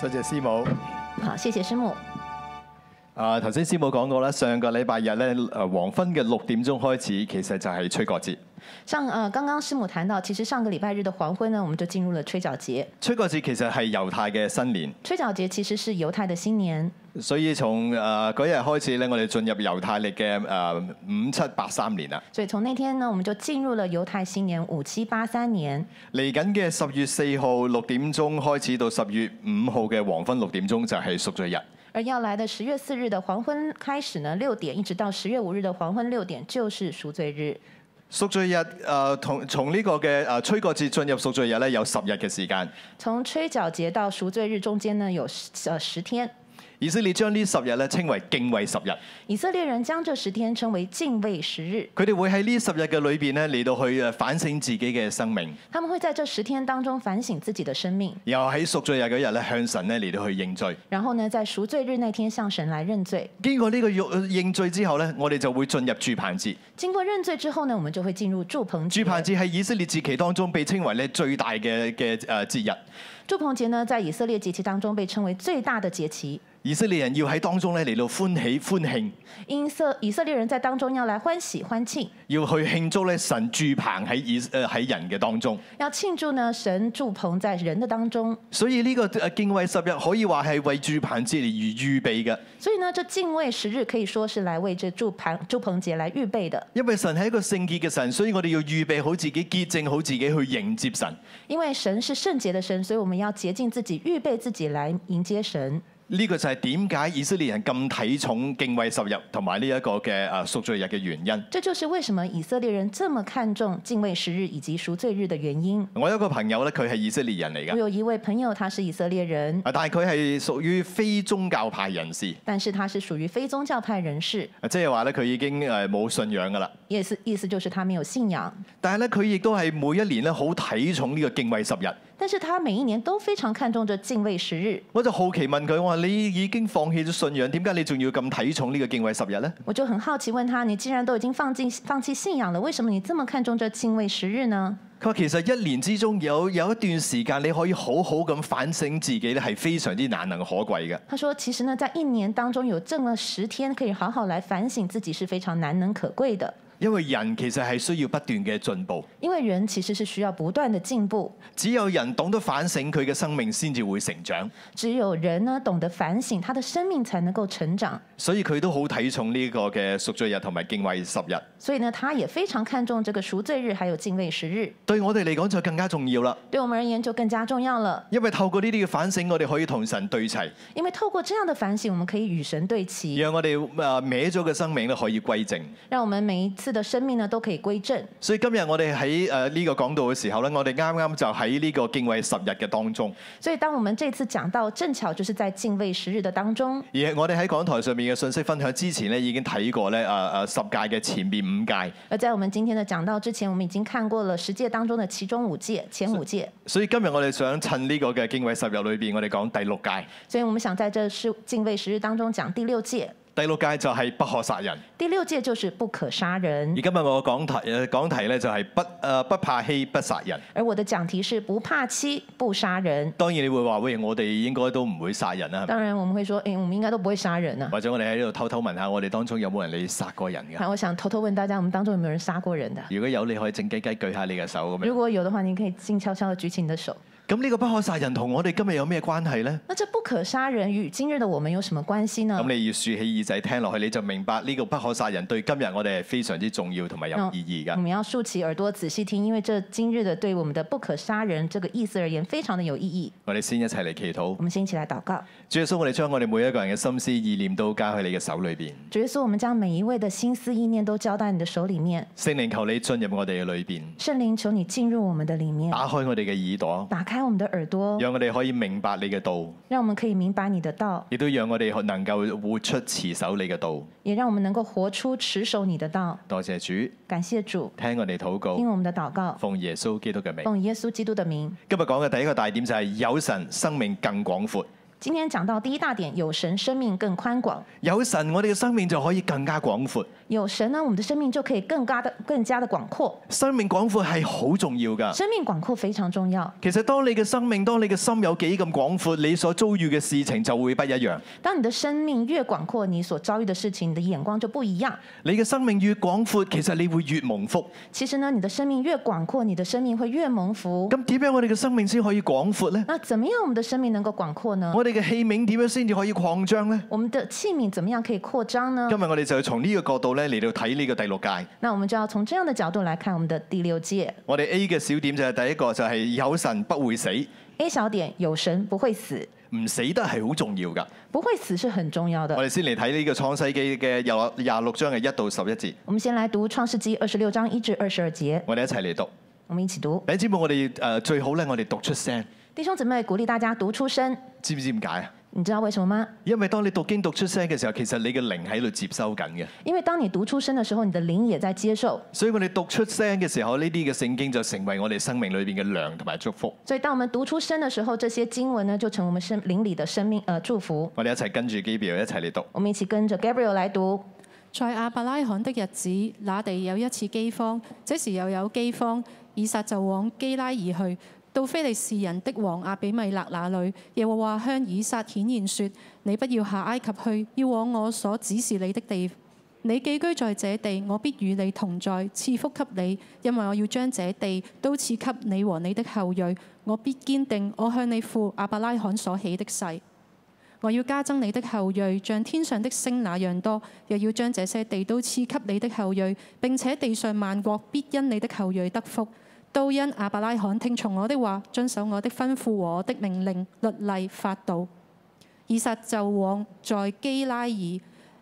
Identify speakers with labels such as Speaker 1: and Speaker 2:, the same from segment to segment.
Speaker 1: 多謝師母。
Speaker 2: 好，谢谢师母。
Speaker 1: 啊，頭先師母講過啦，上個禮拜日咧，誒黃昏嘅六點鐘開始，其實就係吹角節。
Speaker 2: 上呃，刚刚师母谈到，其实上个礼拜日的黄昏呢，我们就进入了吹角节。
Speaker 1: 吹角節其實係猶太嘅新年，
Speaker 2: 吹角节其实是犹太的新年，
Speaker 1: 所以從誒嗰日開始咧，我哋進入猶太歷嘅誒五七八三年啦。
Speaker 2: 所以从那天呢，我们就进入了犹太新年五七八三年。
Speaker 1: 嚟緊嘅十月四號六點鐘開始到十月五號嘅黃昏六點鐘就係贖罪日。
Speaker 2: 而要来的十月四日的黄昏开始呢，六点一直到十月五日的黄昏六点就是赎罪日。
Speaker 1: 贖罪日誒同從呢個嘅誒吹角節進入贖罪日咧，有十日嘅時間。
Speaker 2: 从吹角节到赎罪日中间呢，有十呃十天。
Speaker 1: 以色列將呢十日咧稱為敬畏十日，
Speaker 2: 以色列人将这十天称为敬畏十日，
Speaker 1: 佢哋會喺呢十日嘅裏邊咧嚟到去誒反省自己嘅生命，
Speaker 2: 他们会在这十天当中反省自己的生命，
Speaker 1: 然後喺贖罪日嗰日咧向神咧嚟到去認罪。
Speaker 2: 然後呢，在赎罪日那天向神来认罪。
Speaker 1: 經過呢個認認罪之後咧，我哋就會進入住棚節。
Speaker 2: 经过认罪之后呢，我们就会进入祝棚
Speaker 1: 住
Speaker 2: 节。
Speaker 1: 棚節喺以色列節期當中被稱為咧最大嘅嘅誒節日。
Speaker 2: 祝棚节呢，在以色列节期当中被称为最大的节期。
Speaker 1: 以色列人要喺當中咧嚟到歡喜歡慶，
Speaker 2: 因色以色列人在当中要来欢喜欢庆，
Speaker 1: 要去慶祝咧神住棚喺以誒喺人嘅當中。
Speaker 2: 要庆祝呢神祝棚在人的当中。
Speaker 1: 所以呢個誒敬畏十日可以話係為住棚節而預備嘅，
Speaker 2: 所以呢，这敬畏十日可以说是来为这祝棚祝棚节来预备的。
Speaker 1: 因為神係一個聖潔嘅神，所以我哋要預備好自己，潔淨好自己去迎接神。
Speaker 2: 因为神是圣洁的神，所以我们要洁净自己，预备自己来迎接神。
Speaker 1: 呢、個就係點解以色列人咁睇重敬畏十日同埋呢一個嘅誒贖罪日嘅原因。
Speaker 2: 这就是为什么以色列人这么看重敬畏十日以及赎罪日的原因。
Speaker 1: 我有一個朋友咧，佢係以色列人嚟
Speaker 2: 我
Speaker 1: 嘅，
Speaker 2: 有一位朋友，他是以色列人，
Speaker 1: 啊，但係佢係屬於非宗教派人士，
Speaker 2: 但是他是属于非宗教派人士，
Speaker 1: 啊即係話咧佢已經誒冇信仰㗎啦。
Speaker 2: 意思意思就是他没有信仰，
Speaker 1: 但係咧佢亦都係每一年咧好睇重呢個敬畏十日。
Speaker 2: 但是他每一年都非常看重这敬畏十日。
Speaker 1: 我就好奇問佢，我話你已經放棄咗信仰，點解你仲要咁睇重呢個敬畏十日呢？
Speaker 2: 我就很好奇问他：你既然都已经放弃放弃信仰了，为什么你这么看重这敬畏十日呢？
Speaker 1: 佢話其實一年之中有有一段時間你可以好好咁反省自己咧，係非常之難能可貴嘅。
Speaker 2: 他说：“其实呢，在一年当中有这么十天，可以好好来反省自己是非常难能可贵的。
Speaker 1: 因為人其實係需要不斷嘅進步，
Speaker 2: 因为人其实是需要不断的进步，
Speaker 1: 只有人懂得反省佢嘅生命，先至會成長。
Speaker 2: 只有人呢懂得反省，他的生命才能够成长。
Speaker 1: 所以佢都好睇重呢個嘅贖罪日同埋敬畏十日。
Speaker 2: 所以呢，他也非常看重这个赎罪日还有敬畏十日。
Speaker 1: 對我哋嚟講就更加重要啦，
Speaker 2: 对我们而言就更加重要了，
Speaker 1: 因為透過呢啲嘅反省，我哋可以同神對齊，
Speaker 2: 因为透过这样的反省，我们可以与神对齐，
Speaker 1: 讓我哋誒歪咗嘅生命咧可以歸正。
Speaker 2: 让我们每一次的生命呢都可以归正。
Speaker 1: 所以今日我哋喺誒呢個講道嘅時候咧，我哋啱啱就喺呢個敬畏十日嘅當中，
Speaker 2: 所以，当我们这次讲到，正巧就是在敬畏十日的当中。
Speaker 1: 而我哋喺講台上面嘅信息分享之前咧，已經睇過咧誒誒十屆嘅前面五屆，
Speaker 2: 而在我们今天的讲到之前，我们已经看过了十诫当中的其中五诫、前五诫，
Speaker 1: 所以今日我哋想趁呢個嘅敬畏十日裏邊，我哋講第六屆。
Speaker 2: 所以我们想在这是敬畏十日当中讲第六诫。
Speaker 1: 第六屆就係不可殺人，
Speaker 2: 第六诫就是不可杀
Speaker 1: 而
Speaker 2: 人，
Speaker 1: 今日我講題誒講題咧就係不誒、呃不怕欺不殺人。
Speaker 2: 而我的讲题是不怕欺，不杀人。
Speaker 1: 當然你會話喂，我哋應該都唔會殺人啦，係咪
Speaker 2: 当然，我们会说，哎诶，我们应该都不会杀人呢、啊。
Speaker 1: 或者我哋喺呢度偷偷問下，我哋當中有冇人你殺過人 㗎？
Speaker 2: 好，我想偷偷问大家，我们当中有没有人杀过人的？
Speaker 1: 如果有，你可以靜雞雞舉下你嘅手咁樣。
Speaker 2: 如果有的话，你可以静悄悄的举起你的手。
Speaker 1: 咁呢個不可殺人同我哋今日有咩關係呢？
Speaker 2: 那这不可杀人与今日的我们有什么关系呢
Speaker 1: 咁？你要豎起耳仔聽落去，你就明白呢個不可殺人對今日我哋係非常之重要同埋有意義
Speaker 2: 我
Speaker 1: 㗎。
Speaker 2: 们要竖起耳朵仔细听，因为这今日的对我们的不可杀人这个意思而言，非常的有意义。
Speaker 1: 我哋先一齊嚟祈禱
Speaker 2: 我，们先一起来祷告，
Speaker 1: 主耶穌，我哋將我哋每一個人嘅心思意念都交喺你嘅手裏邊。
Speaker 2: 主耶稣，我们将每一位的心思意念都交到你的手里面。
Speaker 1: 聖靈求你進入我哋嘅裏邊，
Speaker 2: 圣灵，求你进入我们的里面，
Speaker 1: 打開我哋嘅耳朵，
Speaker 2: 打开我们的耳朵，
Speaker 1: 讓我哋可以明白你嘅道，
Speaker 2: 让我们可以明白你的道，
Speaker 1: 亦都讓我哋能夠活出持守你嘅道。
Speaker 2: 也让我们能够活出持守你的道。
Speaker 1: 多謝主，
Speaker 2: 感谢主，
Speaker 1: 聽我哋禱告
Speaker 2: 听，我们的祷告，
Speaker 1: 奉耶穌基督嘅名。
Speaker 2: 奉耶稣基督的名。
Speaker 1: 今日講嘅第一個大點就係有神，生命更廣闊。
Speaker 2: 今天讲到第一大点，有神生命更宽广。
Speaker 1: 有神，我哋嘅生命就可以更加廣闊。
Speaker 2: 有神呢，我们的生命就可以更加的更加的广阔。
Speaker 1: 生命廣闊係好重要㗎。
Speaker 2: 生命广阔非常重要。
Speaker 1: 其實當你嘅生命，當你嘅心有幾咁廣闊，你所遭遇嘅事情就會不一樣。
Speaker 2: 当你的生命越广阔，你所遭遇的事情，你的眼光就不一样。
Speaker 1: 你嘅生命越廣闊，其實你會越蒙福。
Speaker 2: 其实呢，你的生命越广阔，你的生命会越蒙福。
Speaker 1: 咁點樣我哋嘅生命先可以廣闊呢？
Speaker 2: 那怎么樣我们的生命能够广阔呢？
Speaker 1: 我哋嘅器皿點樣先至可以擴張呢？
Speaker 2: 我们的器皿怎么样可以扩张呢
Speaker 1: 今？日我哋就從呢個角度咧嚟到睇呢個第六戒。
Speaker 2: 那我们就要从这样的角度来看我们的第六戒。
Speaker 1: 我哋 A 嘅小點就係第一個就係有神不會死，
Speaker 2: A 小点，有神不会死，
Speaker 1: 唔死得係好重要㗎。
Speaker 2: 不会死是很重要
Speaker 1: 我
Speaker 2: 的。
Speaker 1: 哋先嚟睇呢個創世記嘅廿廿六章嘅一到十一節，
Speaker 2: 我们先来读创世纪二十六章一至二十二节，
Speaker 1: 我哋一齊嚟讀。
Speaker 2: 我们一起读。
Speaker 1: 弟兄姊妹，我哋誒、呃最好咧，我哋讀出聲，
Speaker 2: 弟兄姊妹，鼓励大家读出声。
Speaker 1: 知唔知點解啊？
Speaker 2: 你知道为什么吗？
Speaker 1: 因為當你讀經讀出聲嘅時候，其實你嘅靈喺度接收緊嘅，
Speaker 2: 因为当你读出声的时候，你的灵也在接受。
Speaker 1: 所以我哋讀出聲嘅時候，呢啲嘅聖經就成為我哋生命裏邊嘅糧同埋祝福。
Speaker 2: 所以，当我们读出声的时候，这些经文呢，就成我们生灵里的生命呃祝福。
Speaker 1: 我哋一齊跟住 Gabriel 一齊嚟讀。
Speaker 2: 我们一起跟着 Gabriel 来读。
Speaker 3: 在亞伯拉罕的日子，那地有一次饑荒，這時又有饑荒，以撒就往基拉而去，到非利士人的王亞比米勒那裏。耶和華向以撒顯現說：你不要下埃及去，要往我所指示你的地。你寄居在這地，我必與你同在，賜福給你，因為我要將這地都賜給你和你的後裔。我必堅定我向你父亞伯拉罕所起的誓。我要加增你的後裔，像天上的星那樣多；又要將這些地都賜給你的後裔，並且地上萬國必因你的後裔得福。都因亞伯拉罕聽從我的話，遵守我的吩咐和我的命令、律例、法度。以撒就往在基拉爾，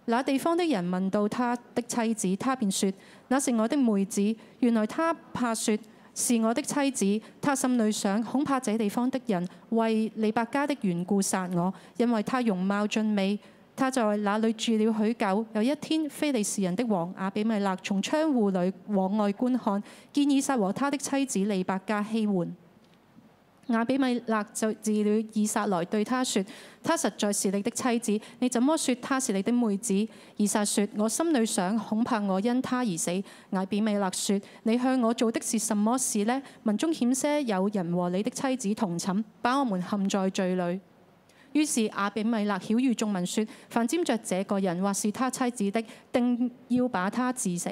Speaker 3: 那地方的人問到他的妻子，他便說：那是我的妹子。原來他怕說是我的妻子，他心裏想，恐怕這地方的人為利百加的緣故殺我，因為他容貌俊美。他在那裏住了許久。有一天，非利士人的王亞比米勒從窗戶裏往外觀看，見以撒和他的妻子利百加欺緩。亞比米勒就治了以撒來對他說：他實在是你的妻子，你怎麼說她是你的妹子？以撒說：我心裏想，恐怕我因她而死。亞比米勒說：你向我做的是什麼事呢？民中險些有人和你的妻子同寢，把我們陷在罪裏。於是亞比米勒曉喻眾民說：凡沾着這個人或是他妻子的，定要把他致死。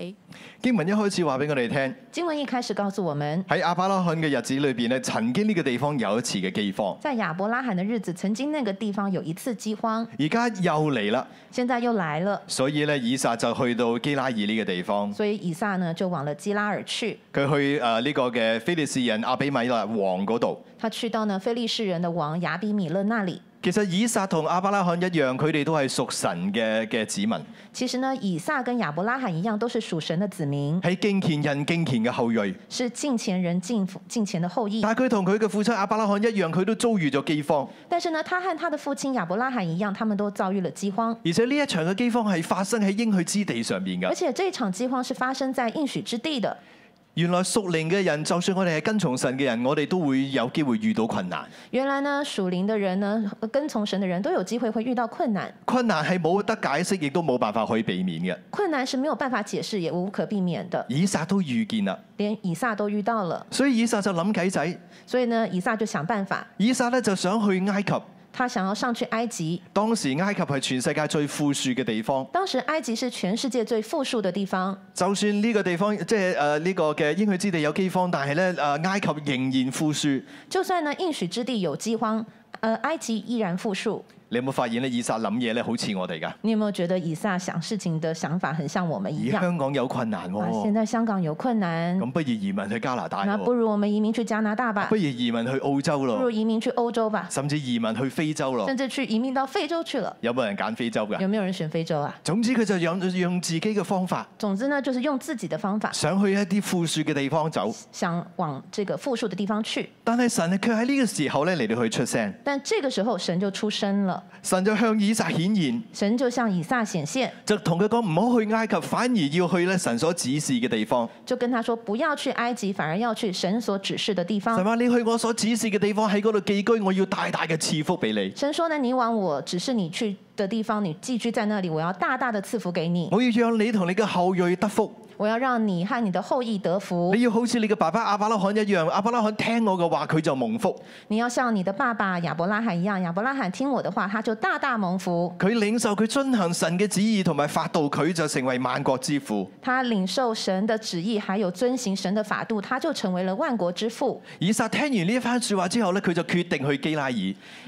Speaker 1: 經文一開始話俾我哋聽，
Speaker 2: 经文一开始告訴我们，
Speaker 1: 喺亞伯拉罕嘅日子裏邊咧，曾經呢個地方有一次嘅饑荒，
Speaker 2: 在亚伯拉罕的日子，曾经那个地方有一次饥荒，
Speaker 1: 而家又嚟啦，
Speaker 2: 现在又来了。
Speaker 1: 所以咧以撒就去到基拉爾呢個地方，
Speaker 2: 所以以撒呢就往了基拉尔去，
Speaker 1: 佢去誒呢個嘅非利士人阿比米勒王嗰度。
Speaker 2: 他去到呢非利士人的王亚比米勒那里。
Speaker 1: 其實以撒同亞伯拉罕一樣，佢哋都係屬神嘅嘅子民，
Speaker 2: 其实呢，以撒跟亚伯拉罕一样，都是属神的子民，
Speaker 1: 喺敬虔人敬虔嘅後裔。
Speaker 2: 是敬虔人敬敬虔的后裔。
Speaker 1: 但係佢同佢嘅父親亞伯拉罕一樣，佢都遭遇咗饑荒，
Speaker 2: 但是呢，他和他的父亲亚伯拉罕一样，他们都遭遇了饥荒，
Speaker 1: 而且呢一場嘅饑荒係發生喺應許之地上面
Speaker 2: 而
Speaker 1: 㗎。
Speaker 2: 且这场饥荒是发生在应许之地的。
Speaker 1: 原來屬靈嘅人，就算我哋係跟從神嘅人，我哋都會有機會遇到困難。
Speaker 2: 原来呢，属灵的人呢，呃跟从神的人都有机会会遇到困难，
Speaker 1: 困難係冇得解釋，亦都冇辦法可以避免嘅。
Speaker 2: 困难是没有办法解释，也无可避免的，
Speaker 1: 以撒都遇見啦，
Speaker 2: 连以撒都遇到了。
Speaker 1: 所以以撒就諗計仔。
Speaker 2: 所以呢，以撒就想办法，
Speaker 1: 以撒咧就想去埃及，
Speaker 2: 他想要上去埃及。
Speaker 1: 當時埃及係全世界最富庶嘅地方。
Speaker 2: 当时埃及是全世界最富庶的地方，
Speaker 1: 就算呢個地方即係誒呢個嘅應許之地有饑荒，但係咧誒埃及仍然富庶。
Speaker 2: 就算呢应许之地有饥荒，呃，埃及依然富庶。
Speaker 1: 你有冇發現咧？以撒諗嘢咧好似我哋㗎。
Speaker 2: 你有没有觉得以撒想事情的想法很像我们一
Speaker 1: 而
Speaker 2: 样？哦哎
Speaker 1: 香港有困難
Speaker 2: 啊，现
Speaker 1: 喎，
Speaker 2: 在香港有困难，
Speaker 1: 咁不如移民去加拿大
Speaker 2: 那不
Speaker 1: 喎，
Speaker 2: 如我们移民去加拿大吧
Speaker 1: 不，如移民去澳洲
Speaker 2: 不如
Speaker 1: 咯，
Speaker 2: 移民去欧洲吧，
Speaker 1: 甚至移民去非洲咯
Speaker 2: 甚。至去移民到非洲去了。
Speaker 1: 有冇人揀非洲㗎？
Speaker 2: 有没有人选非洲啊？
Speaker 1: 總之佢就用用自己嘅方法，
Speaker 2: 总之呢，就是用自己的方法，
Speaker 1: 想去一啲富庶嘅地方走。
Speaker 2: 想往这个富庶的地方去。
Speaker 1: 但係神卻喺呢個時候咧嚟到去出聲，
Speaker 2: 但这个时候，神就出声了。了，
Speaker 1: 神就向以撒顯現，
Speaker 2: 神就向以撒顯現，
Speaker 1: 就同佢講唔好去埃及，反而要去咧神所指示嘅地方。
Speaker 2: 就跟他說不要去埃及，反而要去神所指示的地
Speaker 1: 神
Speaker 2: 方。
Speaker 1: 話你去我所指示嘅地方，喺嗰度寄居，我要大大嘅賜福俾你。
Speaker 2: 神說呢，你往我指示你去的地方，你寄居在那裡，我要大大的賜福給你，
Speaker 1: 我要讓你同你嘅後裔得福。
Speaker 2: 我要讓你和你的後裔得福
Speaker 1: 你。要好似你嘅爸爸亞伯拉罕一樣，亞伯拉罕聽我嘅話，佢就蒙福。
Speaker 2: 你要像你的爸爸亞伯拉罕一樣，亞伯拉罕聽我的話，他就大大蒙福。
Speaker 1: 佢領受佢遵行神嘅旨意同埋法度，佢就成為萬國之父。
Speaker 2: 他領受神的旨意，還有遵行神的法度，他就成為了萬國之父。
Speaker 1: 以撒聽完呢一番説話之後咧，佢就決定去基拉爾，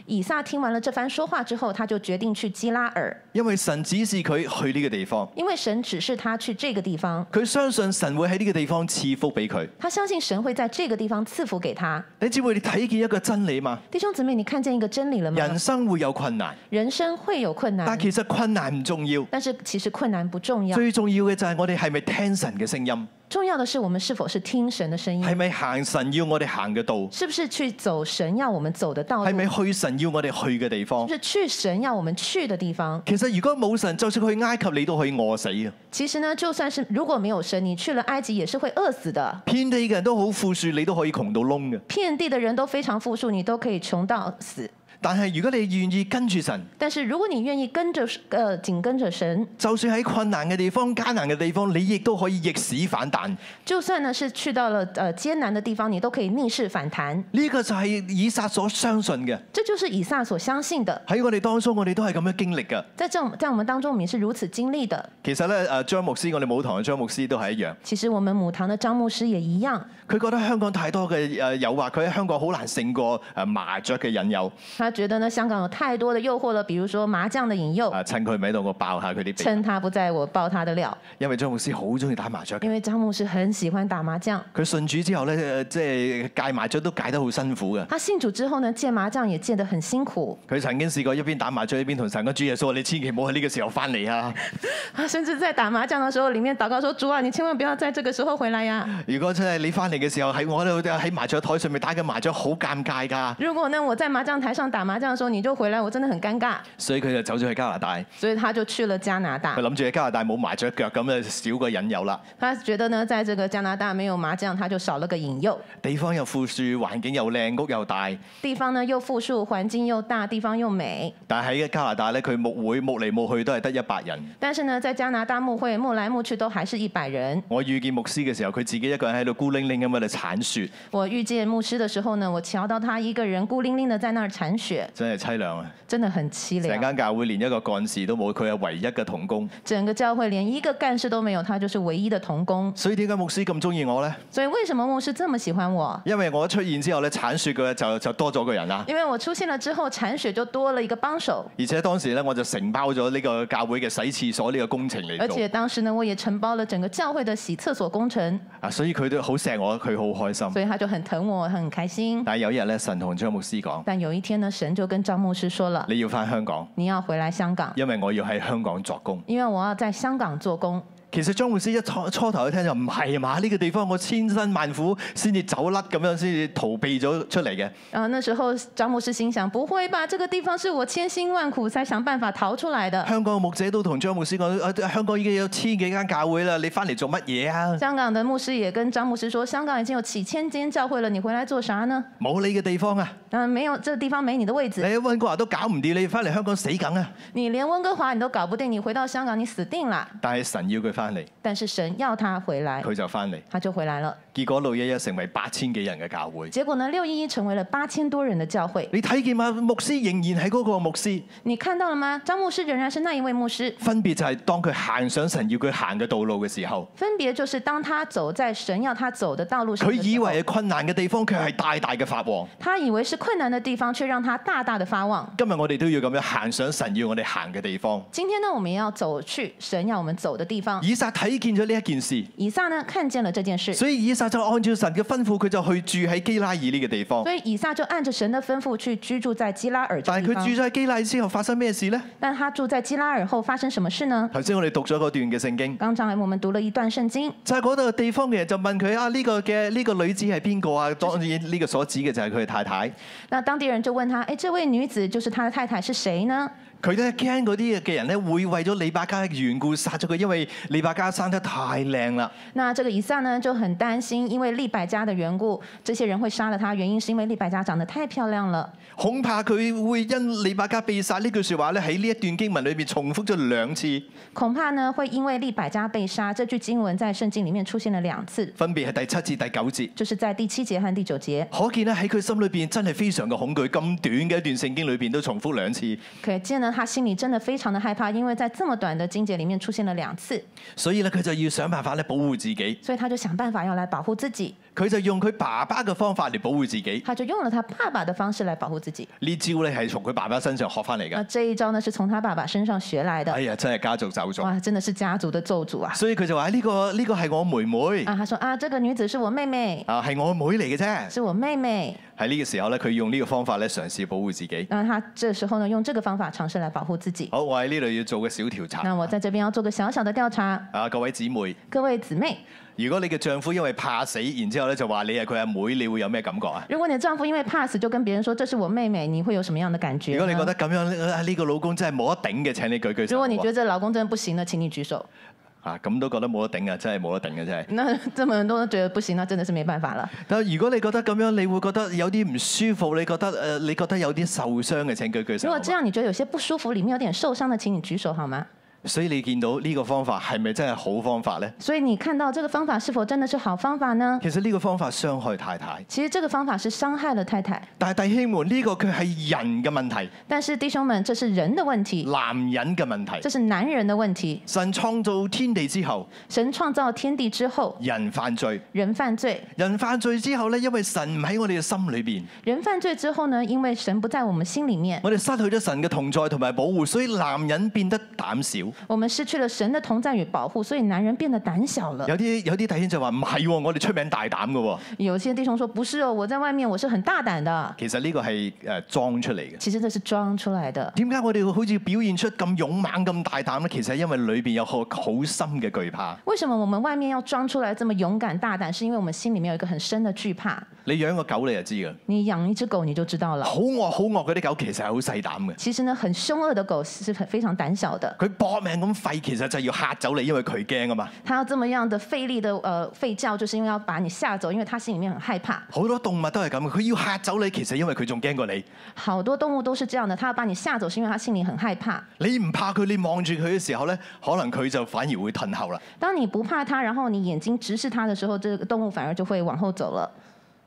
Speaker 2: 以撒聽完了這番說話之後，他就決定去基拉爾，
Speaker 1: 因為神指示佢去呢個地方。
Speaker 2: 因為神指示他去這個地方，
Speaker 1: 佢相信神會喺呢個地方賜福俾佢。
Speaker 2: 他相信神會在這個地方賜福給他。
Speaker 1: 你只會你睇見一個真理嘛？
Speaker 2: 弟兄姊妹，你看見一個真理了嗎？
Speaker 1: 人生會有困難，
Speaker 2: 人生會有困
Speaker 1: 但
Speaker 2: 難，
Speaker 1: 其實困難唔重要，
Speaker 2: 但是其實困難不重要，
Speaker 1: 最重要嘅就係我哋係咪聽神嘅聲音，
Speaker 2: 重要的是我們是否是聽神的聲
Speaker 1: 係
Speaker 2: 音，
Speaker 1: 咪行神要我哋行嘅道，
Speaker 2: 是不是去走神要我們走的道路，
Speaker 1: 係
Speaker 2: 是
Speaker 1: 咪去神要我哋去嘅地方
Speaker 2: 不。是去神要我們去的地方。
Speaker 1: 其實如果冇神，就算去埃及，你都可以餓死啊嘅。
Speaker 2: 其實呢，就算是如果沒有神，你去了埃及也是會餓死的。
Speaker 1: 遍地嘅人都好富庶，你都可以窮到窿嘅。
Speaker 2: 遍地的人都非常富庶，你都可以窮到死。
Speaker 1: 但係如果你願意跟住神，
Speaker 2: 但是如果你願意跟着呃紧跟着神，
Speaker 1: 就算喺困難嘅地方、艱難嘅地方，你亦都可以逆市反彈。呢、
Speaker 2: 就算呢是去到了呃艱難的地方，你都可以逆勢反彈。
Speaker 1: 個就係以撒所相信嘅。
Speaker 2: 这就是以撒所相信的。
Speaker 1: 喺我哋當中，我哋都係咁樣經歷嘅。
Speaker 2: 在这在我們當中，我們也是如此經歷的。
Speaker 1: 其實咧，誒張牧師，我哋舞堂嘅張牧師都係一樣。
Speaker 2: 其實我們母堂的張牧師也一樣，
Speaker 1: 佢覺得香港太多嘅誒誘惑，佢喺香港好難勝過誒麻雀嘅引誘。
Speaker 2: 他覺得呢香港有太多的誘惑了，比如說麻將的引誘，
Speaker 1: 啊，趁佢唔喺度，我爆下佢啲鼻。
Speaker 2: 趁他不在我爆他的料。
Speaker 1: 因為張牧師好中意打麻雀嘅，
Speaker 2: 因為張牧師很喜歡打麻將，
Speaker 1: 佢信主之後咧，誒即係戒麻雀都戒得好辛苦嘅。
Speaker 2: 他信主之後呢，戒麻將也戒得很辛苦。
Speaker 1: 佢曾經試過一邊打麻雀一邊同神講：主耶穌，你千祈唔好喺呢個時候翻嚟啊！
Speaker 2: 他甚至在打麻將的時候，裡面禱告說：“主啊，你千萬不要在這個時候回來呀！
Speaker 1: 如果真係你翻嚟嘅時候喺我喺度喺麻雀台上面打緊麻雀，好尷尬㗎。
Speaker 2: 如果呢我在麻將台上打麻將的時候你就回來，我真的很尷尬。
Speaker 1: 所以佢就走咗去加拿大，”
Speaker 2: 所以他就去了加拿大
Speaker 1: 佢。諗住喺加拿大冇麻雀腳咁啊，少個引誘啦。
Speaker 2: 他覺得呢，在這個加拿大沒有麻將，他就少了個引誘。
Speaker 1: 地方又富庶，環境又靚，屋又大。
Speaker 2: 地方呢又富庶，環境又大，地方又美。
Speaker 1: 但係喺加拿大咧，佢牧會牧嚟牧去都係得一百人。
Speaker 2: 但是呢，在加拿大牧會牧來牧去都還是一百人。
Speaker 1: 我遇見牧師嘅時候，佢自己一個人喺度孤零零咁喺度剷雪，
Speaker 2: 我遇見牧師的時候呢，我瞧到他一個人孤零零的在那兒鏟雪，
Speaker 1: 真係凄涼啊！
Speaker 2: 真的很凄
Speaker 1: 成
Speaker 2: 涼。
Speaker 1: 間教會連一個幹事都冇，佢係唯一嘅童工。
Speaker 2: 整個教會連一個幹事都沒有，他就是唯一的童工。
Speaker 1: 所以點解牧師咁中意我呢？
Speaker 2: 所以為什麼牧師這麼喜歡我？
Speaker 1: 因為我一出現之後咧，剷雪嘅就就多咗個人啦。
Speaker 2: 因為我出現了之後，鏟雪就多了一個幫手，
Speaker 1: 而且當時咧，我就承包咗呢個教會嘅洗廁所呢個工程嚟
Speaker 2: 而
Speaker 1: 做
Speaker 2: 且當時呢，我也承包了整個教會的洗廁所工程，
Speaker 1: 啊，所以佢都好錫我，佢好開心。
Speaker 2: 所以他就很疼我，很開心。
Speaker 1: 但係有一日咧，神同張牧師講：
Speaker 2: 但有一天呢，神就跟張牧師說了，
Speaker 1: 你要翻香港，
Speaker 2: 你要回來香港，
Speaker 1: 因為我要喺香港作工。
Speaker 2: 因為我要在香港做工。
Speaker 1: 其實張牧師一初初頭一聽就唔係嘛，呢、個地方我千辛萬苦先至走甩咁樣，先至逃避咗出嚟嘅。
Speaker 2: 然啊後那時候張牧師心想：不會吧，這個地方是我千辛萬苦才想辦法逃出來的。
Speaker 1: 香港嘅牧者都同張牧師講：啊香港已經有千幾間教會啦，你翻嚟做乜嘢啊？
Speaker 2: 香港的牧師也跟張牧師說：香港已經有幾千間教會了，你回來做啥呢？
Speaker 1: 冇你嘅地方啊！
Speaker 2: 嗯、沒有，這地方沒你的位
Speaker 1: 你
Speaker 2: 置，
Speaker 1: 喺温哥華都搞唔掂，你翻嚟香港死梗啊！
Speaker 2: 你連溫哥華你都搞不定，你回到香港你死定了。
Speaker 1: 但係神要佢翻嚟，
Speaker 2: 但是神要他回来，
Speaker 1: 佢就翻嚟。
Speaker 2: 他就回來了。
Speaker 1: 結果六一一成為八千幾人嘅教會。
Speaker 2: 結果呢，六一一成為了八千多人的教會。
Speaker 1: 你睇見嘛？牧師仍然係嗰個牧師，
Speaker 2: 你看到了嗎？張牧師仍然是那一位牧師，
Speaker 1: 分別就係當佢行上神要佢行嘅道路嘅時候，
Speaker 2: 分別就是當他走在神要他走的道路上
Speaker 1: 佢
Speaker 2: 的時候，
Speaker 1: 以為係困難嘅地方，佢係大大嘅發旺。
Speaker 2: 他以為是困難的地方，卻讓他大大的發旺。
Speaker 1: 今日我哋都要咁樣行上神要我哋行嘅地方。
Speaker 2: 今天呢，我們要走去神要我們走的地方，
Speaker 1: 以撒睇見咗呢一件事，
Speaker 2: 以撒呢看见了这件事，
Speaker 1: 所以以撒就按照神嘅吩咐，佢就去住喺基拉爾呢個地方
Speaker 2: 所。以以撒就按着神的吩咐去居住在基拉尔这
Speaker 1: 但係
Speaker 2: 地
Speaker 1: 佢
Speaker 2: 方。
Speaker 1: 住咗喺基拉爾之後發生咩事呢？
Speaker 2: 但他住在基拉尔后发生什么事呢？
Speaker 1: 頭先我哋讀咗嗰段嘅聖經，
Speaker 2: 刚才我们读了一段圣经，
Speaker 1: 就係嗰度地方嘅人就問佢啊，呢、個嘅呢、個女子係邊個啊？當然呢個所指嘅就係佢嘅太太。
Speaker 2: 那当地人就问他：“哎，这位女子就是他的太太是谁呢
Speaker 1: 佢咧驚嗰啲嘅人咧會為咗李百加嘅緣故殺咗佢，因為李百加生得太靚啦。？”
Speaker 2: 那这个以撒呢就很担心，因为利百加的缘故，这些人会杀了他。原因是因为利百加长得太漂亮了。
Speaker 1: 恐怕佢會因李百加被殺呢句説話咧，喺呢一段經文裏面重複咗兩次，
Speaker 2: 恐怕呢会因为利百加被杀，这句经文在圣经里面出现了两次，
Speaker 1: 分別係第七至第九節。
Speaker 2: 就是在第七节和第九节。
Speaker 1: 可見咧喺佢心裏邊真係非常嘅恐懼，咁短嘅一段聖經裏邊都重複兩次，
Speaker 2: 可见呢，他心里真的非常的害怕，因为在这么短的经节里面出现了两次，
Speaker 1: 所以咧佢就要想辦法咧保護自己，
Speaker 2: 所以他就想办法要来保护自己，
Speaker 1: 佢就用佢爸爸嘅方法嚟保護自己。
Speaker 2: 他就用了他爸爸的方式来保护自己。
Speaker 1: 呢招咧係從佢爸爸身上學翻嚟
Speaker 2: 那
Speaker 1: 㗎。
Speaker 2: 这一招呢是从他爸爸身上学来的
Speaker 1: 哎，呀，真係家族咒詛。
Speaker 2: 哇，真的是家族的咒诅啊！
Speaker 1: 所以佢就話：呢、個呢、個係我妹妹
Speaker 2: 啊，他说啊，这个女子是我妹妹，
Speaker 1: 啊，係我妹嚟嘅啫。
Speaker 2: 是我妹妹。
Speaker 1: 喺呢個時候咧，佢用呢個方法咧嘗試保護自己。
Speaker 2: 那他这时候呢，用这个方法尝试来保护自己。
Speaker 1: 好，我喺呢度要做嘅小調查
Speaker 2: 那我在这边要做个小小的调查，
Speaker 1: 啊，各位姊妹，
Speaker 2: 各位姊妹，
Speaker 1: 如果你嘅丈夫因為怕死，然之後咧就話你係佢阿妹，你會有咩感覺啊？
Speaker 2: 如果你的丈夫因为怕死就跟别人说这是我妹妹，你会有什么样的感觉
Speaker 1: 如果
Speaker 2: 呢？
Speaker 1: 你覺得咁樣呢、呢個老公真係冇得頂嘅，請你舉舉手。
Speaker 2: 如果你
Speaker 1: 好
Speaker 2: 觉
Speaker 1: 唔好
Speaker 2: 得这老公真的不行呢，請你举手。
Speaker 1: 啊咁都覺得冇得頂啊，真係冇得頂嘅真係。
Speaker 2: 那这么多人都觉得不行，那真的是没办法了。
Speaker 1: 但如果你覺得咁樣，你會覺得有啲唔舒服，你覺得誒、呃你覺得有啲受傷嘅，請舉舉手。
Speaker 2: 如
Speaker 1: 好啊唔好
Speaker 2: 果这样你觉得有些不舒服，里面有点受伤的，请你举手好吗？
Speaker 1: 所以你見到呢個方法係咪真係好方法呢？
Speaker 2: 所以你看到这个方法是否真的是好方法呢？
Speaker 1: 其實呢個方法傷害太太，
Speaker 2: 其实这个方法是伤害了太太，
Speaker 1: 但係弟兄們呢、個佢係人嘅問題，
Speaker 2: 但是弟兄们，这是人的问题，
Speaker 1: 男人嘅問題。
Speaker 2: 这是男人的问题。
Speaker 1: 神創造天地之後，
Speaker 2: 神创造天地之后，
Speaker 1: 人犯罪，
Speaker 2: 人犯罪，
Speaker 1: 人犯罪之後呢，因為神唔喺我哋嘅心裏邊，
Speaker 2: 人犯罪之後呢，因為神不在我们心里面，
Speaker 1: 我哋失去咗神嘅同在同埋保護，所以男人變得膽小。
Speaker 2: 我们失去了神的同在與保護，所以男人變得膽小了。
Speaker 1: 有啲有啲弟兄就話唔係喎，我哋出名大膽嘅喎。
Speaker 2: 有些弟兄說：“不是哦，我在外面我是很大膽的。
Speaker 1: 其實呢個係誒裝出嚟嘅”。
Speaker 2: 其實這是裝出來的。
Speaker 1: 點解我哋會好似表現出咁勇猛、咁大膽呢？其實係因為裏邊有好好深嘅懼怕。
Speaker 2: 為什麼我們外面要裝出來這麼勇敢大膽？是因為我們心裡面有一個很深的懼怕。
Speaker 1: 你養個狗你就知㗎，
Speaker 2: 你養一隻狗你就知道了。
Speaker 1: 好惡好惡嗰啲狗其實係好細膽嘅。
Speaker 2: 其實呢，很兇惡的狗是很非常膽小的，
Speaker 1: 佢搏命咁吠，其實就係要嚇走你，因為佢驚啊嘛。
Speaker 2: 它要這麼樣的費力的呃吠叫，就是因為要把你嚇走，因為它心裡面很害怕。
Speaker 1: 好多動物都係咁，佢要嚇走你，其實因為佢仲驚過你。
Speaker 2: 好多動物都是這樣的，它要把你嚇走，是因為它心裡很害怕。
Speaker 1: 你唔怕佢，你望住佢嘅時候呢，可能佢就反而會褪後啦。
Speaker 2: 當你不怕它，然後你眼睛直視它的時候，這個動物反而就會往後走了。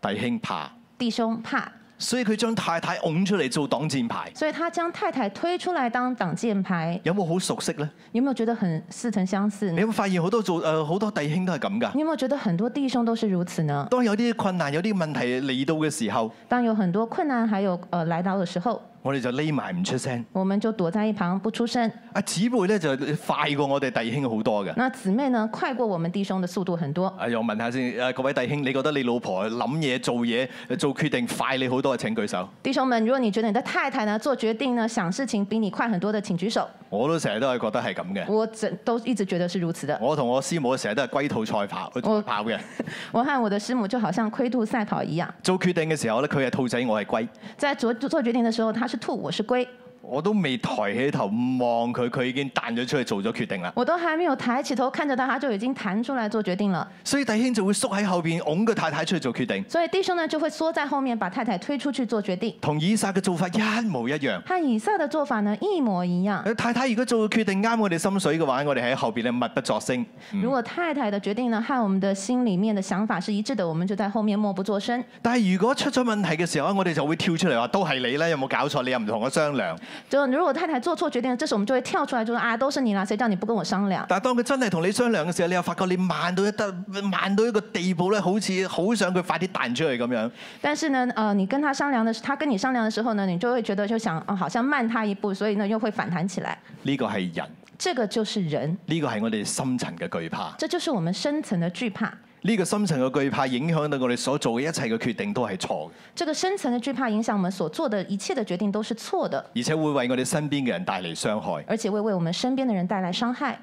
Speaker 1: 弟兄怕，
Speaker 2: 弟兄怕，
Speaker 1: 所以佢將太太拱出嚟做擋箭牌，
Speaker 2: 所以他將太太推出來當擋箭牌，
Speaker 1: 有冇好熟悉呢？
Speaker 2: 有沒有覺得很似曾相識
Speaker 1: 你
Speaker 2: 呢？
Speaker 1: 有冇發現好多做呃誒好、多弟兄都係咁噶？
Speaker 2: 你有沒有覺得很多弟兄都是如此呢？
Speaker 1: 當有啲困難、有啲問題嚟到嘅時候，
Speaker 2: 當有很多困難還有呃來到的時候，
Speaker 1: 我哋就匿埋唔出聲。
Speaker 2: 我們就躲在一旁不出聲。
Speaker 1: 阿姊妹咧就快過我哋弟兄好多嘅。
Speaker 2: 那姊妹呢，快過我們弟兄的速度很多。
Speaker 1: 啊，我問下先，誒各位弟兄，你覺得你老婆諗嘢、做嘢、做決定快你好多嘅請舉手。
Speaker 2: 弟兄們，如果你覺得你的太太呢做決定呢，想事情比你快很多的，請舉手。
Speaker 1: 我都成日都係覺得係咁嘅。
Speaker 2: 我整都一直覺得是如此的。
Speaker 1: 我同我師母成日都係龜兔賽跑，
Speaker 2: 我
Speaker 1: 跑嘅。
Speaker 2: 我和我的師母就好像龜兔賽跑一樣，
Speaker 1: 做決定嘅時候咧，佢係兔仔，我係龜。
Speaker 2: 在做做決定的時候，他是兔，我是龜，
Speaker 1: 我都未抬起頭望佢，佢已經彈咗出去做咗決定啦。
Speaker 2: 我都還沒有抬起頭看着他，他就已經彈出來做決定了。
Speaker 1: 所以弟兄就會縮喺後邊，擁個太太出去做決定，
Speaker 2: 所以弟兄呢就會縮在後面，把太太推出去做決定。
Speaker 1: 同以撒嘅做法一模一樣。
Speaker 2: 和以撒的做法呢一模一樣。
Speaker 1: 太太如果做決定啱我哋心水嘅話，我哋喺後邊咧默不作聲。
Speaker 2: 如果太太的決定呢和我們的心裡面的想法是一致的，我們就在後面默不作聲。
Speaker 1: 但係如果出咗問題嘅時候，我哋就會跳出嚟話：都係你啦，有冇搞錯？你又唔同我商量。
Speaker 2: 就如果太太做錯決定，這時我們就會跳出來就說啊，都是你啦，誰叫你不跟我商量？
Speaker 1: 但係當佢真係同你商量嘅時候，你又發覺你慢到一得慢到一個地步咧，好似好想佢快啲彈出去咁樣。
Speaker 2: 但是呢，呃，你跟他商量的時，他跟你商量的時候呢，你就會覺得就想，哦，好像慢他一步，所以呢又會反彈起來。
Speaker 1: 呢個係人，
Speaker 2: 这个就是人，
Speaker 1: 呢個係我哋深層嘅懼怕。
Speaker 2: 这就是我们深层的惧怕。
Speaker 1: 呢個深層嘅懼怕影響到我哋所做嘅一切嘅決定都係錯嘅，
Speaker 2: 这个深层的惧怕影响我們所做的一切的決定都是錯的，
Speaker 1: 而且會為我哋身邊嘅人帶嚟傷害。
Speaker 2: 而且會為我們身邊的人帶來傷害。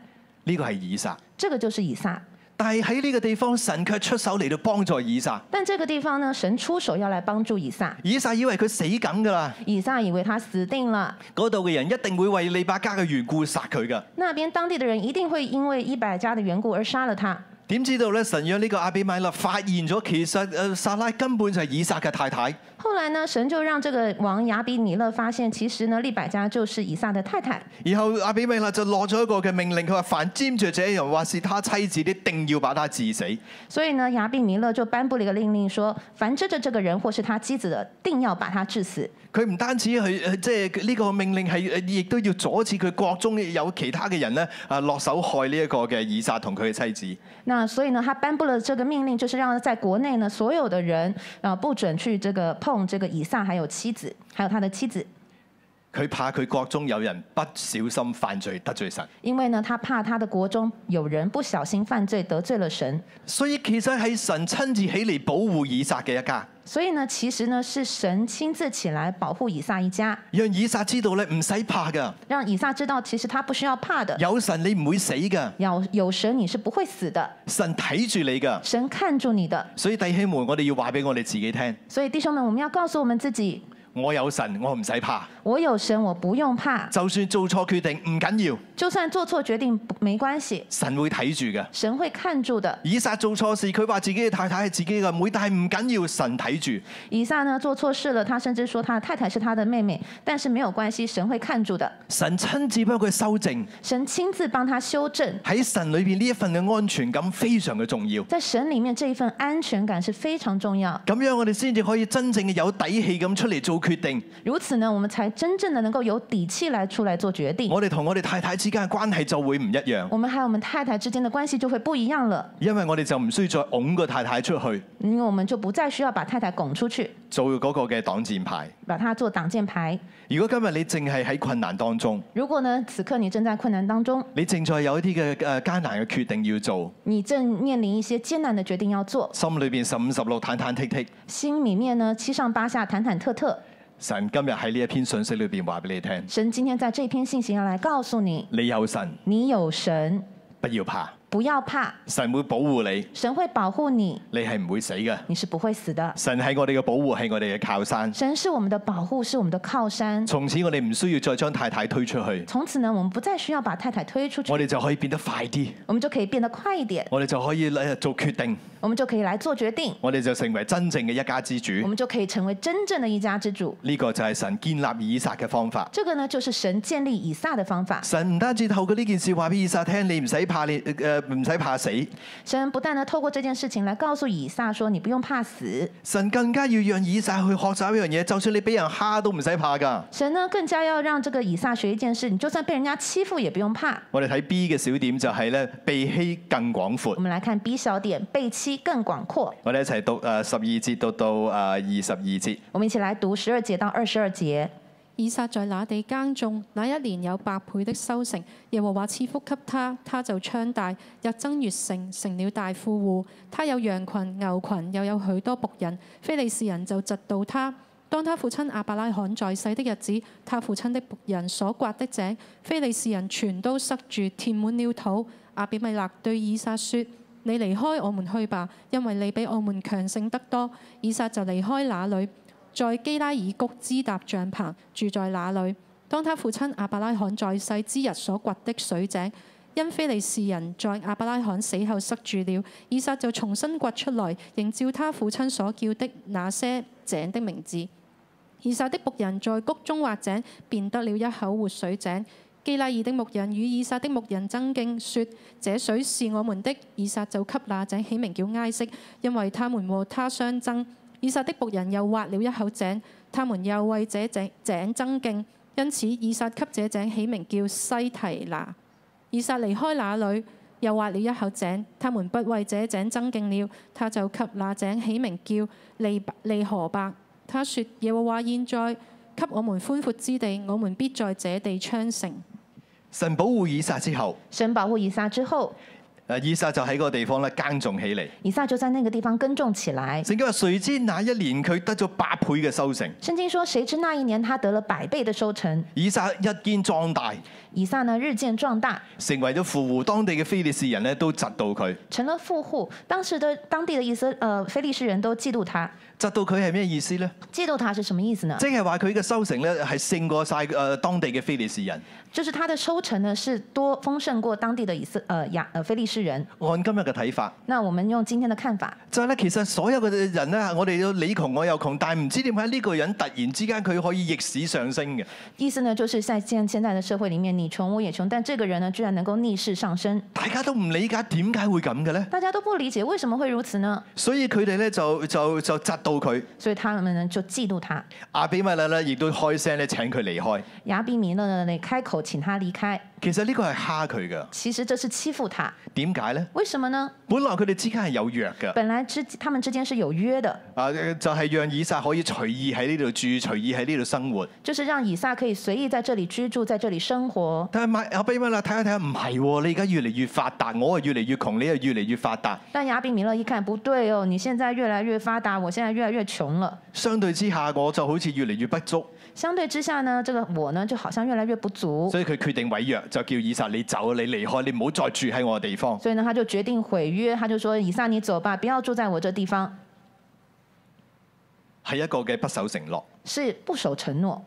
Speaker 1: 呢個係以撒。
Speaker 2: 這個就是以撒。
Speaker 1: 但係喺呢個地方，神卻出手嚟到幫助以撒。
Speaker 2: 但這個地方呢，神出手要來幫助以撒。
Speaker 1: 以撒以為佢死梗㗎啦，
Speaker 2: 以撒以為他死定了，
Speaker 1: 嗰度嘅人一定會為利百加嘅緣故殺佢㗎。
Speaker 2: 那邊當地的人一定會因為一百家的緣故而殺了他。
Speaker 1: 點知道咧？神讓呢個阿比米勒發現咗，其實誒撒拉根本就係以撒嘅太太。
Speaker 2: 後來呢，神就讓這個王亞比米勒發現，其實呢，利百加就是以撒的太太。
Speaker 1: 然後阿比米勒就落咗一個嘅命令，佢話：凡沾著這人或是他妻子的，一定要把他致死。
Speaker 2: 所以呢，亞比米勒就頒布了一個令令說，凡追着這個人或是他妻子的，定要把他致死。
Speaker 1: 佢唔單止去呃即係呢個命令係，呃亦都要阻止佢國中有其他嘅人咧啊落手害呢一個嘅以撒同佢嘅妻子。
Speaker 2: 那所以呢，他頒布了這個命令，就是讓在國內呢所有的人啊、呃不准去這個碰這個以撒，还有妻子，还有他的妻子，
Speaker 1: 佢怕佢國中有人不小心犯罪得罪神，
Speaker 2: 因為呢他怕他的國中有人不小心犯罪得罪了神，
Speaker 1: 所以其實係神親自起嚟保護以撒嘅一家，
Speaker 2: 所以呢其實呢是神親自起來保護以撒一家，
Speaker 1: 讓以撒知道咧唔使怕噶，
Speaker 2: 讓以撒知道其實他不需要怕的，
Speaker 1: 有神你唔會死噶，
Speaker 2: 有有神你是不會死的，
Speaker 1: 神睇住你噶。
Speaker 2: 神看住你的。
Speaker 1: 所以弟兄們，我哋要話俾我哋自己聽：
Speaker 2: 所以弟兄們，我們要告訴我們自己，
Speaker 1: 我有神，我唔使怕。
Speaker 2: 我有神，我不用怕，
Speaker 1: 就算做錯決定唔緊要，
Speaker 2: 就算做錯決定不沒關係，
Speaker 1: 神會睇住嘅。
Speaker 2: 神會看住的。
Speaker 1: 以撒做錯事，佢話自己嘅太太係自己嘅妹，但係唔緊要，神睇住。
Speaker 2: 以撒呢做错事了，他甚至说他的太太是他的妹妹，但是没有关系，神会看住的，
Speaker 1: 神親自幫佢修正。
Speaker 2: 神亲自帮他修正。
Speaker 1: 喺神裏邊呢一份嘅安全感非常嘅重要。
Speaker 2: 在神里面，这一份安全感是非常重要。
Speaker 1: 咁樣我哋先至可以真正嘅有底氣咁出嚟做決定。
Speaker 2: 如此呢，我们才真正的能够有底气来出来做决定。
Speaker 1: 我哋同我哋太太之間嘅關係就會唔一樣，
Speaker 2: 我们还有我们太太之间的关系就會不一樣了，
Speaker 1: 因為我哋就唔需要再拱個太太出去
Speaker 2: 因為我們就不再需要把太太拱出去，
Speaker 1: 做嗰個嘅擋箭牌。
Speaker 2: 把她做擋箭牌。
Speaker 1: 如果今日你淨係喺困難當中，
Speaker 2: 如果呢此刻你正在困難當中，
Speaker 1: 你正在有一啲嘅誒艱難嘅決定要做，
Speaker 2: 你正面臨一些艱難的決定要做，
Speaker 1: 心裏邊十五十六忐忐忑忑。
Speaker 2: 心里面呢七上八下、忐忐忑忑。
Speaker 1: 神今日喺呢一篇信息裏邊話俾你聽：
Speaker 2: 神今天在这篇信息要来告訴你，
Speaker 1: 你有神，
Speaker 2: 你有神，
Speaker 1: 不要怕，
Speaker 2: 不要怕，
Speaker 1: 神會保護你，
Speaker 2: 神会保护你，
Speaker 1: 你係唔會死嘅。
Speaker 2: 你是不会死的。
Speaker 1: 神係我哋嘅保護，係我哋嘅靠山。
Speaker 2: 神是我们的保护，是我们的靠山。
Speaker 1: 從此我哋唔需要再將太太推出去，
Speaker 2: 从此呢，我们不再需要把太太推出去，
Speaker 1: 我哋就可以變得快啲，
Speaker 2: 我们就可以变得快一点，
Speaker 1: 我哋就可以呃做決定，
Speaker 2: 我们就可以来做决定，
Speaker 1: 我哋就成為真正嘅一家之主。
Speaker 2: 我们就可以成为真正的一家之主。
Speaker 1: 呢個就係神建立以撒嘅方法。
Speaker 2: 这个呢，就是神建立以撒的方法。
Speaker 1: 神唔單止透過呢件事話俾以撒聽，你唔使怕你誒唔使怕死。
Speaker 2: 神不但呢透过这件事情来告诉以撒说，你不用怕死。
Speaker 1: 神更加要讓以撒去學習一樣嘢，就算你俾人蝦都唔使怕㗎。
Speaker 2: 神呢更加要让这个以撒学一件事，你就算被人家欺负也不用怕。
Speaker 1: 我哋睇 B 嘅小點就係咧，被欺更廣
Speaker 2: 我
Speaker 1: 闊。
Speaker 2: 们来看 B 小點，被欺更廣闊。
Speaker 1: 我哋一齊讀誒十二節讀到誒二十二節。
Speaker 2: 我们一起来读十二节到二十二节。
Speaker 3: 以撒在那地耕種，那一年有百倍的收成。耶和華賜福給他，他就昌大，日增月盛，成了大富戶。他有羊群、牛群，又有許多仆人。非利士人就嫉妒他。當他父親亞伯拉罕在世的日子，他父親的仆人所刮的井，非利士人全都塞住，填滿了土。亞比米勒對以撒說：你離開我們去吧，因為你比我們強盛得多。以撒就離開那裏。在基拉爾谷支搭帳棚，住在那裏。當他父親亞伯拉罕在世之日所掘的水井，因非利士人在亞伯拉罕死後塞住了，以撒就重新掘出來，仍照他父親所叫的那些井的名字。以撒的僕人在谷中挖井，便得了一口活水井。基拉爾的牧人與以撒的牧人爭競，說：這水是我們的。以撒就給那井起名叫埃色，因為他們和他相爭。以撒的仆人又挖了一口井，他們又為這井井爭競，因此以撒給這井起名叫西提拿。以撒離開那裏，又挖了一口井，他們不為這井爭競了，他就給那井起名叫利利河伯。他說：耶和華現在給我們寬闊之地，我們必在這地昌盛。
Speaker 1: 神保護以撒之後，
Speaker 2: 神保護以撒之後，
Speaker 1: 誒以撒就喺個地方咧耕種起嚟。
Speaker 2: 以撒就在那個地方耕種起來。
Speaker 1: 聖經話：誰知那一年佢得咗八倍嘅收成。
Speaker 2: 聖經說，誰知那一年他得了百倍的收成。
Speaker 1: 以撒日見壯大，
Speaker 2: 以撒呢日漸壯大，
Speaker 1: 成為咗富戶，當地嘅非利士人咧都窒到佢。
Speaker 2: 成了富戶。當時的當地的以色呃非利士人都嫉妒他，
Speaker 1: 窒到佢係咩意思呢？
Speaker 2: 嫉妒他是什麼意思呢？
Speaker 1: 即係話佢嘅收成咧係勝過晒誒當地嘅非利士人。
Speaker 2: 就是他的收成呢是多豐盛過當地的以色呃亞呃非利士人。
Speaker 1: 按今日嘅睇法，
Speaker 2: 那我們用今天的看法，
Speaker 1: 就係咧其實所有嘅呃人咧，我哋都你窮我又窮，但係唔知點解呢個人突然之間佢可以逆市上升嘅。
Speaker 2: 意思呢就是在現現在的社會裡面，你窮我也窮，但這個人呢居然能夠逆勢上升，
Speaker 1: 大家都唔理解點解會咁嘅咧，
Speaker 2: 大家都不理解為什麼會如此呢？
Speaker 1: 所以佢哋咧就就就窒到佢。
Speaker 2: 所以他們呢就嫉妒他。
Speaker 1: 阿比米勒咧亦都開聲咧請佢離開。
Speaker 2: 亞比米勒呢得開口請他離開，
Speaker 1: 其實呢個係蝦佢㗎，
Speaker 2: 其實這是欺負他。
Speaker 1: 點解咧？
Speaker 2: 為什麼呢？
Speaker 1: 本來佢哋之間係有約㗎，
Speaker 2: 本來之他們之間是有約的，
Speaker 1: 啊就係、讓以撒可以隨意喺呢度住，隨意喺呢度生活。
Speaker 2: 就是讓以撒可以隨意在這裡居住，在這裡生活。
Speaker 1: 但係買阿比米勒睇下睇下，唔係喎，你而家越嚟越發達，我係啊越嚟越窮，你係越嚟越發達。
Speaker 2: 但亞比米勒一看，不對哦，你現在越來越發達，我現在越來越窮了。
Speaker 1: 相對之下，我就好似越嚟越不足，
Speaker 2: 相對之下呢，這個我呢就好像越來越不足，
Speaker 1: 所以佢決定毀約，就叫以撒你走，你離開，你唔好再住喺我嘅地方。
Speaker 2: 所以呢他就決定毀約，他就說：以撒你走吧，不要住在我這地方，
Speaker 1: 係一個嘅不守承諾。
Speaker 2: 是不守承諾。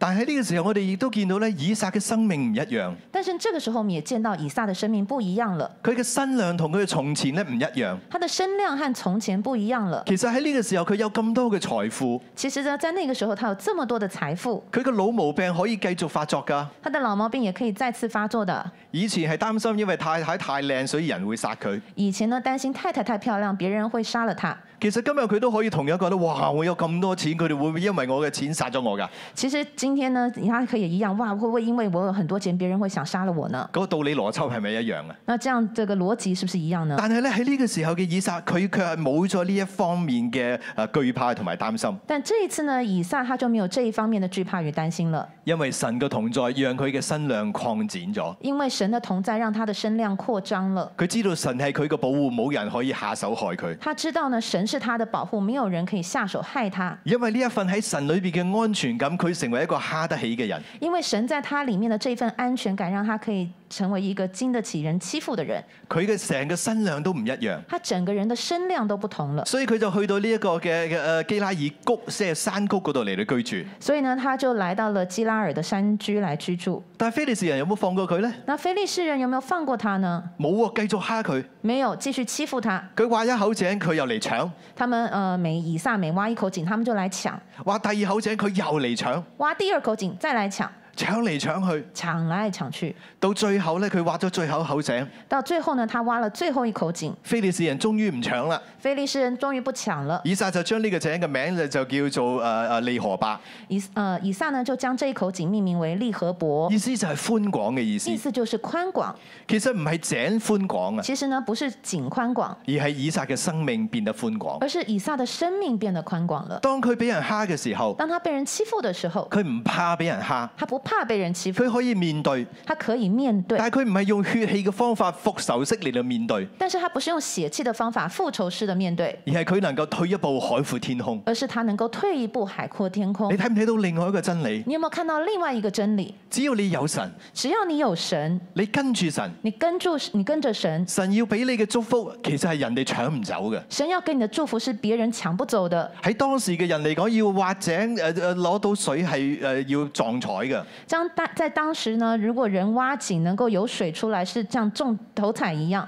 Speaker 1: 但喺呢個時候，我哋亦都見到咧，以撒嘅生命唔一樣，
Speaker 2: 但是這個時候我們也見到以撒的生命不一樣了，
Speaker 1: 佢嘅身量同佢嘅從前咧唔一樣。
Speaker 2: 他的身量和從前不一樣了。
Speaker 1: 其實喺呢個時候，佢有咁多嘅財富，
Speaker 2: 其實呢，在那個時候他有這麼多的財富，
Speaker 1: 佢嘅老毛病可以繼續發作㗎。
Speaker 2: 他的老毛病也可以再次發作的。
Speaker 1: 以前係擔心因為太太太靚，所以人會殺佢。
Speaker 2: 以前呢，擔心太太太漂亮，別人會殺了她。
Speaker 1: 其實今日佢都可以同樣覺得，哇！我有咁多錢，佢哋會唔會因為我嘅錢殺咗我㗎？嗰、
Speaker 2: 其實今天呢，她可以一樣，哇，會不會因為我有很多錢，別人會想殺了我呢？
Speaker 1: 個道理邏輯係咪一樣啊？
Speaker 2: 那這樣這個邏輯是不是一樣呢？
Speaker 1: 但係咧喺呢個時候嘅以撒，佢卻係冇咗呢一方面嘅誒懼怕同埋擔心，
Speaker 2: 但這一次呢，以撒他就沒有這一方面的懼怕與擔心了，
Speaker 1: 因為神嘅同在，讓佢嘅身量擴展咗。
Speaker 2: 因為神的同在讓他的身量擴張了。
Speaker 1: 佢知道神係佢嘅保護，冇人可以下手害佢。
Speaker 2: 他知道呢，神是他的保護，沒有人可以下手害他，
Speaker 1: 因為呢一份喺神裏邊嘅安全感，佢成為一個蝦得起嘅人。
Speaker 2: 因為神在他裡面的這份安全感，讓他可以成為一個經得起人欺負的人。
Speaker 1: 佢嘅成個身量都唔一樣，
Speaker 2: 他整個人的身量都不同了，
Speaker 1: 所以佢就去到呢一個嘅嘅誒基拉爾谷，即係山谷嗰度嚟到居住。
Speaker 2: 所以呢，他就來到了基拉爾的山居來居住。
Speaker 1: 但係菲利士人有冇放過佢呢？
Speaker 2: 那非利士人有沒有放過他呢？
Speaker 1: 冇喎，繼續蝦佢。
Speaker 2: 沒有，繼續欺負他。
Speaker 1: 佢挖一口井，佢又嚟搶；
Speaker 2: 他們呃，每以撒每挖一口井，他們就來搶；
Speaker 1: 挖第二口井，佢又嚟搶，
Speaker 2: 挖第二口井，再來搶，
Speaker 1: 搶嚟搶去。
Speaker 2: 搶來搶去。
Speaker 1: 到最後咧，佢挖咗最後一口井，
Speaker 2: 到最後呢，他挖了最後一口井，
Speaker 1: 菲利士人終於唔搶啦。
Speaker 2: 非利士人終於不搶了。
Speaker 1: 以撒就將呢個井嘅名就就叫做誒誒利河伯，
Speaker 2: 以呃以撒呢就將這一口井命名為利和伯
Speaker 1: 意，思就係寬廣嘅意思
Speaker 2: 意。思就是寬廣。
Speaker 1: 其實唔係井寬廣啊，
Speaker 2: 其實呢不是井寬廣，
Speaker 1: 而係以撒嘅生命變得寬廣。
Speaker 2: 而是以撒的生命變得寬廣了。
Speaker 1: 當佢俾人蝦嘅時候，
Speaker 2: 當他被人欺負的時候，
Speaker 1: 佢唔怕俾人蝦，
Speaker 2: 他不怕被人欺負，
Speaker 1: 佢可以面對，
Speaker 2: 他可以面對。
Speaker 1: 但係佢唔係用血氣嘅方法復仇式嚟到面對，
Speaker 2: 但是他不是用血氣的方法復仇式的面對，
Speaker 1: 而係佢能夠退一步海闊天空。
Speaker 2: 而是他能夠退一步，海闊天空
Speaker 1: 你。睇唔睇到另外一個真理？
Speaker 2: 你有沒有看到另外一個真理？
Speaker 1: 只要你有神，
Speaker 2: 只要你有神，
Speaker 1: 你跟住神，
Speaker 2: 你跟住你跟着神，
Speaker 1: 神要俾你嘅祝福，其實係人哋搶唔走嘅。
Speaker 2: 神要給你的祝福是別人搶不走的。
Speaker 1: 喺當時嘅人嚟講，要挖井誒誒攞到水係誒、呃要撞彩嘅，
Speaker 2: 將當在當時呢，如果人挖井能夠有水出來，是像中头彩一樣，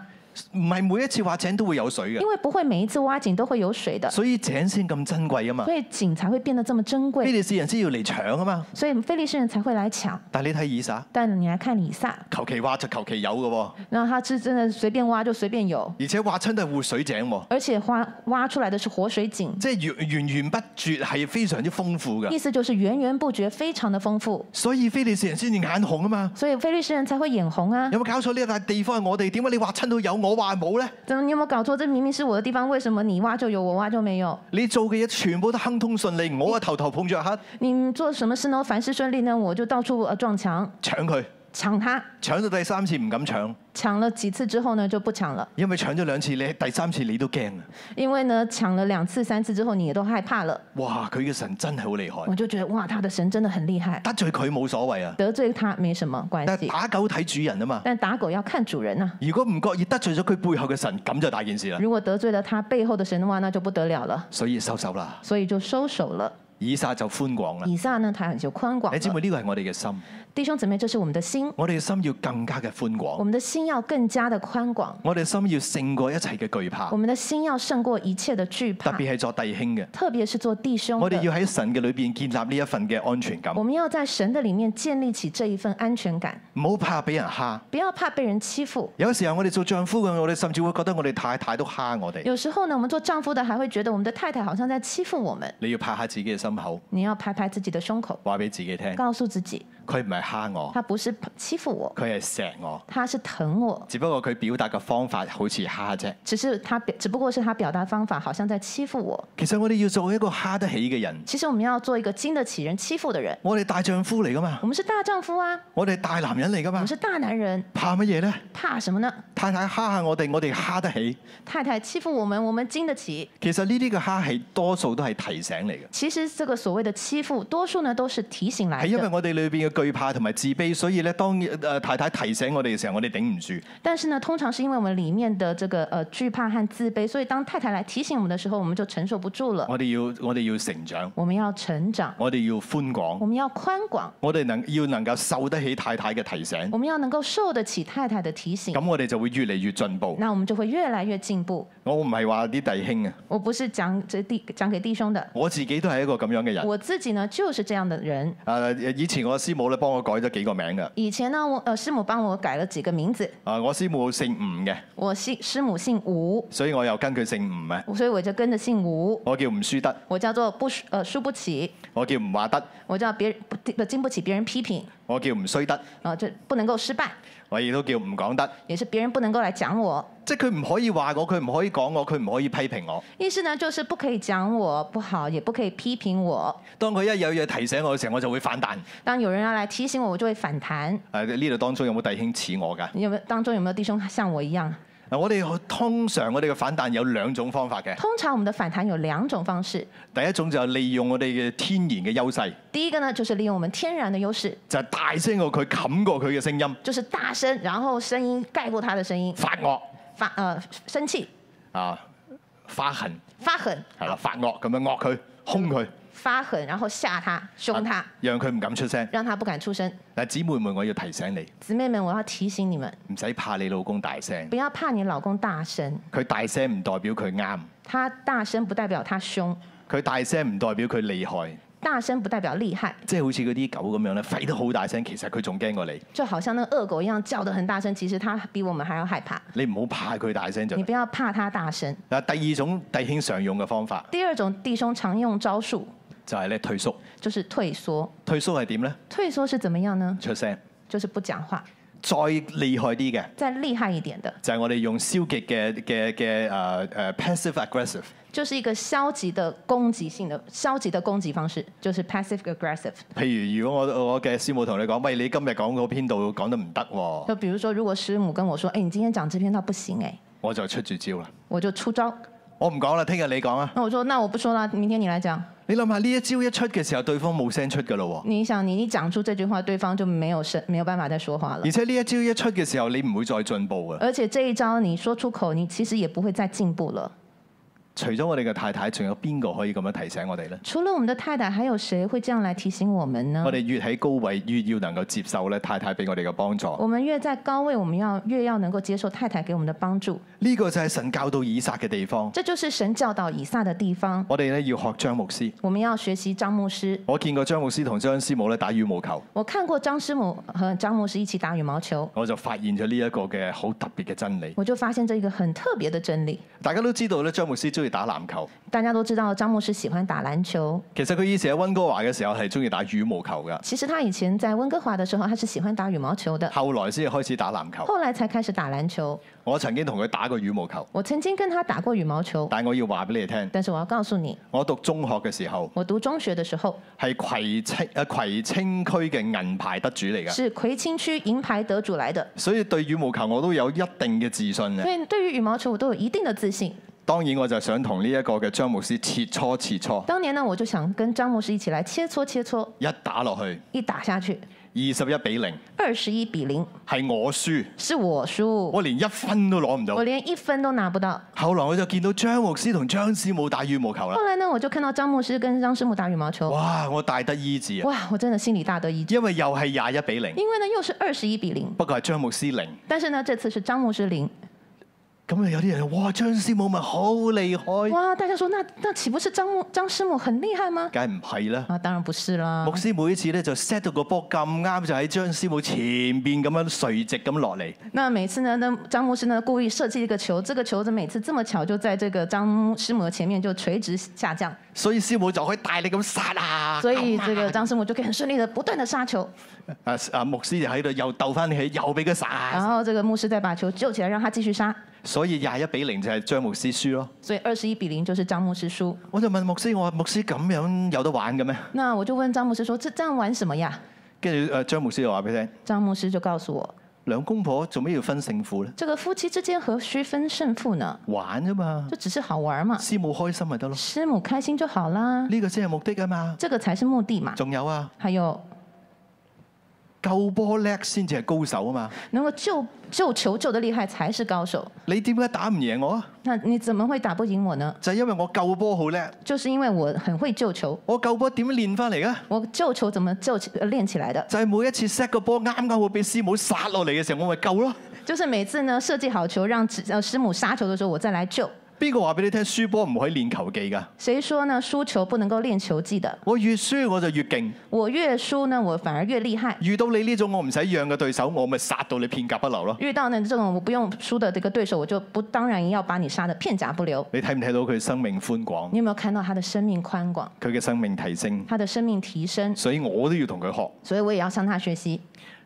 Speaker 1: 唔係每一次挖井都會有水嘅
Speaker 2: 因，為不會每一次挖井都會有水的，
Speaker 1: 所以井先咁珍貴啊嘛。
Speaker 2: 所以井才會變得這麼珍
Speaker 1: 菲
Speaker 2: 貴，
Speaker 1: 利士人先要嚟搶啊嘛。
Speaker 2: 所以非利士人才會來搶。
Speaker 1: 但你睇以撒，
Speaker 2: 但你來看以撒，
Speaker 1: 求其挖就求其有嘅喎，
Speaker 2: 然後他是真的隨便挖就隨便有，
Speaker 1: 而且挖親都係活水井喎，
Speaker 2: 而且挖挖出來的是啊活水井，
Speaker 1: 即係源源源不絕，係非常之豐富嘅
Speaker 2: 意。思就是源源不絕，非常的豐富，
Speaker 1: 所以菲利士人先至眼紅啊嘛。
Speaker 2: 所以非利士人才會眼紅啊。
Speaker 1: 有冇搞錯呢一笪地方係我哋？點解你挖親都有，我挖冇呢？
Speaker 2: 怎麼你有沒有搞錯？這明明是我的地方，為什麼你挖就有，我挖就沒有？
Speaker 1: 你做嘅嘢全部都亨通順利，我啊頭頭碰着黑，
Speaker 2: 你做什麼事呢？凡事順利呢，我就到處呃撞牆
Speaker 1: 搶佢。
Speaker 2: 抢他，
Speaker 1: 搶到第三次唔敢搶，
Speaker 2: 抢了幾次之後呢，就不抢了，
Speaker 1: 因為搶咗兩次，你第三次你都驚啊！
Speaker 2: 因為呢抢了兩次、三次之後，你也都害怕了。
Speaker 1: 哇！佢嘅神真係好厲害
Speaker 2: 我，就覺得哇，他的神真的很厲害，
Speaker 1: 得罪佢冇所謂啊，
Speaker 2: 得罪他沒什麼關
Speaker 1: 但係
Speaker 2: 係，
Speaker 1: 打狗睇主人啊嘛。
Speaker 2: 但打狗要看主人呐、
Speaker 1: 如果唔覺意得罪咗佢背後嘅神，咁就大件事啦。
Speaker 2: 如果得罪了他背後的神的話，那就不得了了，
Speaker 1: 所以收手啦，
Speaker 2: 所以就收手了。
Speaker 1: 以撒就寬廣啦。
Speaker 2: 以撒呢，他很就寬廣
Speaker 1: 你知唔
Speaker 2: 了。
Speaker 1: 知呢個係我哋嘅心？
Speaker 2: 弟兄姊妹，這是我們的心，
Speaker 1: 我哋嘅心要更加嘅寬
Speaker 2: 我
Speaker 1: 廣，
Speaker 2: 們的心要更加的寬廣，
Speaker 1: 我哋嘅心要勝過一切嘅懼怕
Speaker 2: 我，們的心要勝過一切的懼
Speaker 1: 特
Speaker 2: 怕，
Speaker 1: 別係作弟兄嘅。
Speaker 2: 特別是做弟兄
Speaker 1: 我哋
Speaker 2: 的，
Speaker 1: 要喺神嘅裏邊建立呢一份嘅安全感，
Speaker 2: 我們要在神的裡面建立起這一份安全感，
Speaker 1: 唔好怕俾人蝦。
Speaker 2: 不要怕被人欺負。
Speaker 1: 有時候我哋做丈夫嘅，我哋甚至會覺得我哋太太都蝦我哋。
Speaker 2: 有時候呢，我們做丈夫的還會覺得我們的太太好像在欺負我們。
Speaker 1: 你要拍下自己嘅心口，
Speaker 2: 你要拍拍自己的胸口，
Speaker 1: 話俾自己聽，
Speaker 2: 告訴自己，
Speaker 1: 佢唔係蝦我，
Speaker 2: 他不是欺負我，
Speaker 1: 佢係錫我，
Speaker 2: 他是疼我，
Speaker 1: 只不過佢表達嘅方法好似蝦啫。
Speaker 2: 只是他表，只不過是他表達方法好像在欺負我。
Speaker 1: 其實我哋要做一個蝦得起嘅人，
Speaker 2: 其實我們要做一個經得起人欺負的人。
Speaker 1: 我哋大丈夫嚟噶嘛，
Speaker 2: 我們是大丈夫啊，
Speaker 1: 我哋大男人嚟噶
Speaker 2: 我
Speaker 1: 嘛
Speaker 2: 們，是大男人，
Speaker 1: 怕乜嘢呢？
Speaker 2: 怕什麼呢？
Speaker 1: 太太蝦下我哋，我哋蝦得起。
Speaker 2: 太太欺負我們，我們經得起。
Speaker 1: 其實呢啲嘅蝦係多數都係提醒嚟嘅，
Speaker 2: 其實這個所謂的欺負，多數呢都是提醒
Speaker 1: 係
Speaker 2: 來
Speaker 1: 因為
Speaker 2: 的。
Speaker 1: 我哋裏邊嘅懼怕同埋自卑，所以咧當誒太太提醒我哋嘅時候，我哋頂唔住。
Speaker 2: 但是呢，通常是因為我們裡面的這個呃懼怕和自卑，所以當太太來提醒我們的時候，我們就承受不住了。
Speaker 1: 我哋要我哋要成長，
Speaker 2: 我們要成長，
Speaker 1: 我哋要寬
Speaker 2: 我
Speaker 1: 廣，
Speaker 2: 們要寬廣，
Speaker 1: 我哋能要能夠受得起太太嘅提醒，
Speaker 2: 我們要能夠受得起太太的提醒，
Speaker 1: 咁我哋就會越嚟越進步。
Speaker 2: 那我們就會越來越進步。
Speaker 1: 我唔係話啲弟兄啊，
Speaker 2: 我不是講這弟講給弟兄的，
Speaker 1: 我自己都係一個咁樣嘅人。
Speaker 2: 我自己呢就是這樣的人。
Speaker 1: 誒以前我師母咧幫我改咗幾個名㗎。
Speaker 2: 以前呢，我呃師母幫我改了幾個名字，
Speaker 1: 啊，我師母姓吳嘅，
Speaker 2: 我姓師母姓吳，
Speaker 1: 所以我又跟佢姓吳啊。
Speaker 2: 所以我就跟着姓吳，
Speaker 1: 我叫吳書德，
Speaker 2: 我叫做不輸呃輸不起，
Speaker 1: 我叫吳華德，
Speaker 2: 我叫別人不不經不起別人批評，
Speaker 1: 我叫吳衰德，
Speaker 2: 啊、就不能夠失敗，
Speaker 1: 我亦都叫吳廣德。
Speaker 2: 也是別人不能夠來講我。
Speaker 1: 即係佢唔可以話我，佢唔可以講我，佢唔可以批評我。
Speaker 2: 意思呢就是不可以講我不好，也不可以批評我。
Speaker 1: 當佢一有嘢提醒我嘅時候，我就會反彈。
Speaker 2: 當有人要來提醒我，我就會反彈。
Speaker 1: 誒呢度當中有冇弟兄似我㗎？
Speaker 2: 你有沒有當中有沒有弟兄像我一樣？
Speaker 1: 嗱，我哋通常我哋嘅反彈有兩種方法嘅。
Speaker 2: 通常我們的反彈有兩種方式，
Speaker 1: 第一種就係利用我哋嘅天然嘅優勢，
Speaker 2: 第一個呢就是利用我們天然的優勢，
Speaker 1: 就係、大聲過佢，冚過佢嘅聲音，
Speaker 2: 就是大聲，然後聲音蓋過他的聲音，
Speaker 1: 發惡
Speaker 2: 發呃生氣、
Speaker 1: 啊，發痕
Speaker 2: 發狠、
Speaker 1: 係啦，發惡咁樣惡佢，兇佢，
Speaker 2: 發狠，然後嚇他、兇他，
Speaker 1: 讓佢唔敢出聲。
Speaker 2: 讓他不敢出聲。
Speaker 1: 嗱，姊妹們，我要提醒你，
Speaker 2: 姊妹們，我要提醒你們，
Speaker 1: 唔使怕你老公大聲
Speaker 2: 不，要怕你老公大聲，
Speaker 1: 佢大聲唔代表佢啱，
Speaker 2: 他大聲不代表他兇，
Speaker 1: 佢大聲唔代表佢厲害，
Speaker 2: 大聲不代表厲害。
Speaker 1: 即係好似嗰啲狗咁樣咧，吠得好大聲，其實佢仲驚過你。
Speaker 2: 就好像那個惡狗一樣叫得很大聲，其實他比我們還要害怕。
Speaker 1: 你唔好怕佢大聲就
Speaker 2: 你
Speaker 1: 得。
Speaker 2: 不要怕他大聲。
Speaker 1: 嗱，啊第二種弟兄常用嘅方法
Speaker 2: 第二種弟兄常用招數
Speaker 1: 就係咧退縮，
Speaker 2: 就是退縮。
Speaker 1: 退縮係點咧？
Speaker 2: 退縮是怎麼樣呢？
Speaker 1: 出聲。
Speaker 2: 就是不講話。
Speaker 1: 再厲害啲嘅
Speaker 2: 再厲害一點的，
Speaker 1: 就係我哋用消極嘅嘅嘅誒誒 passive aggressive，
Speaker 2: 就是一個消極的攻擊性的消極的攻擊方式，就是 passive aggressive。
Speaker 1: 譬如如果我我嘅師母同你講，喂，你今日講嗰篇道講得唔得喎，
Speaker 2: 就比如說，如果師母跟我說：“哎、你今天講這篇道不行、哎，
Speaker 1: 我就出住招啦。
Speaker 2: 我就出招。
Speaker 1: 我唔講啦，聽日你講啊。
Speaker 2: 那我說：“那我不說了，明天你來講。
Speaker 1: 你諗下呢一招一出嘅時候，對方冇聲出㗎咯喎。
Speaker 2: 你想，你一講出這句話，對方就沒有聲，沒有辦法再說話了
Speaker 1: 而。且呢一招一出嘅時候，你唔會再進步嘅。
Speaker 2: 而且這一招你說出口，你其實也不會再進步了。
Speaker 1: 除咗我哋嘅太太，仲有邊個可以咁樣提醒我哋呢？
Speaker 2: 除了我們的太太，還有誰會這樣來提醒我們呢
Speaker 1: 我？哋越喺高位，越要能夠接受咧太太俾我哋嘅幫助。
Speaker 2: 我們越在高位，我們要越要能夠接受太太給我們的幫助。
Speaker 1: 呢、個就係神教導以撒嘅地方。
Speaker 2: 这就是神教導以撒的地方。
Speaker 1: 我哋咧要學張牧師。
Speaker 2: 我們要學習張牧師。
Speaker 1: 我見過張牧師同張師母咧打羽毛球，
Speaker 2: 我看過張師母和張牧師一起打羽毛球，
Speaker 1: 我就發現咗呢一個嘅好特別嘅真理。
Speaker 2: 我就發現這一個很特別的真理。
Speaker 1: 大家都知道咧，張牧師中意意打籃球。
Speaker 2: 大家都知道张牧师喜欢打篮球，
Speaker 1: 其實佢以前喺温哥華嘅時候係中意打羽毛球㗎，
Speaker 2: 其实他以前在温哥華的時候，他是喜歡打羽毛球的，
Speaker 1: 後來先至開始打籃球。
Speaker 2: 後來才開始打籃球。
Speaker 1: 我曾經同佢打過羽毛球，
Speaker 2: 我曾經跟他打過羽毛球，
Speaker 1: 但我要話俾你聽，
Speaker 2: 但是我要告訴你，
Speaker 1: 我讀中學嘅時候
Speaker 2: 我讀中學的時候
Speaker 1: 係葵青誒葵青區嘅銀牌得主嚟㗎，
Speaker 2: 是葵青區銀牌得主來的，
Speaker 1: 所以對羽毛球我都有一定嘅自信嘅
Speaker 2: 所。以對於羽毛球我都有一定的自信。
Speaker 1: 當然我就想同呢一個嘅張牧師切磋切磋，
Speaker 2: 當年呢，我就想跟張牧師一起來切磋切磋，
Speaker 1: 一打落去
Speaker 2: 一打下去，
Speaker 1: 二十一比零，
Speaker 2: 二十一比零，
Speaker 1: 係我輸，
Speaker 2: 是我輸，
Speaker 1: 我連一分都攞唔
Speaker 2: 我
Speaker 1: 到。
Speaker 2: 連一分都拿不到。
Speaker 1: 後來我就見到張牧師同張師母打羽毛球啦
Speaker 2: 後，來呢，我就看到張牧師跟張師母打羽毛球，
Speaker 1: 哇！我大得醫治啊，
Speaker 2: 哇，我真的心裡大得一驚，
Speaker 1: 因為又係廿一比零，
Speaker 2: 因為呢又是二十一比零，
Speaker 1: 不過係張牧師零。
Speaker 2: 但是呢這次是張牧師零，
Speaker 1: 咁啊有啲人話哇張師母咪好厲害，
Speaker 2: 哇，大家說那那豈不是張牧張師母很厲害嗎？
Speaker 1: 梗係唔係啦。
Speaker 2: 啊，當然不是啦
Speaker 1: 牧。師每一次咧就 set 到個波咁啱，就喺張師母前邊咁樣垂直咁落嚟。
Speaker 2: 那每次呢，那张牧师呢故意设计一个球，这个球子每次这么巧就在这个张师母的前面就垂直下降，
Speaker 1: 所以師母就可以大力咁殺 啊！
Speaker 2: 所以这
Speaker 1: 咁
Speaker 2: 个张师母就可以很顺利的不断的杀球，
Speaker 1: 啊啊啊牧師就喺度又鬥翻起，又俾佢
Speaker 2: 然
Speaker 1: 殺。
Speaker 2: 后这个牧师再把球救起来讓他繼續殺，
Speaker 1: 所以廿一比零就係張牧師輸咯。
Speaker 2: 所以二十一比零就是张牧師輸。
Speaker 1: 我就問牧師：我話牧師咁樣有得玩嘅咩？
Speaker 2: 那我就問張牧師說：這這樣玩什麼呀？
Speaker 1: 跟住誒呃張牧師就話俾你聽：
Speaker 2: 張牧師就告訴我，
Speaker 1: 兩公婆做咩要分勝負咧？
Speaker 2: 這個夫妻之間何須分勝負呢？
Speaker 1: 玩啫嘛，
Speaker 2: 就只是好玩嘛，
Speaker 1: 師母開心咪得咯。
Speaker 2: 師母開心就好啦，
Speaker 1: 呢個先係目的啊嘛。
Speaker 2: 這個才是目的嘛。
Speaker 1: 仲有啊，
Speaker 2: 還有
Speaker 1: 救波叻先至係高手啊嘛。
Speaker 2: 能夠救救球救得厲害才是高手。
Speaker 1: 你點解打唔贏我啊？
Speaker 2: 那你怎麼會打不贏我呢？
Speaker 1: 就係因為我救波好叻，
Speaker 2: 就是因為我很會救球，
Speaker 1: 我救波點練翻嚟嘅？
Speaker 2: 我救球怎麼救起呃練起來的？
Speaker 1: 就係每一次 set 個波啱啱會俾師母殺落嚟嘅時候，我咪救咯。
Speaker 2: 就是每次呢設計好球，讓指呃師母殺球的時候，我再來救。
Speaker 1: 邊個話俾你聽輸波唔可以練球技㗎？
Speaker 2: 誰說呢輸球不能夠練球技的？
Speaker 1: 我越輸我就越勁，
Speaker 2: 我越輸呢，我反而越厲害。
Speaker 1: 遇到你呢種我唔使讓嘅對手，我咪殺到你片甲不留咯。
Speaker 2: 遇到呢這種我不用輸的這個對手，我就不當然要把你殺得片甲不留。
Speaker 1: 你睇唔睇到佢生命寬廣，
Speaker 2: 你有沒有看到他的生命寬廣，
Speaker 1: 佢嘅生命提升？
Speaker 2: 他的生命提升？
Speaker 1: 所以我都要同佢學。
Speaker 2: 所以我也要向他學習。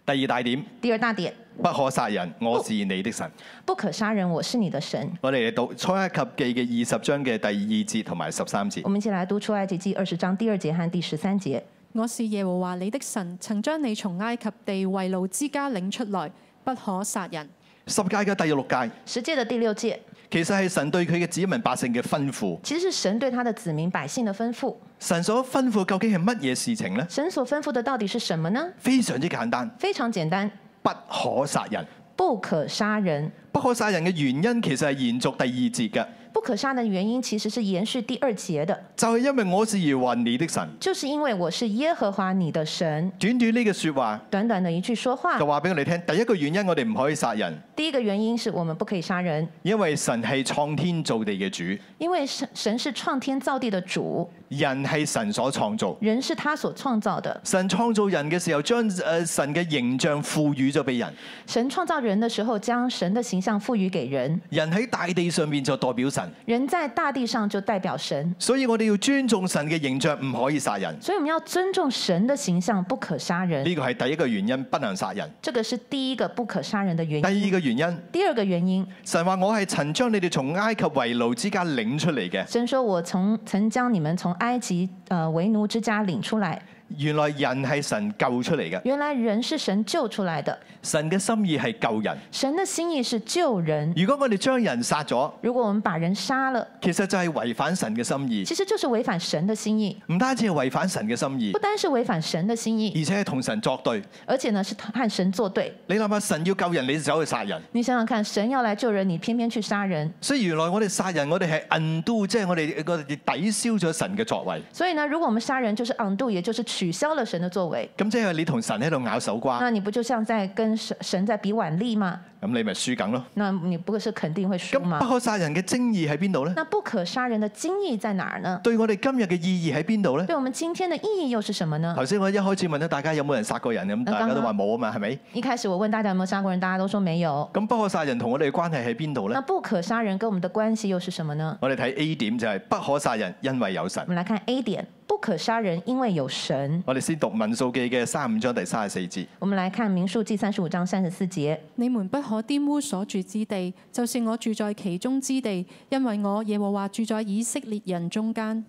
Speaker 1: 第二大點，
Speaker 2: 第二大點，
Speaker 1: 不可殺人，我是你的神。
Speaker 2: 不可殺人，我是你的神。
Speaker 1: 我哋嚟讀出埃及記嘅二十章嘅第二節同埋十三節
Speaker 2: 我。們一起來讀出埃及記二十章第二節和第十三節。
Speaker 3: 我是耶和華你的神，曾將你從埃及地為奴之家領出來，不可殺人。
Speaker 1: 十戒嘅第六戒，
Speaker 2: 十戒的第六戒，
Speaker 1: 其實係神對佢嘅子民百姓嘅吩咐。
Speaker 2: 其實是神對他的子民百姓的吩咐。
Speaker 1: 神所吩咐究竟係乜嘢事情呢？
Speaker 2: 神所吩咐的到底是什麼呢？
Speaker 1: 非常之簡單，
Speaker 2: 非常簡單，
Speaker 1: 不可殺人。
Speaker 2: 不可殺人。
Speaker 1: 不可殺人嘅原因其實係延續第二節嘅，
Speaker 2: 不可殺的原因其實是延續第二節的，
Speaker 1: 就係、因為我是耶和華你的神。
Speaker 2: 就是因為我是耶和華你的神。
Speaker 1: 短短呢個説話
Speaker 2: 短短的一句說話
Speaker 1: 就，話俾我哋聽，第一個原因我哋唔可以殺人，
Speaker 2: 第一個原因是我們不可以殺人，
Speaker 1: 因為神係創天造地嘅主，
Speaker 2: 因為神神是創天造地的主，
Speaker 1: 人係神所創造。
Speaker 2: 人是他所創造的。
Speaker 1: 神創造人嘅時候，將誒、呃神嘅形象賦予咗俾人。
Speaker 2: 神創造人的時候，將神的形象賦予給人，
Speaker 1: 人喺大地上面就代表神，
Speaker 2: 人在大地上就代表神。
Speaker 1: 所以我哋要尊重神嘅形象，唔可以殺人。
Speaker 2: 所以我們要尊重神的形象，不可殺人。
Speaker 1: 呢個係第一個原因，不能殺人。
Speaker 2: 这个是第一個不可殺人的原
Speaker 1: 第
Speaker 2: 因。
Speaker 1: 二個原因，
Speaker 2: 第二個原因，
Speaker 1: 神話我係曾將你哋從埃及為奴之家領出嚟嘅。
Speaker 2: 神說我從曾將你們從埃及呃為奴之家領出來，
Speaker 1: 原來人係神救出嚟嘅，
Speaker 2: 原來人是神救出來的，
Speaker 1: 神嘅心意係救人。
Speaker 2: 神的心意是救人。
Speaker 1: 如果我哋將人殺咗，
Speaker 2: 如果我們把人殺了，
Speaker 1: 其實就係違反神嘅心意，
Speaker 2: 其實就是違反神的心意，
Speaker 1: 唔單止係違反神嘅心意
Speaker 2: 不，單是違反神的心意，
Speaker 1: 而且係同神作對。
Speaker 2: 而且呢是和神作對。
Speaker 1: 你諗下，神要救人，你就走去殺人。
Speaker 2: 你想想看，神要來救人，你偏偏去殺人。
Speaker 1: 所以原來我哋殺人，我哋係 undo，即係我哋我哋抵消咗神嘅作為。
Speaker 2: 所以呢，如果我們殺人，就是 undo，也就是取取消了神的作为，
Speaker 1: 咁即係你同神喺度咬手瓜，
Speaker 2: 那你不就像在跟神神在比腕力吗？
Speaker 1: 咁你咪輸緊咯。
Speaker 2: 那你不是肯定会输
Speaker 1: 咁不
Speaker 2: 吗？
Speaker 1: 可殺人嘅精義喺邊度呢？
Speaker 2: 那不可杀人的精义在哪儿呢？
Speaker 1: 對我哋今日嘅意義喺邊度呢？
Speaker 2: 对我们今天的意义又是什么呢？
Speaker 1: 頭先我一開始問咗大家有冇人殺過人，咁
Speaker 2: 剛
Speaker 1: 大家都話冇啊嘛，係咪？
Speaker 2: 一开始我问大家有没有杀过人，大家都说没有。
Speaker 1: 咁不可殺人同我哋嘅關係喺邊度
Speaker 2: 那
Speaker 1: 呢？
Speaker 2: 不可杀人跟我们的关系又是什么呢？
Speaker 1: 我哋睇 A 點就係不可殺人，因為有神
Speaker 2: 我。们来看 A 点，不可杀人，因为有神。
Speaker 1: 我哋先讀民數記嘅三十五章第三十四節。
Speaker 2: 我们来看民数记三十五章三十四节，
Speaker 3: 你們不可玷污所住之地，就是我住在其中之地，因為我耶和華住在以色列人中間。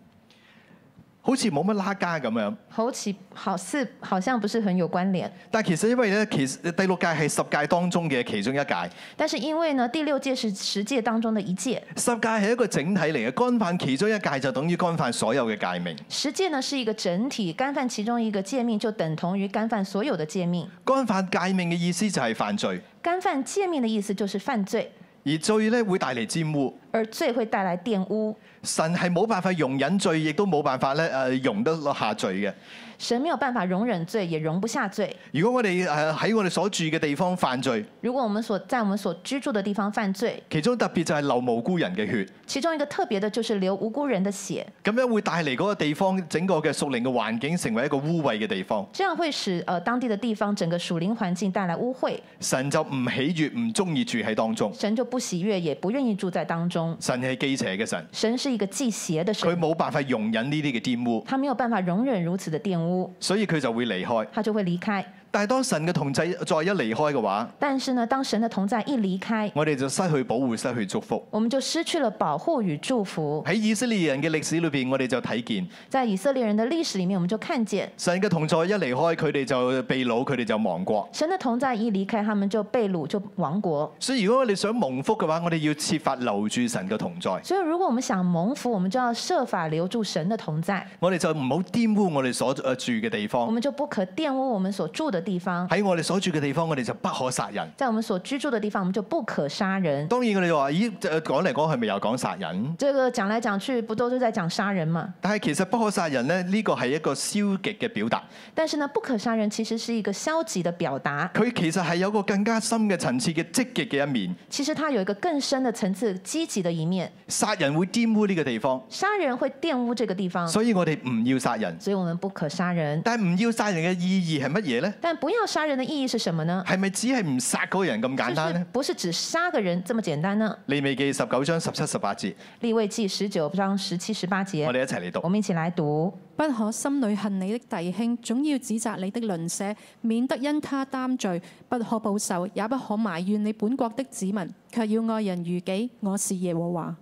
Speaker 1: 好似冇乜拉加咁樣，
Speaker 2: 好奇好似好像不是很有关聯，
Speaker 1: 但其實因為咧，其實第六屆係十屆當中嘅其中一屆，
Speaker 2: 但是因为呢，第六届是十诫当中的一届，
Speaker 1: 十屆係一個整體嚟嘅，干犯其中一屆就等於干犯所有嘅誡命，
Speaker 2: 十诫呢是一个整体，干犯其中一个诫命就等同于干犯所有的诫命。
Speaker 1: 干犯誡命嘅意思就係犯罪，
Speaker 2: 干犯诫命的意思就是犯罪，
Speaker 1: 而罪咧會帶嚟沾污，
Speaker 2: 而罪会带来玷污。
Speaker 1: 神係冇辦法容忍罪，亦都冇辦法咧誒容得落下罪嘅。
Speaker 2: 神没有办法容忍罪，也容不下罪。
Speaker 1: 如果我哋誒喺我哋所住嘅地方犯罪，
Speaker 2: 如果我们所在我们所居住的地方犯罪，
Speaker 1: 其中特別就係流無辜人嘅血，
Speaker 2: 其中一個特別的就是流无辜人的血，
Speaker 1: 咁樣會帶嚟嗰個地方整個嘅屬靈嘅環境成為一個污穢嘅地方，
Speaker 2: 这样会使呃当地的地方整个属灵环境帶來污秽，
Speaker 1: 神就唔喜悅，唔中意住喺當中。
Speaker 2: 神就不喜悦，也不愿意住在当中。
Speaker 1: 神係忌邪嘅神，
Speaker 2: 神是一个忌邪的
Speaker 1: 佢
Speaker 2: 神，
Speaker 1: 冇辦法容忍呢啲嘅玷污，
Speaker 2: 他没有辦法容忍如此的玷污，
Speaker 1: 所以佢就會離開。
Speaker 2: 他就會離開。
Speaker 1: 但係當神嘅同制再一離開嘅話，
Speaker 2: 但是呢，當神的同在一離開，
Speaker 1: 我哋就失去保護，失去祝福。
Speaker 2: 我們就失去了保護與祝福。
Speaker 1: 喺以色列人嘅歷史裏邊，我哋就睇見
Speaker 2: 在以色列人的歷史里面，我們就看見
Speaker 1: 神嘅同在一離開，佢哋就被擄，佢哋就亡國。
Speaker 2: 神的同在一離開，他們就被掳，就亡國。
Speaker 1: 所以如果我哋想蒙福嘅話，我哋要設法留住神嘅同在，
Speaker 2: 所以，如果我們想蒙福，我們就要設法留住神的同在，
Speaker 1: 我哋就唔好玷污我哋所呃住嘅地
Speaker 2: 我
Speaker 1: 方。
Speaker 2: 們就不可玷污我們所住的地方。
Speaker 1: 喺我哋所住嘅地方，我哋就不可殺人。
Speaker 2: 在我們所居住的地方，我們就不可殺人。
Speaker 1: 當然我哋就話：咦，誒講嚟講去咪又講殺人？
Speaker 2: 這個講來講去，不都是在講殺人嘛？
Speaker 1: 但係其實不可殺人咧，呢個係一個消極嘅表達。
Speaker 2: 但是呢，不可殺人其實是一個消極的表達，
Speaker 1: 佢其實係有個更加深嘅層次嘅積極嘅一面。
Speaker 2: 其實它有一個更深的層次，積極的一面。
Speaker 1: 殺人會玷污呢個地方，
Speaker 2: 殺人會玷污這個地方，
Speaker 1: 所以我哋唔要殺人。
Speaker 2: 所以我們不可殺人。
Speaker 1: 但係唔要殺人嘅意義係乜嘢呢？
Speaker 2: 但不要殺人的意義是什麼呢？
Speaker 1: 係咪只係唔殺嗰個人咁簡
Speaker 2: 就
Speaker 1: 單
Speaker 2: 嗯是
Speaker 1: 呢？
Speaker 2: 不是只殺個人這麼簡單呢？
Speaker 1: 利未記十九章十七十八節，
Speaker 2: 立位記十九章十七、十八
Speaker 1: 我
Speaker 2: 節，
Speaker 1: 哋一齊嚟讀
Speaker 2: 我。們一起來讀。
Speaker 3: 不可心裏恨你的弟兄，總要指責你的鄰舍，免得因他擔罪；不可報仇，也不可埋怨你本國的子民，卻要愛人如己。我是耶和華。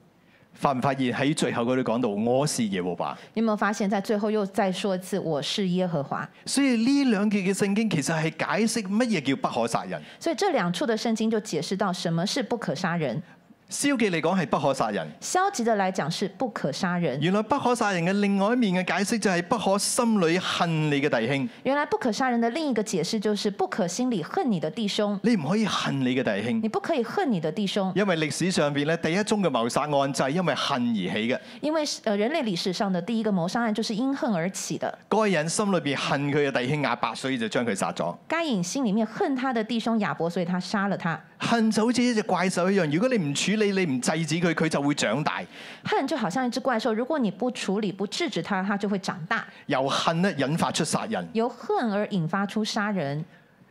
Speaker 1: 發唔發現喺最後嗰度講到我是耶和華？
Speaker 2: 你有沒有發現，在最後又再說一次“我是耶和華
Speaker 1: 所以呢兩節嘅聖經其實係解釋乜嘢叫不可殺人。”？
Speaker 2: 所以這兩處的聖經就解釋到什麼是不可殺人。
Speaker 1: 消極嚟講係不可殺人。
Speaker 2: 消極的來講是不可殺人。
Speaker 1: 原來不可殺人嘅另外一面嘅解釋就係不可心裏恨你嘅弟兄。
Speaker 2: 原來不可殺人的另一個解釋就是不可心裡恨你的弟兄，
Speaker 1: 你唔可以恨你嘅弟兄
Speaker 2: 你。不可以恨你的弟兄，
Speaker 1: 因為歷史上邊咧，第一宗嘅謀殺案就係因為恨而起嘅。
Speaker 2: 因為呃人類歷史上的第一個謀殺案就是因恨而起的。
Speaker 1: 該人心裏邊恨佢嘅弟兄亞伯，所以就將佢殺咗。
Speaker 2: 該隱心裡面恨他的弟兄亞伯，所以他殺了他。
Speaker 1: 恨就好似一隻怪獸一樣，如果你唔處理、你唔制止佢，佢就會長大。
Speaker 2: 恨就好像一隻怪獸，如果你不處理、不制止它，它就會長大。
Speaker 1: 由恨咧引發出殺人。
Speaker 2: 由恨而引發出殺人。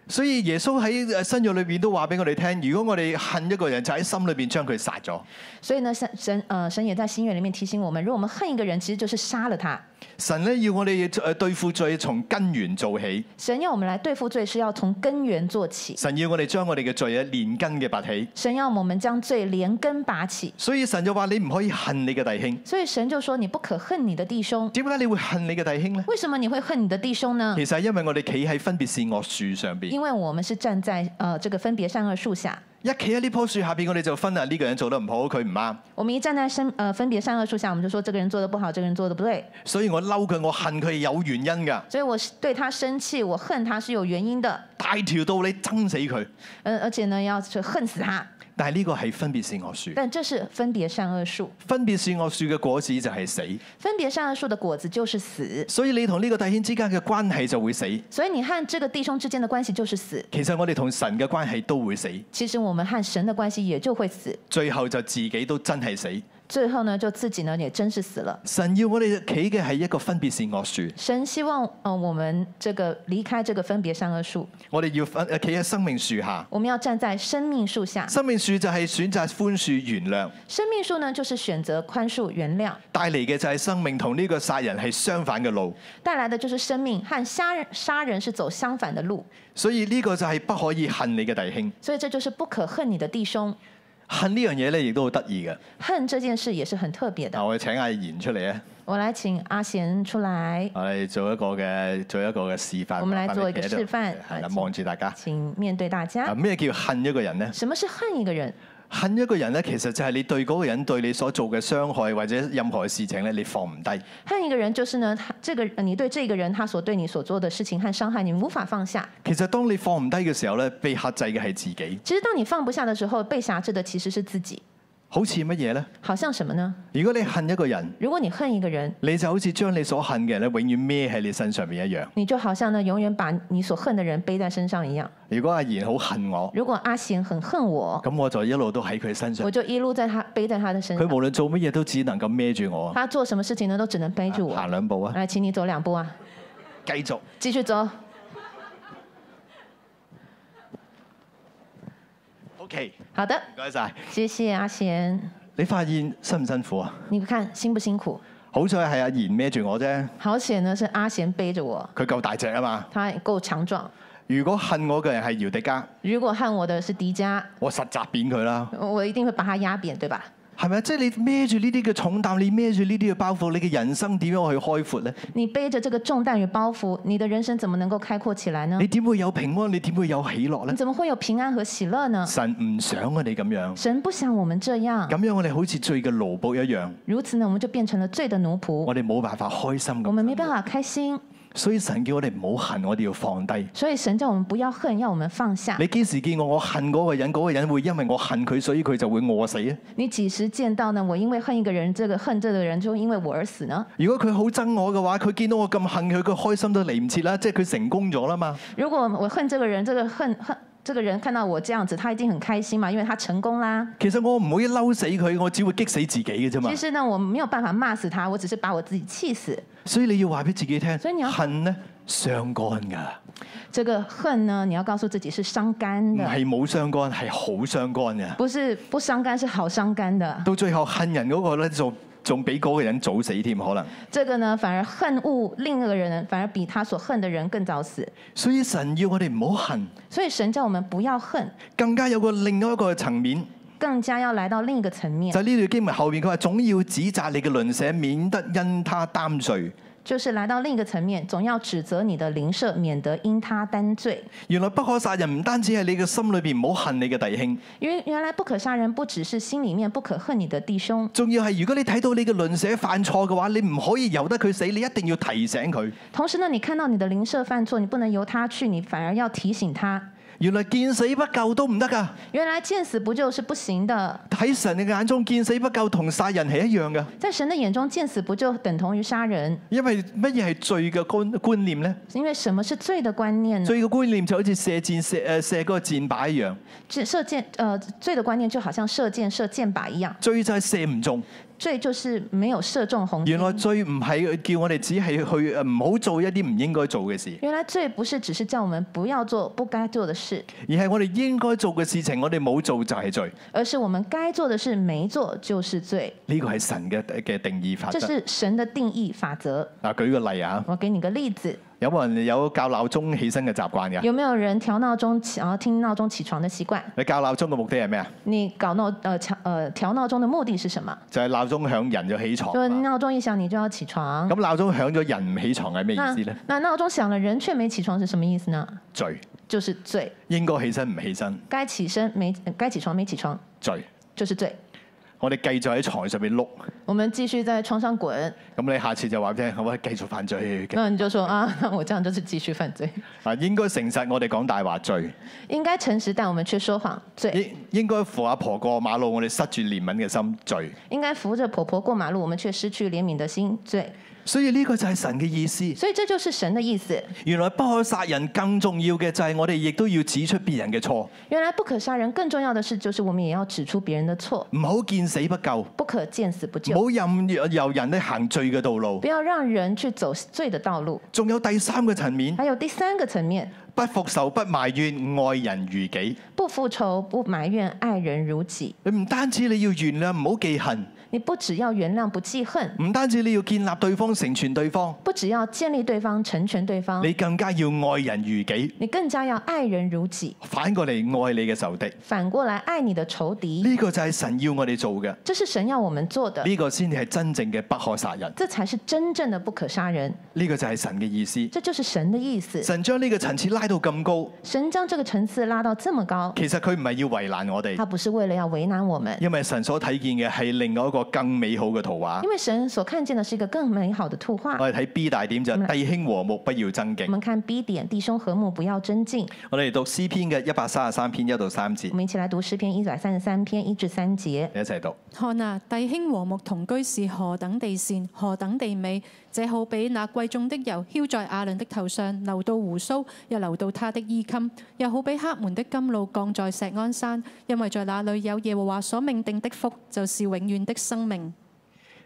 Speaker 1: 所以耶穌喺誒新約裏邊都話俾我哋聽，如果我哋恨一個人，就喺心裏邊將佢殺咗。
Speaker 2: 所以呢，神神呃神也在心願裡面提醒我們，如果我們恨一個人，其實就是殺了他。
Speaker 1: 神咧要我哋誒對付罪從根源做起，
Speaker 2: 神要我們來對付罪，是要從根源做起。
Speaker 1: 神要我哋將我哋嘅罪咧連根嘅拔起。
Speaker 2: 神要我們將罪連根拔起。
Speaker 1: 所以神就話你唔可以恨你嘅弟兄。
Speaker 2: 所以神就說：“你不可恨你的弟兄。
Speaker 1: 點解你會恨你嘅弟兄呢”？
Speaker 2: 为什麼你會恨你的弟兄呢？
Speaker 1: 其實係因為我哋企喺分別善惡樹上邊，
Speaker 2: 因為我們是站在呃這個分別善惡樹下，
Speaker 1: 一企喺呢棵樹下邊，我哋就分啊呢個人做得唔好，佢唔啱，
Speaker 2: 我們一站在分呃分別善惡樹下，我們就說這個人做的不好，這個人做的不對，
Speaker 1: 所以我嬲佢，我恨佢係有原因㗎，
Speaker 2: 所以我是對他生氣，我恨他是有原因的，
Speaker 1: 大條道理憎死佢。
Speaker 2: 呃而且呢要去恨死他。
Speaker 1: 但係呢個係分別善惡樹，
Speaker 2: 但这是分別善惡樹，
Speaker 1: 分別善惡樹嘅果子就係死，
Speaker 2: 分別善惡樹的果子就是死，
Speaker 1: 所以你同呢個弟兄之間嘅關係就會死。
Speaker 2: 所以你和这个弟兄之間的關係就是死。
Speaker 1: 其實我哋同神嘅關係都會死，
Speaker 2: 其實我們和神的關係也就會死，
Speaker 1: 最後就自己都真係死。
Speaker 2: 最後呢，就自己呢也真是死了。
Speaker 1: 神要我哋企嘅係一個分別善惡樹，
Speaker 2: 神希望，呃，我們這個離開這個分別善惡樹，
Speaker 1: 我哋要分呃企喺生命樹下。
Speaker 2: 我們要站在生命樹下。
Speaker 1: 生命樹就係選擇寬恕原諒，
Speaker 2: 生命樹呢，就是選擇寬恕、原諒，
Speaker 1: 帶嚟嘅就係生命同呢個殺人係相反嘅路。
Speaker 2: 帶來的就是生命和殺人杀人是走相反的路，
Speaker 1: 所以呢個就係不可以恨你嘅弟兄。
Speaker 2: 所以這就是不可恨你的弟兄。
Speaker 1: 恨呢樣嘢咧，亦都好得意嘅。
Speaker 2: 恨這件事也是很特別的。
Speaker 1: 嗱，我哋請阿賢出嚟啊，
Speaker 2: 我來請阿贤出來，
Speaker 1: 我哋做一個嘅做一個嘅示範。
Speaker 2: 我們來
Speaker 1: 麻煩你
Speaker 2: 做一個
Speaker 1: 企喺度
Speaker 2: 示
Speaker 1: 係
Speaker 2: 範
Speaker 1: 啦
Speaker 2: 啊，請
Speaker 1: 望住大家。
Speaker 2: 請面對大
Speaker 1: 啊，
Speaker 2: 家。
Speaker 1: 咩叫恨一個人呢？
Speaker 2: 什麼是恨一個人？
Speaker 1: 恨一個人咧，其實就係你對嗰個人對你所做嘅傷害或者任何事情咧，你放唔低。
Speaker 2: 恨一個人就是呢，他这个呃你對這個人他所對你所做的事情和傷害，你無法放下。
Speaker 1: 其實當你放唔低嘅時候咧，被克制嘅係自己。
Speaker 2: 其實當你放不下的時候，被辖制的其實是自己。
Speaker 1: 好似乜嘢呢？
Speaker 2: 好像什麼呢？
Speaker 1: 如果你恨一個人，
Speaker 2: 如果你恨一個人，
Speaker 1: 你就好似將你所恨嘅人咧，永遠孭喺你身上面一樣。
Speaker 2: 你就好像呢永遠把你所恨的人背在身上一樣。
Speaker 1: 如果阿賢好恨我，
Speaker 2: 如果阿贤很恨我，
Speaker 1: 咁我就一路都喺佢身上
Speaker 2: 我。就一路在他背在他的身
Speaker 1: 佢
Speaker 2: 上。
Speaker 1: 無論做乜嘢都只能夠孭住我。啊
Speaker 2: 他做什麼事情呢，都只能背住我。
Speaker 1: 行兩步啊，
Speaker 2: 來，請你走兩步啊，
Speaker 1: 繼續。
Speaker 2: 繼續走。
Speaker 1: OK，
Speaker 2: 好的，
Speaker 1: 唔該晒。
Speaker 2: 謝謝阿贤。
Speaker 1: 你發現辛唔辛苦啊？
Speaker 2: 你看辛不辛苦？
Speaker 1: 好彩係阿賢孭住我啫，
Speaker 2: 好險呢是阿贤背着我，
Speaker 1: 佢夠大隻啊嘛。
Speaker 2: 他夠強壯。
Speaker 1: 如果恨我嘅人係姚迪加，
Speaker 2: 如果恨我的是迪迦，
Speaker 1: 我實砸扁佢啦。
Speaker 2: 我一定會把他壓扁，對吧？
Speaker 1: 係咪啊？即係你孭住呢啲嘅重擔，你孭住呢啲嘅包袱，你嘅人生點樣去開闊呢？
Speaker 2: 你背着這個重擔與包袱，你的人生怎麼能夠開闊起來呢
Speaker 1: 你？點會有平安？你點會有喜樂呢
Speaker 2: 你？怎麼會有平安和喜樂呢？
Speaker 1: 神唔想我哋咁樣，
Speaker 2: 神不想我們這樣，
Speaker 1: 咁樣我哋好似罪嘅奴仆一樣，
Speaker 2: 如此呢，我們就變成了罪的奴僕，
Speaker 1: 我哋冇辦法開心
Speaker 2: 我們沒
Speaker 1: 咁。
Speaker 2: 辦法開心。
Speaker 1: 所以神叫我哋唔好恨，我哋要放低。
Speaker 2: 所以神叫我們不要恨，要我們放下。
Speaker 1: 你幾時見我我恨嗰個人，嗰、個人會因為我恨佢，所以佢就會餓死啊？
Speaker 2: 你幾時見到呢？我因為恨一個人，這個恨這個人就因為我而死呢？
Speaker 1: 如果佢好憎我嘅話，佢見到我咁恨佢，佢開心都嚟唔切啦，即係佢成功咗啦嘛。
Speaker 2: 如果我恨這個人，這個恨恨這個人看到我這樣子，他一定很開心嘛，因為他成功啦。
Speaker 1: 其實我唔會嬲死佢，我只會激死自己嘅啫嘛
Speaker 2: 其。實呢，我沒有辦法罵死他，我只是把我自己氣死。
Speaker 1: 所以你要話俾自己聽
Speaker 2: 所以你，要
Speaker 1: 恨呢相干㗎，
Speaker 2: 這個恨呢，你要告訴自己是傷肝
Speaker 1: 唔
Speaker 2: 的，
Speaker 1: 係冇相干，係好相干嘅。
Speaker 2: 不是不傷肝是好傷肝的。
Speaker 1: 到最後恨人嗰個咧，仲仲比嗰個人早死添，可能。
Speaker 2: 這個呢，反而恨惡另一個人，反而比他所恨的人更早死。
Speaker 1: 所以神要我哋唔好恨，
Speaker 2: 所以神叫我們不要恨，
Speaker 1: 更加有個另外一個層面。
Speaker 2: 更加要來到另一個層面，
Speaker 1: 就呢段經文後面，佢話總要指責你嘅鄰舍，免得因他擔罪。
Speaker 2: 就是來到另一個層面，總要指責你的鄰舍，免得因他擔罪。
Speaker 1: 原來不可殺人唔單止係你嘅心裏邊唔好恨你嘅弟兄，
Speaker 2: 因為原來不可殺人，不只是心裡面不可恨你的弟兄，
Speaker 1: 仲要係如果你睇到你嘅鄰舍犯錯嘅話，你唔可以由得佢死，你一定要提醒佢。
Speaker 2: 同時呢，你看到你的鄰舍犯錯，你不能由他去，你反而要提醒他。
Speaker 1: 原來見死不救都唔得㗎。
Speaker 2: 原來見死不救是不行的，
Speaker 1: 喺神嘅眼中，見死不救同殺人係一樣㗎。
Speaker 2: 在神的眼中，見死不救等同於殺人。
Speaker 1: 因為乜嘢係罪嘅觀觀念呢？
Speaker 2: 因為什麼是罪的觀念呢？
Speaker 1: 罪嘅觀念就好似射箭射誒射嗰個箭靶一樣，
Speaker 2: 这射箭，呃，罪的觀念就好像射箭射箭靶一樣，
Speaker 1: 罪就係射唔中。
Speaker 2: 罪就是沒有射中紅
Speaker 1: 原
Speaker 2: 心。
Speaker 1: 來罪唔係叫我哋只係去呃誒唔好做一啲唔應該做嘅事，
Speaker 2: 原來罪不是只是叫我們不要做不該做的事，
Speaker 1: 而係我哋應該做嘅事情，我哋冇做就係罪。
Speaker 2: 而是我們該做的事沒做就是罪。
Speaker 1: 呢個係神嘅嘅定義法
Speaker 2: 這
Speaker 1: 則。
Speaker 2: 是神的定義法則。
Speaker 1: 嗱，舉個例啊，
Speaker 2: 我給你個例子，
Speaker 1: 有冇人有教鬧鐘起身嘅習慣㗎？
Speaker 2: 有沒有人調鬧鐘起，然後聽鬧鐘起床的習慣？
Speaker 1: 你教鬧鐘嘅目的係咩啊？
Speaker 2: 你搞鬧呃調呃調鬧鐘的目的是什麼？
Speaker 1: 就係鬧鐘響人就起床
Speaker 2: 就是
Speaker 1: 嘛。
Speaker 2: 鬧鐘一響你就要起床
Speaker 1: 咁。鬧鐘響咗人唔起床係咩
Speaker 2: 那
Speaker 1: 意思呢？
Speaker 2: 那鬧鐘響了，人卻沒起床是什麼意思呢？
Speaker 1: 罪，
Speaker 2: 就是罪，
Speaker 1: 應該起身唔起身，
Speaker 2: 該起身沒呃該起床沒起床
Speaker 1: 罪。
Speaker 2: 就是罪。
Speaker 1: 我哋繼續喺床上面碌。
Speaker 2: 我们继续在床上滾，
Speaker 1: 咁你下次就話俾我聽，我繼續犯罪嘅。
Speaker 2: 那你就说啊， 那我这樣就是繼續犯罪。
Speaker 1: 啊，應該誠實，我哋講大話罪。
Speaker 2: 應該誠實，但我們卻說謊，罪；
Speaker 1: 應應該扶阿婆過馬路，我哋塞住憐憫嘅心罪。
Speaker 2: 應該扶着婆婆過馬路，我們卻失去憐憫的心，罪。
Speaker 1: 所以呢個就係神嘅意思。
Speaker 2: 所以這就是神的意思。
Speaker 1: 原來不可殺人更重要嘅就係我哋亦都要指出別人嘅錯，
Speaker 2: 原來不可殺人，更重要的是，就是我們也要指出別人的錯，
Speaker 1: 唔好見死不救，
Speaker 2: 不可見死不
Speaker 1: 唔
Speaker 2: 救，
Speaker 1: 好任由人咧行罪嘅道路
Speaker 2: 不。要讓人去走罪的道路。
Speaker 1: 仲有第三個層面，
Speaker 2: 還有第三個層面，
Speaker 1: 不復仇、不埋怨、愛人如己。
Speaker 2: 不復仇，不埋怨，愛人如己。
Speaker 1: 你唔單止你要原諒，唔好記恨；
Speaker 2: 你不只要原諒，不記恨，
Speaker 1: 唔單止你要建立對方、成全對方，
Speaker 2: 不只要建立對方、成全對方，
Speaker 1: 你更加要愛人如己。
Speaker 2: 你更加要愛人如己。
Speaker 1: 反過嚟愛你嘅仇敵，
Speaker 2: 反過來愛你的仇敵，
Speaker 1: 呢、個就係神要我哋做嘅，
Speaker 2: 這是神要我們做的，
Speaker 1: 呢、個先至係真正嘅不可殺人。
Speaker 2: 這才是真正的不可殺人。
Speaker 1: 呢、個就係神嘅意思。
Speaker 2: 這就是神的意思。
Speaker 1: 神將呢個層次拉到咁高，
Speaker 2: 神將這個層次拉到這麼高，
Speaker 1: 其實佢唔係要為難我哋。
Speaker 2: 他不是為了要為難我們，
Speaker 1: 因為神所睇見嘅係另外一個更美好嘅圖畫。
Speaker 2: 因為神所看見的是一個更美好的圖畫。
Speaker 1: 我哋睇 B 大點就係弟兄和睦，不要爭
Speaker 2: 我
Speaker 1: 競。
Speaker 2: 們看 B 點，弟兄和睦，不要爭競。
Speaker 1: 我哋讀詩篇嘅一百三十三篇一到三節
Speaker 2: 我，們一起來讀詩篇一百三十三篇一至三節。
Speaker 1: 你一齊讀。
Speaker 3: 看啊，弟兄和睦同居是何等地善，何等地美！這好比那貴重的油澆在亞倫的頭上，流到胡鬚，又流到他的衣襟；又好比黑門的甘露降在錫安山，因為在那裏有耶和華所命定的福，就是永遠的生命。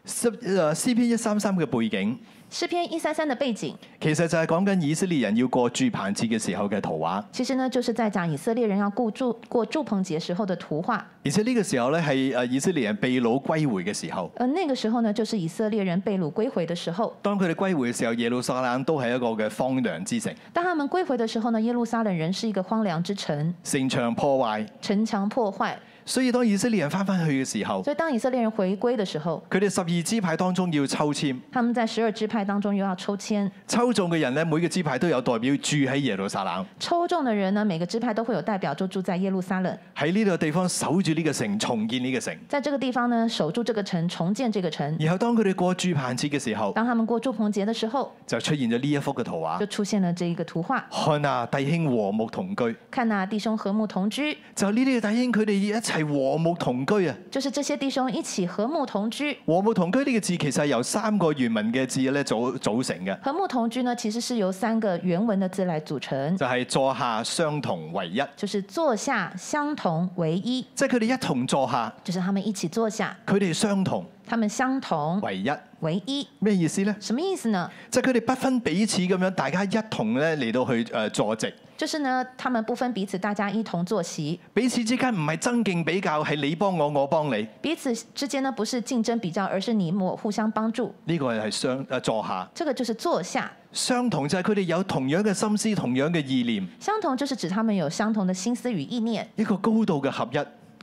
Speaker 1: 詩誒詩呃篇一三三嘅背景，
Speaker 2: 詩篇一三三的背景，
Speaker 1: 其實就係講緊以色列人要過住棚節嘅時候嘅圖畫。
Speaker 2: 其實呢就是在講以色列人要過住過住棚節時候的圖畫。
Speaker 1: 而且呢個時候咧係誒以色列人被擄歸回嘅時候。
Speaker 2: 而那個時候呢，就是以色列人被擄歸回的時候。
Speaker 1: 當佢哋歸回嘅時候，耶路撒冷都係一個嘅荒涼之城，
Speaker 2: 當他們歸回的時候呢，耶路撒冷人是一個荒涼之城，
Speaker 1: 城牆破壞。
Speaker 2: 城牆破壞。
Speaker 1: 所以當以色列人翻返去嘅時候，
Speaker 2: 所以當以色列人回歸的時候，
Speaker 1: 佢哋十二支派當中要抽籤。
Speaker 2: 他們在十二支派當中又要抽籤，
Speaker 1: 抽中嘅人咧，每個支派都有代表住喺耶路撒冷，
Speaker 2: 抽中的人呢，每個支派都會有代表，就住在耶路撒冷，
Speaker 1: 喺呢個地方守住呢個城，重建呢個城。
Speaker 2: 在這個地方呢，守住這個城，重建這個城。
Speaker 1: 然後當佢哋過住棚節嘅時候，
Speaker 2: 當他們過住棚節的時候，
Speaker 1: 就出現咗呢一幅嘅圖畫
Speaker 2: 就。出現了這一個圖畫。
Speaker 1: 看啊，弟兄和睦同居，
Speaker 2: 看那、弟兄和睦同居，
Speaker 1: 就呢啲嘅弟兄佢哋一齊和睦同居啊！
Speaker 2: 就是這些弟兄一起和睦同居。
Speaker 1: 和睦同居呢個字其實係由三個原文嘅字咧組組成嘅，
Speaker 2: 和睦同居呢，其實是由三個原文的字來組成，
Speaker 1: 就係、座下相同為一，
Speaker 2: 就是坐下相同為一，
Speaker 1: 即係佢哋一同座下，
Speaker 2: 就是他們一起坐下，
Speaker 1: 佢哋相同
Speaker 2: 他們相同
Speaker 1: 為一，
Speaker 2: 為一，
Speaker 1: 咩意思呢？
Speaker 2: 什麼意思呢？
Speaker 1: 即係佢哋不分彼此咁樣，大家一同咧嚟到去誒、呃坐席。
Speaker 2: 就是呢，他們不分彼此，大家一同坐席，
Speaker 1: 彼此之間唔係爭競比較，係你幫我，我幫你。
Speaker 2: 彼此之間呢不是競爭比較，而是你我互相幫助。
Speaker 1: 呢、個係相誒座下
Speaker 2: 這個就是坐下。
Speaker 1: 相同就係佢哋有同樣嘅心思、同樣嘅意念，
Speaker 2: 相同就是指他們有相同的心思與意念，
Speaker 1: 一個高度嘅合一。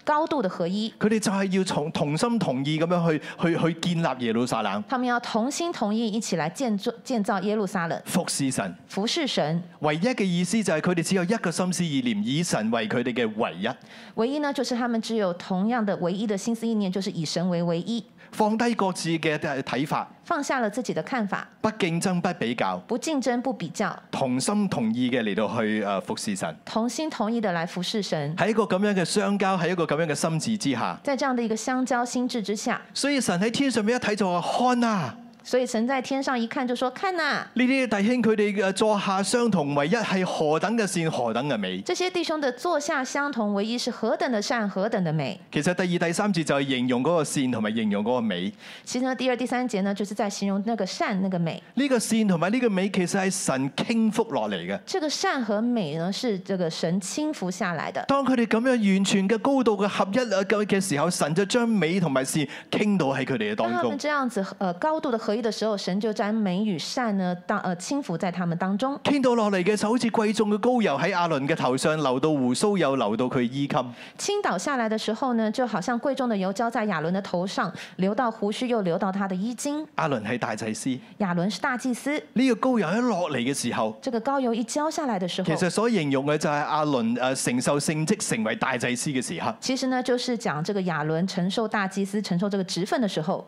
Speaker 2: 高度的合一。
Speaker 1: 佢哋就係要從同心同意咁樣去去去建立耶路撒冷，
Speaker 2: 他們要同心同意，一起來建造建造耶路撒冷，
Speaker 1: 服侍神。
Speaker 2: 服侍神。
Speaker 1: 唯一嘅意思就係佢哋只有一個心思意念，以神為佢哋嘅唯一，
Speaker 2: 唯一呢，就是他們只有同樣的唯一的心思意念，就是以神為唯一，
Speaker 1: 放低各自嘅呃睇法，
Speaker 2: 放下了自己的看法，
Speaker 1: 不競爭、不比較，
Speaker 2: 不競爭，不比較，
Speaker 1: 同心同意嘅嚟到去誒服侍神。
Speaker 2: 同心同意的來服侍神。
Speaker 1: 喺一個咁樣嘅相交，喺一個咁樣嘅心智之下，
Speaker 2: 在這樣的一個相交心智之下，
Speaker 1: 所以神喺天上面一睇就話看啊！
Speaker 2: 所以神在天上一看就說：“看呐、
Speaker 1: 呢啲弟兄佢哋嘅座下相同為一，係何等嘅善，何等嘅美。
Speaker 2: 這些弟兄的坐下相同，唯一是何等的善，何等的美。
Speaker 1: 其實第二、第三節就係形容嗰個善同埋形容嗰個美。
Speaker 2: 其實呢，第二、第三節呢，就是在形容那個善、那個美。
Speaker 1: 呢、個善同埋呢個美其實係神傾覆落嚟嘅。
Speaker 2: 這個善和美呢，是這個神傾覆下來的。
Speaker 1: 當佢哋咁樣完全嘅高度嘅合一啊嘅嘅時候，神就將美同埋善傾到喺佢哋嘅
Speaker 2: 當
Speaker 1: 當
Speaker 2: 他
Speaker 1: 中
Speaker 2: 們。這樣子呃高度的合合一的时候，神就将美与善呢当呃轻浮在他们当中。
Speaker 1: 傾到落嚟嘅就好似貴重嘅膏油喺亞倫嘅頭上流到胡鬚，又流到佢衣襟。
Speaker 2: 倾倒下来的时候呢，就好像贵重的油浇在亚伦的头上，流到胡须，又流到他的衣襟。
Speaker 1: 亞倫係大祭司，呢、
Speaker 2: 亚伦是大祭司，
Speaker 1: 個膏油一落嚟嘅時候，
Speaker 2: 这个膏油一浇下来的时候
Speaker 1: 其，實所形容嘅就係亞倫誒承受聖職成為大祭司嘅時刻。
Speaker 2: 其实呢就是讲这个亚伦承受大祭司承受这个职分的时候，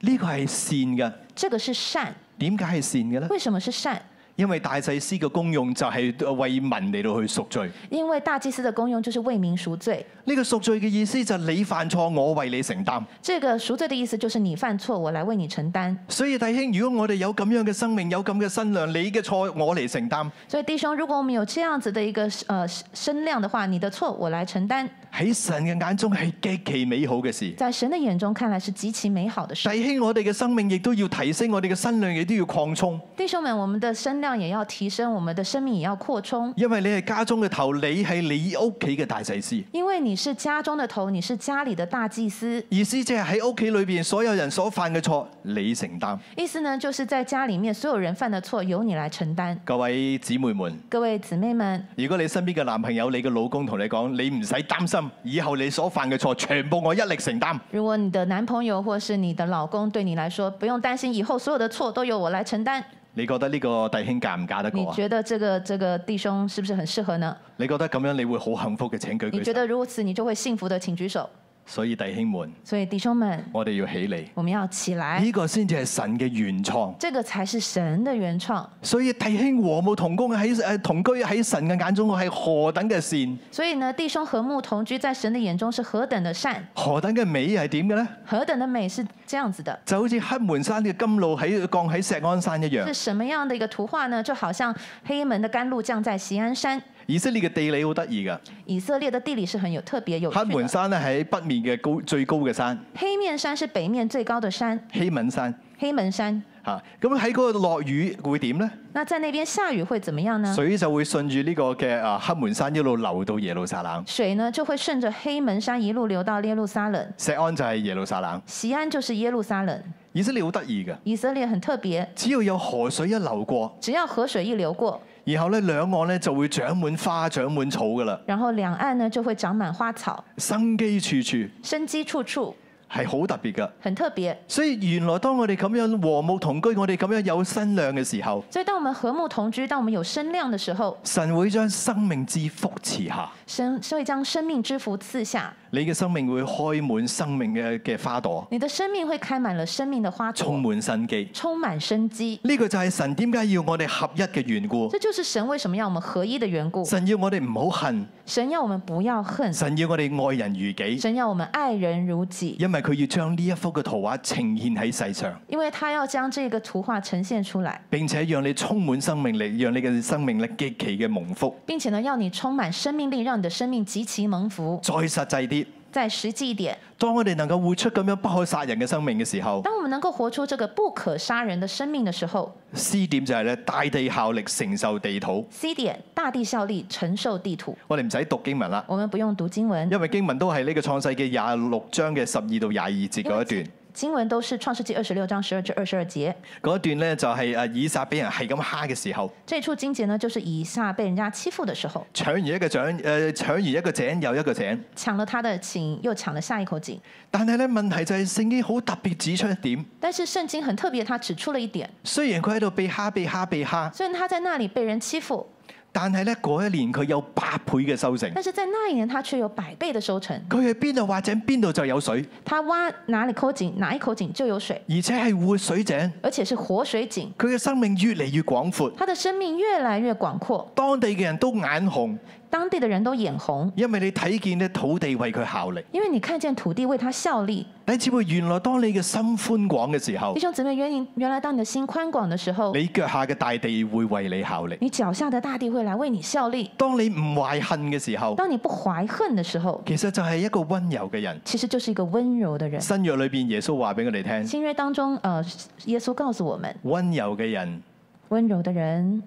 Speaker 1: 呢、個係善嘅，
Speaker 2: 这个是善。
Speaker 1: 點解係善嘅呢？
Speaker 2: 为什么是善？
Speaker 1: 因為大祭司嘅功用就係為民嚟到去贖罪。
Speaker 2: 因为大祭司的功用就是为民赎罪。
Speaker 1: 呢、個贖罪嘅意思就係你犯錯，我為你承擔。
Speaker 2: 这个赎罪的意思就是你犯错，我来为你承担。
Speaker 1: 所以弟兄，如果我哋有咁樣嘅生命，有咁嘅身量，你嘅錯我嚟承擔。
Speaker 2: 所以弟兄，如果我们有这样子的一个呃身量的话，你的错我来承担，
Speaker 1: 喺神嘅眼中係極其美好嘅事。
Speaker 2: 在神的眼中看来是极其美好的事。
Speaker 1: 弟兄，我哋嘅生命亦都要提升，我哋嘅身量亦都要擴充，
Speaker 2: 弟兄们，我们的身量也要提升，我们的生命也要扩充，
Speaker 1: 因為你係家中嘅頭，你係你屋企嘅大祭司。
Speaker 2: 因为你是家中的头，你是家里的大祭司。
Speaker 1: 意思即係喺屋企裏邊所有人所犯嘅錯，你承擔。
Speaker 2: 意思呢，就是在家里面所有人犯的错由你来承担。
Speaker 1: 各位姊妹們，
Speaker 2: 各位姊妹们，
Speaker 1: 如果你身邊嘅男朋友、你嘅老公同你講，你唔使擔心，以後你所犯嘅錯全部我一力承擔。
Speaker 2: 如果你的男朋友或是你的老公对你来说不用担心，以后所有的错都由我来承担，
Speaker 1: 你覺得呢個弟兄嫁唔嫁得
Speaker 2: 你
Speaker 1: 過啊？
Speaker 2: 觉得这个这个弟兄是不是很适合呢？
Speaker 1: 你覺得咁樣你會好幸福嘅？請舉
Speaker 2: 你
Speaker 1: 舉
Speaker 2: 觉
Speaker 1: 手。
Speaker 2: 得如此，你就会幸福的，请举手。
Speaker 1: 所以弟兄們，
Speaker 2: 所以弟兄们，
Speaker 1: 我哋要起嚟，
Speaker 2: 我们要起来，
Speaker 1: 呢、個先至係神嘅原創。
Speaker 2: 这个才是神的原创。
Speaker 1: 所以弟兄和睦同工喺誒同居喺神嘅眼中係何等嘅善，
Speaker 2: 所以呢，弟兄和睦同居，在神的眼中是何等的善，
Speaker 1: 何等嘅美係點嘅呢？
Speaker 2: 何等的美，是这样子的。
Speaker 1: 就好似黑門山嘅甘露喺降喺石安山一樣
Speaker 2: 是。什么样的一个图画呢？就好像黑门的甘露降在锡安山，
Speaker 1: 以色列嘅地理好得意㗎，
Speaker 2: 以色列的地理是很有特别有
Speaker 1: 黑
Speaker 2: 趣
Speaker 1: 門
Speaker 2: 的。
Speaker 1: 山咧喺北面嘅高最高嘅山
Speaker 2: 黑面山是北面最高的山，
Speaker 1: 希敏山
Speaker 2: 黑门山。
Speaker 1: 嚇。啊咁喺嗰個落雨會點呢？
Speaker 2: 那在那边下雨会怎么样呢？
Speaker 1: 水就會順住呢個嘅啊黑門山一路流到耶路撒冷，
Speaker 2: 水呢就会顺着黑门山一路流到耶路撒冷，
Speaker 1: 石安就係耶路撒冷。
Speaker 2: 西安就是耶路撒冷。
Speaker 1: 以色列好得意㗎，
Speaker 2: 以色列很特别，
Speaker 1: 只要有河水一流過，
Speaker 2: 只要河水一流过，
Speaker 1: 然後咧兩岸咧就會長滿花、長滿草㗎啦，
Speaker 2: 然后兩岸呢就会长满花草，
Speaker 1: 生機處處。
Speaker 2: 生机处处，
Speaker 1: 係好特別㗎。
Speaker 2: 很特别。
Speaker 1: 所以原來當我哋咁樣和睦同居，我哋咁樣有身量嘅時候，
Speaker 2: 所以，当我们和睦同居，当我们有身量的时候，
Speaker 1: 神會將生命之福賜下，
Speaker 2: 神是会将生命之福赐下，
Speaker 1: 你嘅生命會開滿生命嘅嘅花朵，
Speaker 2: 你的生命會开满了生命的花
Speaker 1: 充
Speaker 2: 朵，
Speaker 1: 滿生機。
Speaker 2: 充滿生机。
Speaker 1: 呢、個就係神點解要我哋合一嘅緣故。
Speaker 2: 这就是神为什么要我们合一的缘故。
Speaker 1: 神要我哋唔好恨，
Speaker 2: 神要我们不要恨，
Speaker 1: 神要我哋愛人如己，
Speaker 2: 神要我们愛人如己，
Speaker 1: 因為佢要將呢一幅嘅圖畫呈現喺世上，
Speaker 2: 因为他要將这个圖畫呈現出來，
Speaker 1: 並且讓你充滿生命力，讓你嘅生命力極其嘅蒙福。
Speaker 2: 并且呢，要你充滿生命力，讓你的生命極其蒙福。
Speaker 1: 再實際啲，
Speaker 2: 再實際一點，
Speaker 1: 當我哋能夠活出咁樣不可殺人嘅生命嘅時候，
Speaker 2: 当我们能夠活出这個不可殺人的生命的時候
Speaker 1: 思點就係咧，大地效力承受地土。
Speaker 2: ，C 点大地效力，承受地土。
Speaker 1: 我哋唔使讀經文啦，
Speaker 2: 我們不用讀經文，
Speaker 1: 因為經文都係呢個創世記廿六章嘅十二到廿二節嗰一段。
Speaker 2: 經文都是創世記二十六章十二至二十二節。
Speaker 1: 嗰一段咧就係誒以撒俾人係咁蝦嘅時候，
Speaker 2: 这处经节呢，就是以撒被人家欺負的时候，
Speaker 1: 搶完一個井，誒、搶完一個井又一個井。
Speaker 2: 抢了他的井，又搶了下一口井。
Speaker 1: 但係咧問題就係聖經好特別指出一點，
Speaker 2: 但是聖經很特別，他指出了一點，
Speaker 1: 雖然佢喺度被蝦、被蝦、被蝦，
Speaker 2: 虽然他在那里被人欺負，
Speaker 1: 但係咧嗰一年佢有百倍嘅收成。
Speaker 2: 但是在那一年他卻有百倍的收成。
Speaker 1: 佢喺邊度挖井，邊度就有水，
Speaker 2: 他挖哪里口井，哪一口井就有水，
Speaker 1: 而且係活水井。
Speaker 2: 而且是活水井。
Speaker 1: 佢嘅生命越嚟越廣闊，
Speaker 2: 他的生命越來越廣闊，
Speaker 1: 當地嘅人都眼紅。
Speaker 2: 當地的人都眼紅，
Speaker 1: 因為你睇見咧土地為佢效力。
Speaker 2: 因為你看見土地為他效力。
Speaker 1: 弟兄姊妹，原來當你嘅心寬廣嘅時候
Speaker 2: 弟，兄姊妹，原你原來當你的心寬廣的時候，
Speaker 1: 你腳下嘅大地會為你效力；
Speaker 2: 你腳下的大地會來為你效力。
Speaker 1: 當你唔懷恨嘅時候，
Speaker 2: 當你不懷恨的時候，
Speaker 1: 其實就係一個温柔嘅人。
Speaker 2: 其實就是一個温柔的人。
Speaker 1: 新約裏邊耶穌話俾我哋聽：
Speaker 2: 新约当中，呃，耶穌告訴我們，
Speaker 1: 温柔嘅人
Speaker 2: 温柔的人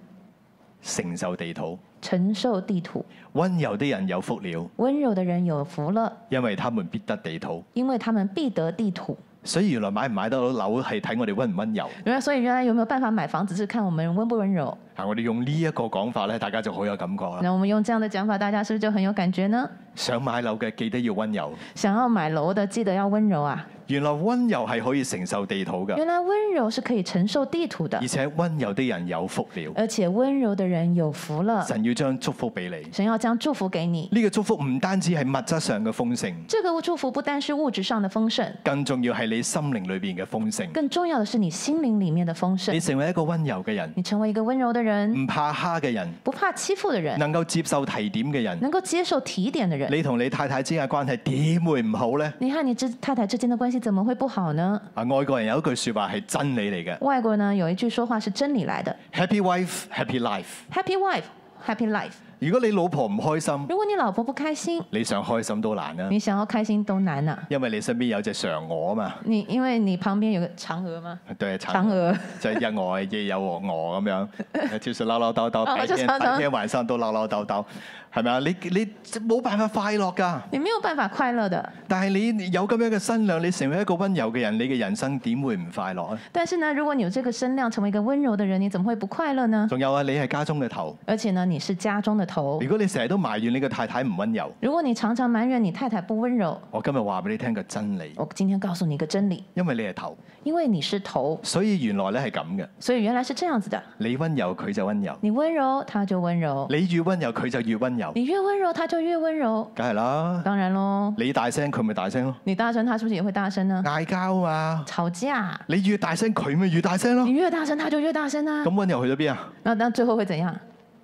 Speaker 1: 承受地土，
Speaker 2: 承受地土，
Speaker 1: 温柔的人有福了，
Speaker 2: 温柔的人有福了，
Speaker 1: 因為他們必得地土。
Speaker 2: 因為他們必得地土。
Speaker 1: 所以原來買唔買得到樓係睇我哋温唔温柔。
Speaker 2: 原來所以原來有沒有辦法買房，只是看我們温不温柔。
Speaker 1: 啊，我哋用呢一個講法咧，大家就好有感覺啦。
Speaker 2: 那我們用這樣的講法，大家是不是就很有感覺呢？
Speaker 1: 想買樓嘅記得要温柔。
Speaker 2: 想要買樓的，記得要温柔啊！
Speaker 1: 原來温柔係可以承受地土嘅，
Speaker 2: 原來温柔是可以承受地土的
Speaker 1: 而，且温柔的人有福了。
Speaker 2: 而且温柔的人有福了。
Speaker 1: 神要將祝福俾你。
Speaker 2: 神要將祝福給你，
Speaker 1: 呢、個祝福唔單止係物質上嘅豐盛，
Speaker 2: 這個祝福不單是物質上的豐盛，
Speaker 1: 更重要係你心靈裏邊嘅豐盛。
Speaker 2: 更重要的是你心靈裡面的豐盛
Speaker 1: 你。成為一個温柔嘅人，
Speaker 2: 你成為一個温柔的人，
Speaker 1: 唔怕蝦嘅人，
Speaker 2: 不怕欺負的人，
Speaker 1: 能夠接受提點嘅人，
Speaker 2: 能夠接受提點的人。
Speaker 1: 你同你太太之間嘅關係點會唔好呢？
Speaker 2: 你和你之太太之間的關係怎麼會不好呢？
Speaker 1: 啊，外國人有一句説話係真理嚟嘅
Speaker 2: 外國呢有一句說話是真理來的
Speaker 1: ：Happy wife, happy life。
Speaker 2: ：Happy wife, happy life。
Speaker 1: 如果你老婆唔開心，
Speaker 2: 如果你老婆不開心，
Speaker 1: 你想開心都難啦，
Speaker 2: 你想要開心都啊難呐、
Speaker 1: 因為你身邊有隻嫦娥啊嘛，
Speaker 2: 你因為你旁邊有個嫦娥嗎？
Speaker 1: 對，嫦
Speaker 2: 嫦娥，
Speaker 1: 就係日外夜有我咁樣，就是嘮嘮叨叨，
Speaker 2: 哦
Speaker 1: 白
Speaker 2: 就
Speaker 1: 天
Speaker 2: 常常
Speaker 1: 白天晚上都嘮嘮叨叨，係咪啊？你你冇辦法快樂㗎，
Speaker 2: 你沒有辦法快樂的。
Speaker 1: 但係你有咁樣嘅身量，你成為一個温柔嘅人，你嘅人生點會唔快 樂啊？
Speaker 2: 但是呢，如果你有這個身量，成為一個温柔的人，你怎麼會不快樂呢？
Speaker 1: 仲有啊，你係家中嘅頭，
Speaker 2: 而且呢，你是家中的頭
Speaker 1: 如。果你成日都埋怨你嘅太太唔温柔，
Speaker 2: 如果你常常埋怨你太太不温柔，
Speaker 1: 我今日話俾你聽個真理，
Speaker 2: 我今天告訴你一個真理，
Speaker 1: 因為你係頭，
Speaker 2: 因為你是頭，
Speaker 1: 所以原來咧係咁嘅，
Speaker 2: 所以原來是這樣子的。
Speaker 1: 你温柔佢就温柔，
Speaker 2: 你温柔，他就温柔；
Speaker 1: 你越温柔佢就越温柔，
Speaker 2: 你越温柔，他就越温柔。
Speaker 1: 梗係啦，
Speaker 2: 當然咯，
Speaker 1: 你大聲佢咪大聲咯，
Speaker 2: 你大聲，他是不是也會大聲呢？
Speaker 1: 嗌交啊嘛，
Speaker 2: 吵架，
Speaker 1: 你越大聲佢咪越大聲
Speaker 2: 你
Speaker 1: 咯，
Speaker 2: 越大聲，他就越大聲啊。
Speaker 1: 咁温柔去咗邊啊？
Speaker 2: 那那最後會怎樣？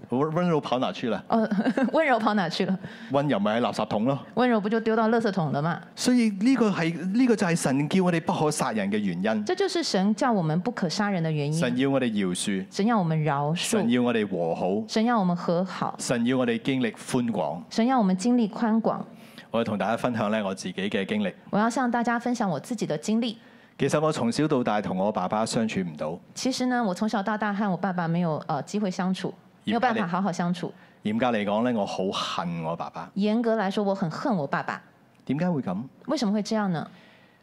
Speaker 1: 温温柔跑哪去啦？
Speaker 2: 哦， 温柔跑哪去了？
Speaker 1: 温柔咪喺垃圾桶咯，
Speaker 2: 温柔不就丟到垃圾桶了嘛？
Speaker 1: 所以呢個係呢、個就係神叫我哋不可殺人嘅原因，
Speaker 2: 这就是神叫我們不可殺人的原
Speaker 1: 神
Speaker 2: 因。
Speaker 1: 要我哋饒恕，
Speaker 2: 神要我們饒
Speaker 1: 神
Speaker 2: 恕，
Speaker 1: 要我哋和好，
Speaker 2: 神要我們和好，
Speaker 1: 神要我哋經歷寬廣。
Speaker 2: 神要我們經歷寬廣。
Speaker 1: 我要同大家分享咧我自己嘅經歷。
Speaker 2: 我要向大家分享我自己的經歷。
Speaker 1: 其實我從小到大同我爸爸相處唔到，
Speaker 2: 其實呢，我從小到大和我爸爸沒有呃機會相處，沒有辦法好好相處。
Speaker 1: 嚴格嚟講咧，我好恨我爸爸。
Speaker 2: 嚴格來說，我很恨我爸爸。
Speaker 1: 點解會咁？
Speaker 2: 為什麼會這樣呢？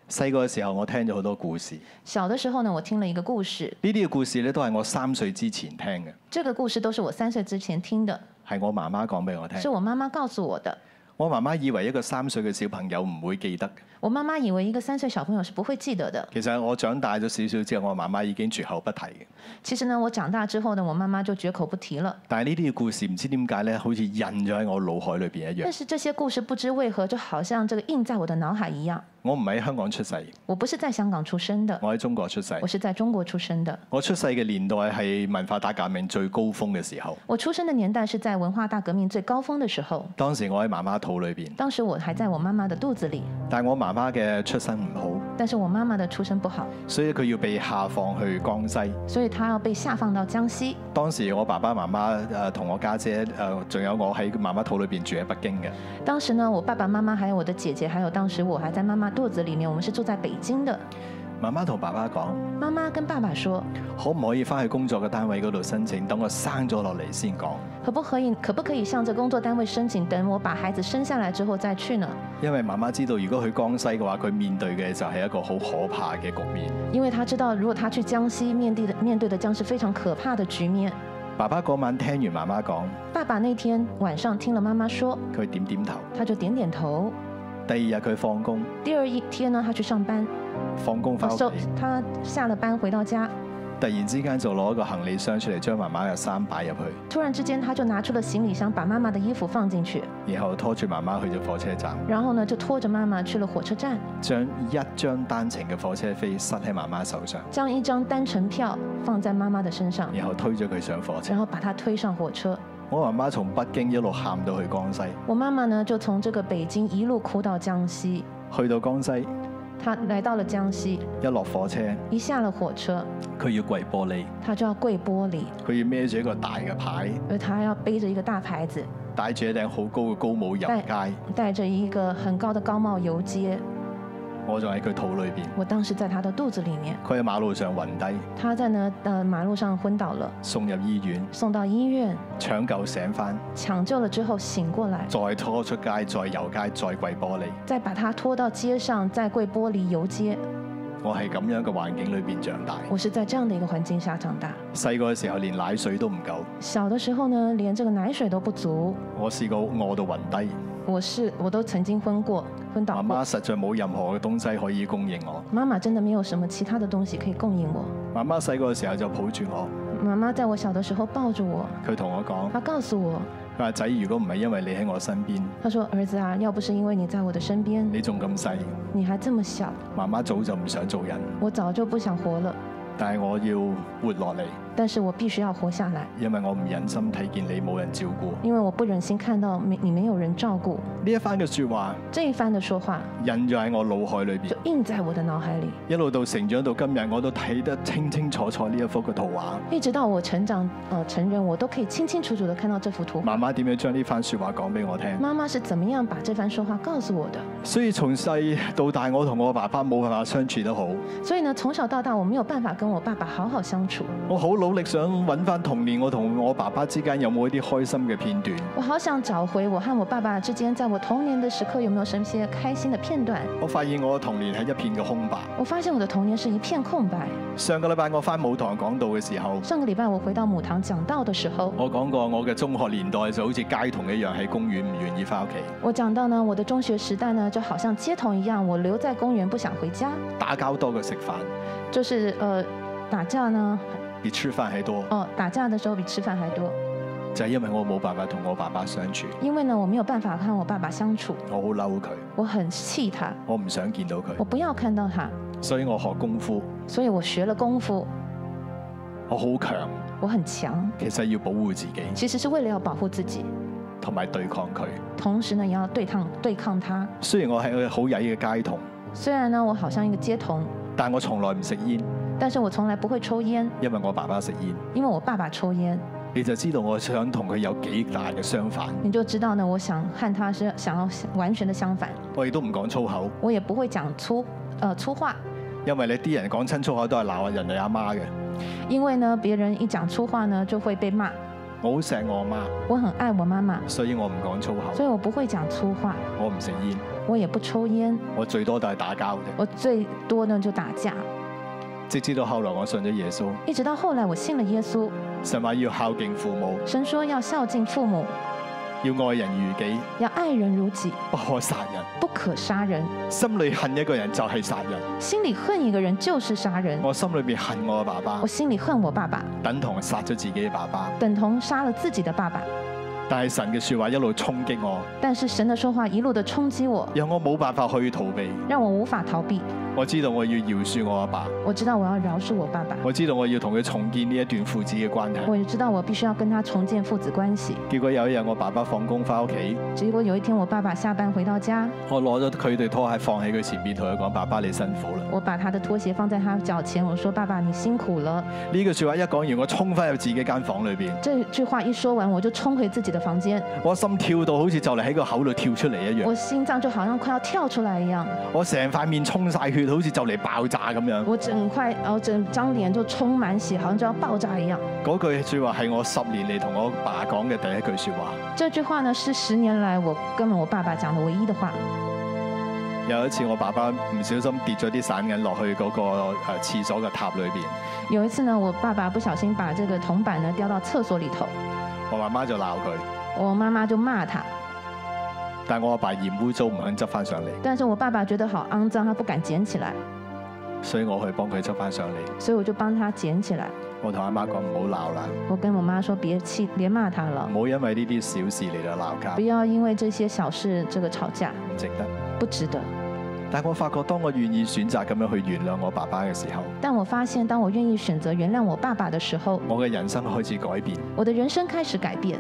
Speaker 1: 細個嘅時候，我聽咗好多故事。
Speaker 2: 小的時候呢，我聽了一個故事，
Speaker 1: 呢啲嘅故事咧，都係我三歲之前聽嘅，
Speaker 2: 這個故事都是我三歲之前聽的，
Speaker 1: 係我媽媽講俾我聽
Speaker 2: 是。我媽媽告訴我的。
Speaker 1: 我媽媽以為一個三歲嘅小朋友唔會記得嘅，
Speaker 2: 我媽媽以為一個三歲小朋友是不會記得的。
Speaker 1: 其實我長大咗少少之後，我媽媽已經絕口不提嘅。
Speaker 2: 其實呢，我長大之後呢，我媽媽就絕口不提了。
Speaker 1: 但係呢啲嘅故事唔知點解咧，好似印咗喺我腦海裏邊一
Speaker 2: 但
Speaker 1: 樣。
Speaker 2: 是這些故事不知為何，就好像這個印在我的腦海一樣。
Speaker 1: 我唔喺香港出世，
Speaker 2: 我不是在香港出生的，
Speaker 1: 我喺中國出世
Speaker 2: 我。是在中國出生的。
Speaker 1: 我出世嘅年代係文化大革命最高峰嘅時候，
Speaker 2: 我出生的年代是在文化大革命最高峰的時候，
Speaker 1: 當時我喺媽媽肚裏邊。
Speaker 2: 當時我還在我媽媽的肚子裡，
Speaker 1: 但我媽媽嘅出身唔好，
Speaker 2: 但是我媽媽的出身不好，
Speaker 1: 所以佢要被下放去江西。
Speaker 2: 所以她要被下放到江西。
Speaker 1: 當時我爸爸媽媽誒同我家姐誒，仲有我喺媽媽肚裏邊住喺北京嘅。
Speaker 2: 當時呢，我爸爸媽媽還有我的姐姐，還有當時我還在媽媽肚子裡面，我們是住在北京的。
Speaker 1: 媽媽同爸爸講，
Speaker 2: 媽媽跟爸爸說，
Speaker 1: 可唔可以翻去工作嘅單位嗰度申請，等我生咗落嚟先講，
Speaker 2: 可不可以可不可以向這工作單位申請，等我把孩子生下來之後再去呢？
Speaker 1: 因為媽媽知道如果去江西嘅話，佢面對嘅就係一個好可怕嘅局面。
Speaker 2: 因為他知道，如果他去江西面對的面對的將是非常可怕的局面。
Speaker 1: 爸爸嗰晚聽完媽媽講，
Speaker 2: 爸爸那天晚上聽了媽媽說，
Speaker 1: 佢點點頭。
Speaker 2: 他就點點頭。
Speaker 1: 第二日佢放工，
Speaker 2: 第二一天呢，他去上班，
Speaker 1: 放工
Speaker 2: 他
Speaker 1: 翻屋
Speaker 2: 收
Speaker 1: 企，
Speaker 2: 他下了班回到家，
Speaker 1: 突然之間就攞一個行李箱出嚟，將媽媽嘅衫擺入去，
Speaker 2: 突然之間他就拿出了行李箱，把媽媽的衣服放進去，
Speaker 1: 然後拖住媽媽去咗火車站。
Speaker 2: 然後呢就拖着媽媽去了火車站，
Speaker 1: 將一張單程嘅火車飛塞喺媽媽手上，
Speaker 2: 將一張單程票放在媽媽的身上，
Speaker 1: 然後推咗佢上火車
Speaker 2: 然。後把她推上火車。
Speaker 1: 我媽媽從北京一路喊到去江西，
Speaker 2: 我媽媽呢就從這個北京一路哭到江西，
Speaker 1: 去到江西
Speaker 2: 她來到了江西，
Speaker 1: 一落火車，
Speaker 2: 一下了火車，
Speaker 1: 佢要跪玻璃，
Speaker 2: 她就要跪玻璃。
Speaker 1: 佢要孭住一個大嘅牌，
Speaker 2: 而他要背着一個大牌子，
Speaker 1: 戴住一頂好高嘅高帽入街。
Speaker 2: 戴着一個很高的高帽游街。
Speaker 1: 我仲喺佢肚裏邊，
Speaker 2: 我當時在他的肚子裡面，
Speaker 1: 佢喺馬路上暈低，
Speaker 2: 他在呢呃馬路上昏倒了，
Speaker 1: 送入醫院
Speaker 2: 送到醫院
Speaker 1: 搶救醒翻，
Speaker 2: 搶救了之後醒過來，
Speaker 1: 再拖出街，再遊街，再跪玻璃。
Speaker 2: 再把他拖到街上，再跪玻璃游街。
Speaker 1: 我係咁樣嘅環境裏邊長大。
Speaker 2: 我是在这样的一个環境下長大。
Speaker 1: 細個嘅時候連奶水都唔夠，
Speaker 2: 小的時候呢，連這個奶水都不足，
Speaker 1: 我試過餓到暈低，
Speaker 2: 我是我都曾經昏過、昏倒
Speaker 1: 媽
Speaker 2: 過
Speaker 1: 媽。實在冇任何嘅東西可以供應我。
Speaker 2: 媽媽真的沒有什麼其他的東西可以供應我。
Speaker 1: 媽媽細個嘅時候就抱住我，
Speaker 2: 媽媽在我小的時候抱着我，
Speaker 1: 佢同我講：
Speaker 2: 她告訴我，
Speaker 1: 佢話仔，如果唔係因為你喺我身邊，
Speaker 2: 她說：“兒子啊，要不是因為你在我的身邊，
Speaker 1: 你仲咁細，
Speaker 2: 你還這麼小，
Speaker 1: 媽媽早就唔想做人，
Speaker 2: 我早就不想活了。
Speaker 1: 但係我要活落嚟，
Speaker 2: 但是我必須要活下來，
Speaker 1: 因為我唔忍心睇見你冇人照顧。
Speaker 2: 因為我不忍心看到沒你沒有人照顧。”
Speaker 1: 呢一番嘅説話
Speaker 2: 這一番的說話
Speaker 1: 印咗喺我腦海裏邊
Speaker 2: 就，印在我的腦海裡，
Speaker 1: 一路到成長到今日，我都睇得清清楚楚呢一幅嘅圖畫。
Speaker 2: 一直到我成長呃成人，我都可以清清楚楚地看到這幅圖畫。
Speaker 1: 媽媽點樣將呢番説話講俾我聽？
Speaker 2: 媽媽是怎麼樣把這番說話告訴我的？
Speaker 1: 所以從細到大，我同我爸爸冇辦法相處得好。
Speaker 2: 所以呢，從小到大我沒有辦法跟我爸爸好好相處，
Speaker 1: 我好努力想揾翻童年我同我爸爸之間有冇一啲開心嘅片段。
Speaker 2: 我好想找回我和我爸爸之間，在我童年的時刻有沒有什麼些開心的片段？
Speaker 1: 我發現我嘅童年係一片嘅空白。
Speaker 2: 我發現我的童年是一片空白。
Speaker 1: 上個禮拜我翻舞堂講道嘅時候，
Speaker 2: 上個禮拜我回到母堂講道的時候，
Speaker 1: 我講過我嘅中學年代就好似街童一樣喺公園唔願意翻屋企，
Speaker 2: 我講到呢，我的中學時代呢，就好像街童一樣，我留在公園不想回家，
Speaker 1: 打交多過食飯，
Speaker 2: 就是呃打架呢，
Speaker 1: 而出飯係多，
Speaker 2: 哦打架的時候比吃飯還多，
Speaker 1: 就係因為我冇辦法同我爸爸相處，
Speaker 2: 因為呢我沒有辦法和我爸爸相處，
Speaker 1: 我好嬲佢，
Speaker 2: 我很氣他，
Speaker 1: 我唔想見到佢
Speaker 2: 我，不要看到他，
Speaker 1: 所以我學功夫，
Speaker 2: 所以我學了功夫，
Speaker 1: 我好強，
Speaker 2: 我很強，
Speaker 1: 其實要保護自己
Speaker 2: 其實是為了要保護自己，
Speaker 1: 同埋對抗佢。
Speaker 2: 同時呢也要對抗對抗他。
Speaker 1: 雖然我係一個好曳嘅街童，
Speaker 2: 雖然呢我好像一個街童，
Speaker 1: 但我從來唔食煙，
Speaker 2: 但是我從來不會抽煙，
Speaker 1: 因為我爸爸食煙。
Speaker 2: 因為我爸爸抽煙，
Speaker 1: 你就知道我想同佢有幾大嘅相反。
Speaker 2: 你就知道呢我想和他是想要完全的相反，
Speaker 1: 我亦都唔講粗口，
Speaker 2: 我也不會講粗呃粗話，
Speaker 1: 因為你啲人講親粗口都係鬧人哋阿媽嘅。
Speaker 2: 因為呢別人一講粗話呢就會被罵。
Speaker 1: 我好錫我媽，
Speaker 2: 我很愛我媽媽，
Speaker 1: 所以我唔講粗口
Speaker 2: 所，以我不會講粗話，
Speaker 1: 我唔食煙，
Speaker 2: 我也不抽煙，
Speaker 1: 我最多都係打交啫。
Speaker 2: 我最多呢就打架。
Speaker 1: 直至到後來我信咗耶穌，
Speaker 2: 一直到後來我信了耶穌，
Speaker 1: 神話要孝敬父母，
Speaker 2: 神說要孝敬父母，
Speaker 1: 要愛人如己，
Speaker 2: 要愛人如己，
Speaker 1: 不可殺人。
Speaker 2: 不可殺人。
Speaker 1: 心裏恨一個人就係殺人，
Speaker 2: 心裡恨一個人就是殺人。
Speaker 1: 我心裏邊恨我嘅爸爸
Speaker 2: 我，心裡恨我爸爸，
Speaker 1: 等同殺咗自己嘅爸爸。
Speaker 2: 等同殺了自己的爸爸。
Speaker 1: 但係神嘅説話一路衝擊我，
Speaker 2: 但是神的說話一路的衝擊我，
Speaker 1: 讓我冇辦法去逃避。
Speaker 2: 讓我無法逃避。
Speaker 1: 我知道我要饒恕我阿爸，
Speaker 2: 我知道我要饒恕我爸爸，
Speaker 1: 我知道我要同佢重建呢一段父子嘅關係。
Speaker 2: 我也知道我必須要跟他重建父子關係。
Speaker 1: 結果有一日我爸爸放工翻屋企，
Speaker 2: 結果有一天我爸爸下班回到家，
Speaker 1: 我攞咗佢對拖鞋放喺佢前面，同佢講：爸爸你辛苦啦！
Speaker 2: 我把他的拖鞋放在他腳前，我說：“爸爸，你辛苦了。
Speaker 1: 呢句説話一講完，我衝翻入自己間房裏邊，”
Speaker 2: 這句話一說完，我就衝回自己的房間，
Speaker 1: 我心跳到好似就嚟喺個口度跳出嚟一樣，
Speaker 2: 我心臟就好像快要跳出來一樣，
Speaker 1: 我成塊面充晒血，好似就嚟爆炸咁樣。
Speaker 2: 我整塊，我整張臉就充滿血，好像就要爆炸一樣。
Speaker 1: 嗰句説話係我十年嚟同我爸講嘅第一句説話。
Speaker 2: 這句話呢，是十年來我跟我爸爸講的唯一的話。
Speaker 1: 有一次我爸爸唔小心跌咗啲散銀落去嗰個誒廁所嘅塔裏邊，
Speaker 2: 有一次呢，我爸爸不小心把這個銅板呢掉到廁所裡頭，
Speaker 1: 我媽媽就鬧佢，
Speaker 2: 我媽媽就罵他，
Speaker 1: 但我阿爸嫌污糟唔肯執翻上嚟，
Speaker 2: 但是我爸爸覺得好骯髒，他不敢捡起來，
Speaker 1: 所以我去幫佢執翻上嚟。
Speaker 2: 所以我就幫他捡起來。
Speaker 1: 我同阿媽講唔好鬧啦，
Speaker 2: 我跟我媽說別氣，別罵他了
Speaker 1: 唔，好因為呢啲小事嚟到鬧交
Speaker 2: 不，要因為這些小事這個吵架，
Speaker 1: 唔值得。
Speaker 2: 不值得。
Speaker 1: 但我發覺當我願意選擇咁樣去原諒我爸爸嘅時候，
Speaker 2: 但我發現，當我願意選擇原諒我爸爸的時候，
Speaker 1: 我嘅人生開始改變，
Speaker 2: 我的人生開始改變，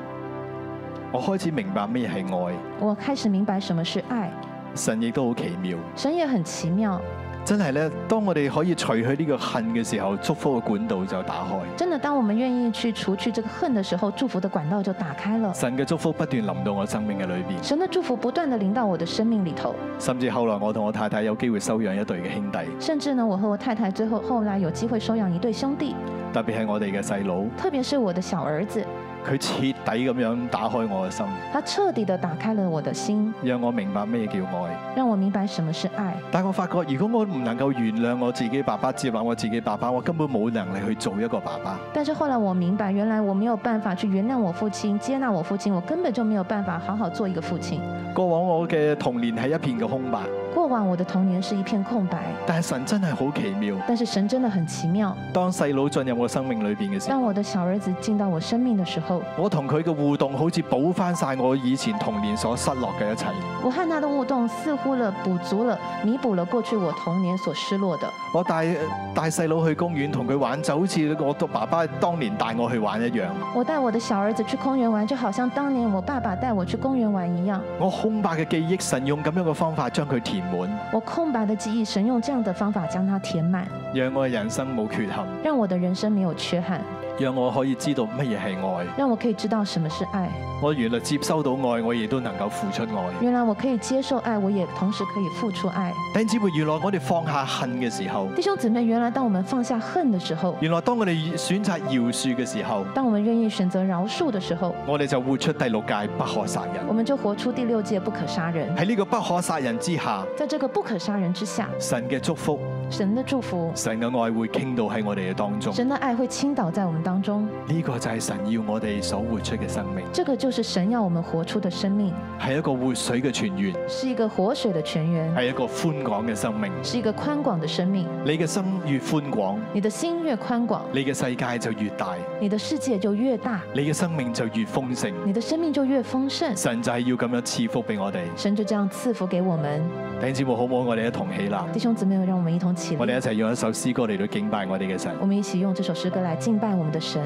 Speaker 1: 我開始明白咩係愛。
Speaker 2: 我開始明白什麼是愛。
Speaker 1: 神亦都好奇妙，
Speaker 2: 神也很奇妙，
Speaker 1: 真係咧。當我哋可以除去呢個恨嘅時候，祝福嘅管道就打開，
Speaker 2: 真的，當我們願意去除去這個恨的時候，祝福的管道就打開了。
Speaker 1: 神嘅祝福不斷臨到我生命嘅裏邊。
Speaker 2: 神的祝福不斷地臨到我的生命裡頭，
Speaker 1: 甚至後來我同我太太有機會收養一對嘅兄弟，
Speaker 2: 甚至呢，我和我太太最後後來有機會收養一對兄弟，
Speaker 1: 特別係我哋嘅細佬。
Speaker 2: 特別是我的小兒子，
Speaker 1: 佢徹底咁樣打開我嘅心，
Speaker 2: 他彻底的打开了我的心，
Speaker 1: 讓我明白咩叫愛。
Speaker 2: 让我明白什么是爱。
Speaker 1: 但我發覺，如果我唔能夠原諒我自己爸爸，接納我自己爸爸，我根本冇能力去做一個爸爸。
Speaker 2: 但是后来我明白，原来我没有办法去原谅我父亲，接纳我父亲，我根本就没有办法好好做一个父亲。
Speaker 1: 過往我嘅童年係一片嘅空白，
Speaker 2: 过往我的童年是一片空白，
Speaker 1: 但係神真係好奇妙。
Speaker 2: 但是神真的很奇妙。
Speaker 1: 當細佬進入我生命裏邊嘅時
Speaker 2: 当
Speaker 1: 候，
Speaker 2: 我的小儿子进到我生命的时候，
Speaker 1: 我同佢嘅互動好似補翻晒我以前童年所失落嘅一切。
Speaker 2: 我和他的互动似乎了补足了，弥补了过去我童年所失落的。
Speaker 1: 我帶帶細佬去公園同佢玩，就好似我爸爸當年帶我去玩一樣。
Speaker 2: 我带我的小儿子去公园玩，就好像当年我爸爸带我去公园玩一样。
Speaker 1: 我空白嘅記憶，神用咁樣嘅方法將佢填滿，
Speaker 2: 我空白的记忆，神用这样的方法将它填满，
Speaker 1: 讓我嘅人生冇缺陷。
Speaker 2: 让我的人生没有缺憾，
Speaker 1: 讓我可以知道乜嘢係愛。
Speaker 2: 让我可以知道什么是爱。
Speaker 1: 我原來接收到愛，我亦都能夠付出愛。
Speaker 2: 原来我可以接受爱，我也同时可以付出爱。
Speaker 1: 弟兄姊妹，原來我哋放下恨嘅時候，
Speaker 2: 弟兄姊妹，原来当我们放下恨的时候，
Speaker 1: 原來當我哋選擇饒恕嘅時候，
Speaker 2: 当我们愿意选择饶恕的时候，
Speaker 1: 我哋就活出第六戒不可殺人。
Speaker 2: 我们就活出第六戒不可杀人。
Speaker 1: 喺呢個不可殺人之下，
Speaker 2: 在这个不可杀人之下，
Speaker 1: 神嘅祝福、
Speaker 2: 神的祝福、
Speaker 1: 神嘅愛會傾到喺我哋嘅當中。
Speaker 2: 神的愛会倾倒在我们当中。
Speaker 1: 呢、個就係神要我哋所活出嘅生命，
Speaker 2: 这个就是神要我们活出的生命，
Speaker 1: 係一個活水嘅泉源，
Speaker 2: 是一个活水的泉源，
Speaker 1: 係一個寬廣嘅生命。
Speaker 2: 是一个宽广的生命。
Speaker 1: 你嘅心越寬廣，
Speaker 2: 你的心越宽广，
Speaker 1: 你嘅世界就越大，
Speaker 2: 你的世界就越大，
Speaker 1: 你嘅生命就越豐盛。
Speaker 2: 你的生命就越丰盛。
Speaker 1: 神就係要咁樣賜福俾我哋。
Speaker 2: 神就这样赐福给我们，
Speaker 1: 弟兄姊妹好唔好？我哋一同起立，
Speaker 2: 弟兄姊妹，让我们一同起
Speaker 1: 我哋一
Speaker 2: 立，
Speaker 1: 齊用一首詩歌嚟到敬拜我哋嘅神。
Speaker 2: 我们一起用这首诗歌来敬拜我们的神。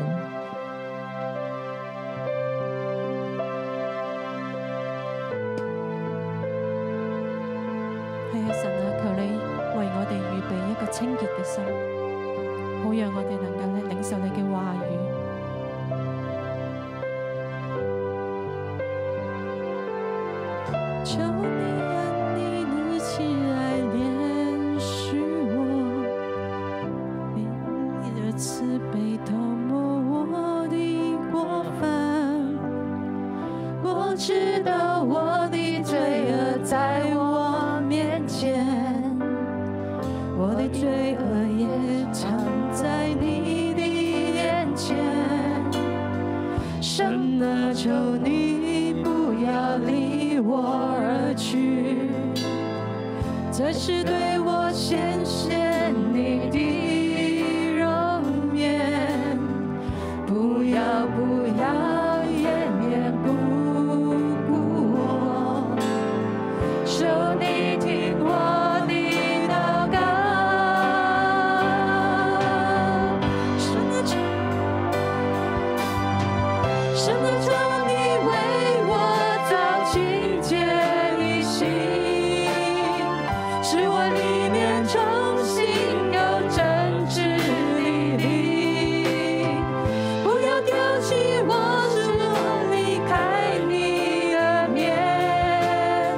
Speaker 3: 係啊，神啊，求你為我哋預備一個清潔嘅心，好讓我哋能夠咧領受你嘅話語。求你按你怒气来怜恤我，你的慈悲涂抹我的过犯。我知道我的罪恶在我面前，我的罪恶也藏在你的眼前。神啊，求你不要离我而去，这是对我显现你的容颜。不要不要，念念不顾我，求你听我的祷告。神啊，求神啊，求你为我造清洁的心，使我里面重新有真挚的灵。不要丢弃我，使我离开你的面，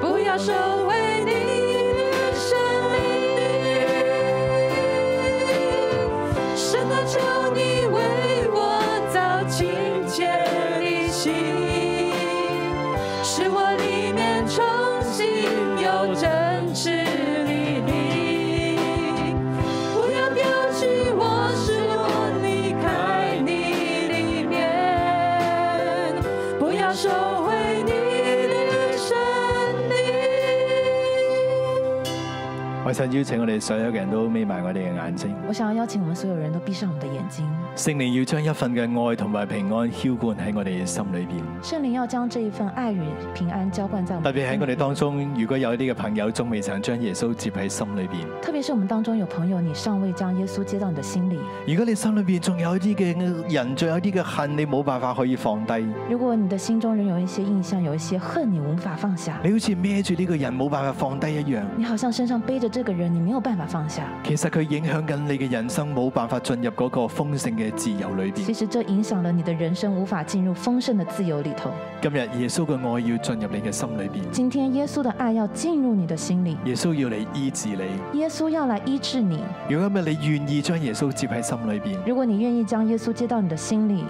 Speaker 3: 不要收回你的生命。神啊，求你为我造清洁的心，使我里面重新有真挚的灵。不要丢弃我，使我离开你的面，不要收回你的身体。
Speaker 1: 我想邀請我哋所有嘅人都眯埋我哋嘅眼睛，
Speaker 2: 我想要邀请我们所有人都闭上我们的眼睛，
Speaker 1: 聖靈要將一份嘅愛同埋平安澆灌喺我哋嘅心裏邊。
Speaker 2: 圣灵要将这一份爱与平安浇灌在我们
Speaker 1: 特
Speaker 2: 的心
Speaker 1: 別
Speaker 2: 里。
Speaker 1: 喺我哋當中，如果有啲嘅朋友仲未曾將耶穌接喺心裏邊，
Speaker 2: 特别是我们当中有朋友，你尚未将耶稣接到你的心里，
Speaker 1: 如果你心裏邊仲有一啲嘅呃人，仲有一啲嘅恨，你冇辦法可以放低，
Speaker 2: 如果你的心中仍有一些印象，有一些恨，你无法放下，
Speaker 1: 你好似孭住呢個人冇辦法放低一樣。
Speaker 2: 你好像身上背着这个人，你没有办法放下。
Speaker 1: 其實佢影響緊你嘅人生，冇辦法進入嗰個豐盛嘅自由裏邊
Speaker 2: 其。实这影响了你的人生，无法进入丰盛的自由里头。
Speaker 1: 今日耶穌嘅愛要進入你嘅心裏邊，
Speaker 2: 今天耶稣的爱要进入你的心里，
Speaker 1: 耶穌要嚟醫治你。
Speaker 2: 耶稣要来医治你。
Speaker 1: 如果今日你願意將耶穌接喺心裏邊，
Speaker 2: 如果你愿意将耶稣接到你的心里，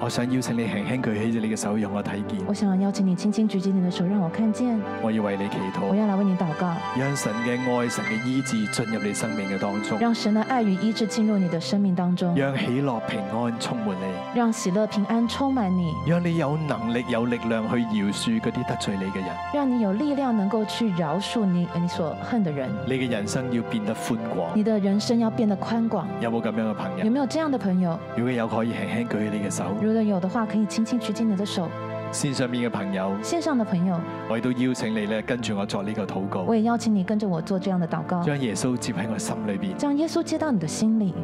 Speaker 1: 我想邀請你輕輕舉起你嘅手，讓我睇見。
Speaker 2: 我想邀请你轻轻举起你的手，让我看见，
Speaker 1: 我要為你祈
Speaker 2: 我
Speaker 1: 禱，
Speaker 2: 要来为你祷告，
Speaker 1: 讓神嘅愛、神嘅醫治進入你生命嘅當中，
Speaker 2: 让神的爱与医治进入你的生命当中，
Speaker 1: 讓喜樂、平安充滿你，
Speaker 2: 让喜乐平安充满你，
Speaker 1: 讓你有能力、有力量去饒恕嗰啲得罪你嘅人。
Speaker 2: 让你有力量能够去饶恕你呃你所恨的人。
Speaker 1: 你嘅人生要變得寬廣
Speaker 2: 你。的人生要变得宽广。
Speaker 1: 有冇咁樣嘅朋
Speaker 2: 有
Speaker 1: 友？
Speaker 2: 没有这样的朋友？
Speaker 1: 如果有，可以輕輕舉起你嘅手。
Speaker 2: 如果有的话，可以轻轻举起你的手。
Speaker 1: 線上面嘅朋友，
Speaker 2: 线上的朋友，
Speaker 1: 我亦都邀請你咧，跟住我作呢個禱告
Speaker 2: 我，也邀请你跟着我做这样的祷告，
Speaker 1: 將耶穌接喺我心裏邊，
Speaker 2: 将耶穌接到你的心里，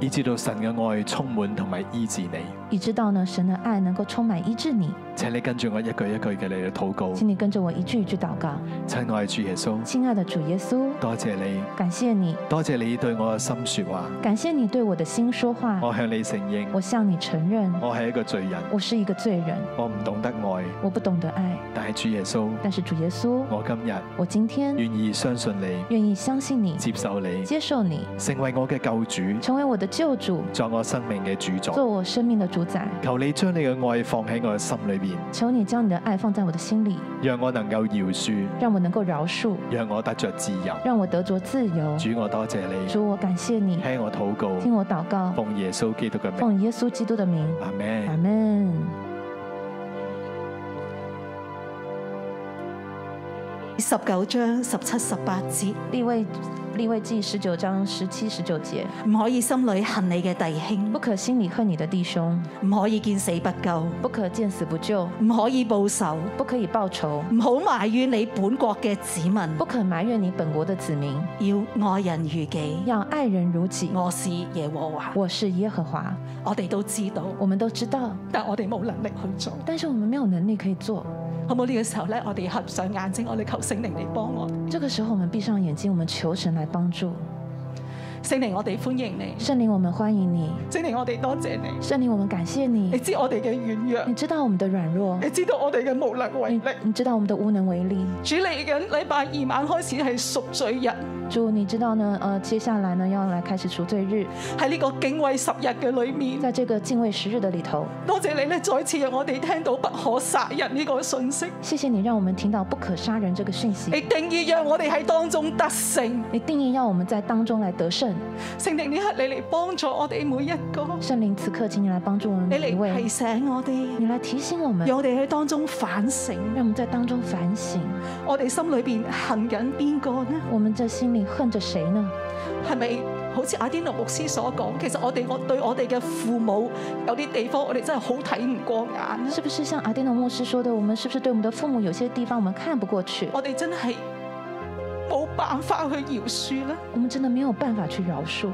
Speaker 1: 以至到神嘅愛充滿同埋醫治你。
Speaker 2: 以知道呢神的爱能够充满医治你。
Speaker 1: 請你跟住我一句一句嘅嚟到禱告。
Speaker 2: 请你跟着我一句一句祷告。
Speaker 1: 親愛嘅主耶穌，
Speaker 2: 亲爱的主耶稣，
Speaker 1: 多謝你，
Speaker 2: 感谢你，
Speaker 1: 多謝你對我嘅心説話。
Speaker 2: 感谢你对我的心说话。
Speaker 1: 我向你承認，
Speaker 2: 我向你承认，
Speaker 1: 我係一個罪人，
Speaker 2: 我是一个罪人，
Speaker 1: 我唔懂得愛。
Speaker 2: 我不懂得爱。
Speaker 1: 但係主耶穌，
Speaker 2: 但是主耶稣，
Speaker 1: 我今日
Speaker 2: 我今天
Speaker 1: 願哦意相信你，
Speaker 2: 愿意相信你，
Speaker 1: 接受你，
Speaker 2: 接受你，
Speaker 1: 成為我嘅救主，
Speaker 2: 成为我的救主，
Speaker 1: 作我生命嘅主宰
Speaker 2: 做。我生命的主宰。
Speaker 1: 求你將你嘅愛放喺我嘅心裏邊，
Speaker 2: 求你将你的爱放在我的心里，
Speaker 1: 讓我能夠饒恕，
Speaker 2: 让我能够饶恕，
Speaker 1: 讓我得着自由。
Speaker 2: 让我得着自由。
Speaker 1: 主，我多謝你，
Speaker 2: 主，我感谢你，
Speaker 1: 聽我禱
Speaker 2: 听
Speaker 1: 告，
Speaker 2: 我祷告，
Speaker 1: 奉耶穌基督嘅名，
Speaker 2: 奉耶稣基督的名，
Speaker 1: 阿
Speaker 2: 阿
Speaker 1: 咩？
Speaker 2: 门。
Speaker 3: 十九章十七、十八節，
Speaker 2: 立位立位记十九章十七、十九节，
Speaker 3: 唔可以心裏恨你嘅弟
Speaker 2: 不
Speaker 3: 兄，
Speaker 2: 可心里恨你的弟兄，
Speaker 3: 唔可以見死不救，
Speaker 2: 不可见死不救，
Speaker 3: 唔可以報仇，
Speaker 2: 不可以报仇，
Speaker 3: 唔好埋怨你本國嘅子民，
Speaker 2: 不可埋怨你本国的子民，
Speaker 3: 要愛人如己。
Speaker 2: 要爱人如己。
Speaker 3: 我是耶和華，
Speaker 2: 我是耶和华，
Speaker 3: 我哋都知道，
Speaker 2: 我们都知道，
Speaker 3: 但我哋冇能力去做。
Speaker 2: 但是我们没有能力可以做。
Speaker 3: 好冇呢個時候咧，我哋合上眼睛，我哋求聖靈嚟幫我。
Speaker 2: 这个时候，我们闭上眼睛，我们求神来帮助。
Speaker 3: 聖靈，我哋歡迎你。
Speaker 2: 圣灵，我们欢迎你。
Speaker 3: 聖靈，我哋多謝你。
Speaker 2: 圣灵，我们感谢
Speaker 3: 你
Speaker 2: 你。
Speaker 3: 知我哋嘅軟弱
Speaker 2: 你，知道我们的软弱，
Speaker 3: 你知道我哋嘅無能為
Speaker 2: 你
Speaker 3: 力。
Speaker 2: 你知道我们的无能为力。
Speaker 3: 主嚟緊禮拜二晚開始係贖罪日，
Speaker 2: 主，你知道呢？呃，接下来呢要来开始赎罪日，
Speaker 3: 喺呢個敬畏十日嘅裏面。
Speaker 2: 在这个敬畏十日的里头，
Speaker 3: 多謝你咧，再次讓我哋聽到不可殺人呢個信息。
Speaker 2: 谢谢你让我们聽到不可杀人这个讯息
Speaker 3: 你。定義讓我哋喺當中得勝。
Speaker 2: 你定义要我们在当中来得胜。
Speaker 3: 聖靈呢刻你嚟幫助我哋每一個，
Speaker 2: 圣灵此刻，请你来帮助我们
Speaker 3: 你
Speaker 2: 每一
Speaker 3: 嚟提
Speaker 2: 位，
Speaker 3: 醒我哋，
Speaker 2: 你来提醒我们，
Speaker 3: 讓
Speaker 2: 让
Speaker 3: 我哋喺當中反省，
Speaker 2: 我们在当中反省，
Speaker 3: 我哋心裏邊恨緊邊個呢？
Speaker 2: 我们在心里恨着谁呢？
Speaker 3: 係咪好似阿天奴牧師所講？其實我哋我對我哋嘅父母有啲地方，我哋真係好睇唔過眼
Speaker 2: 是不是像阿丁诺牧师说的，我们是不是对我们的父母有些地方我们看不过去，
Speaker 3: 我哋真係冇辦法去饒恕呢？
Speaker 2: 我们真的没有辦法去饒恕，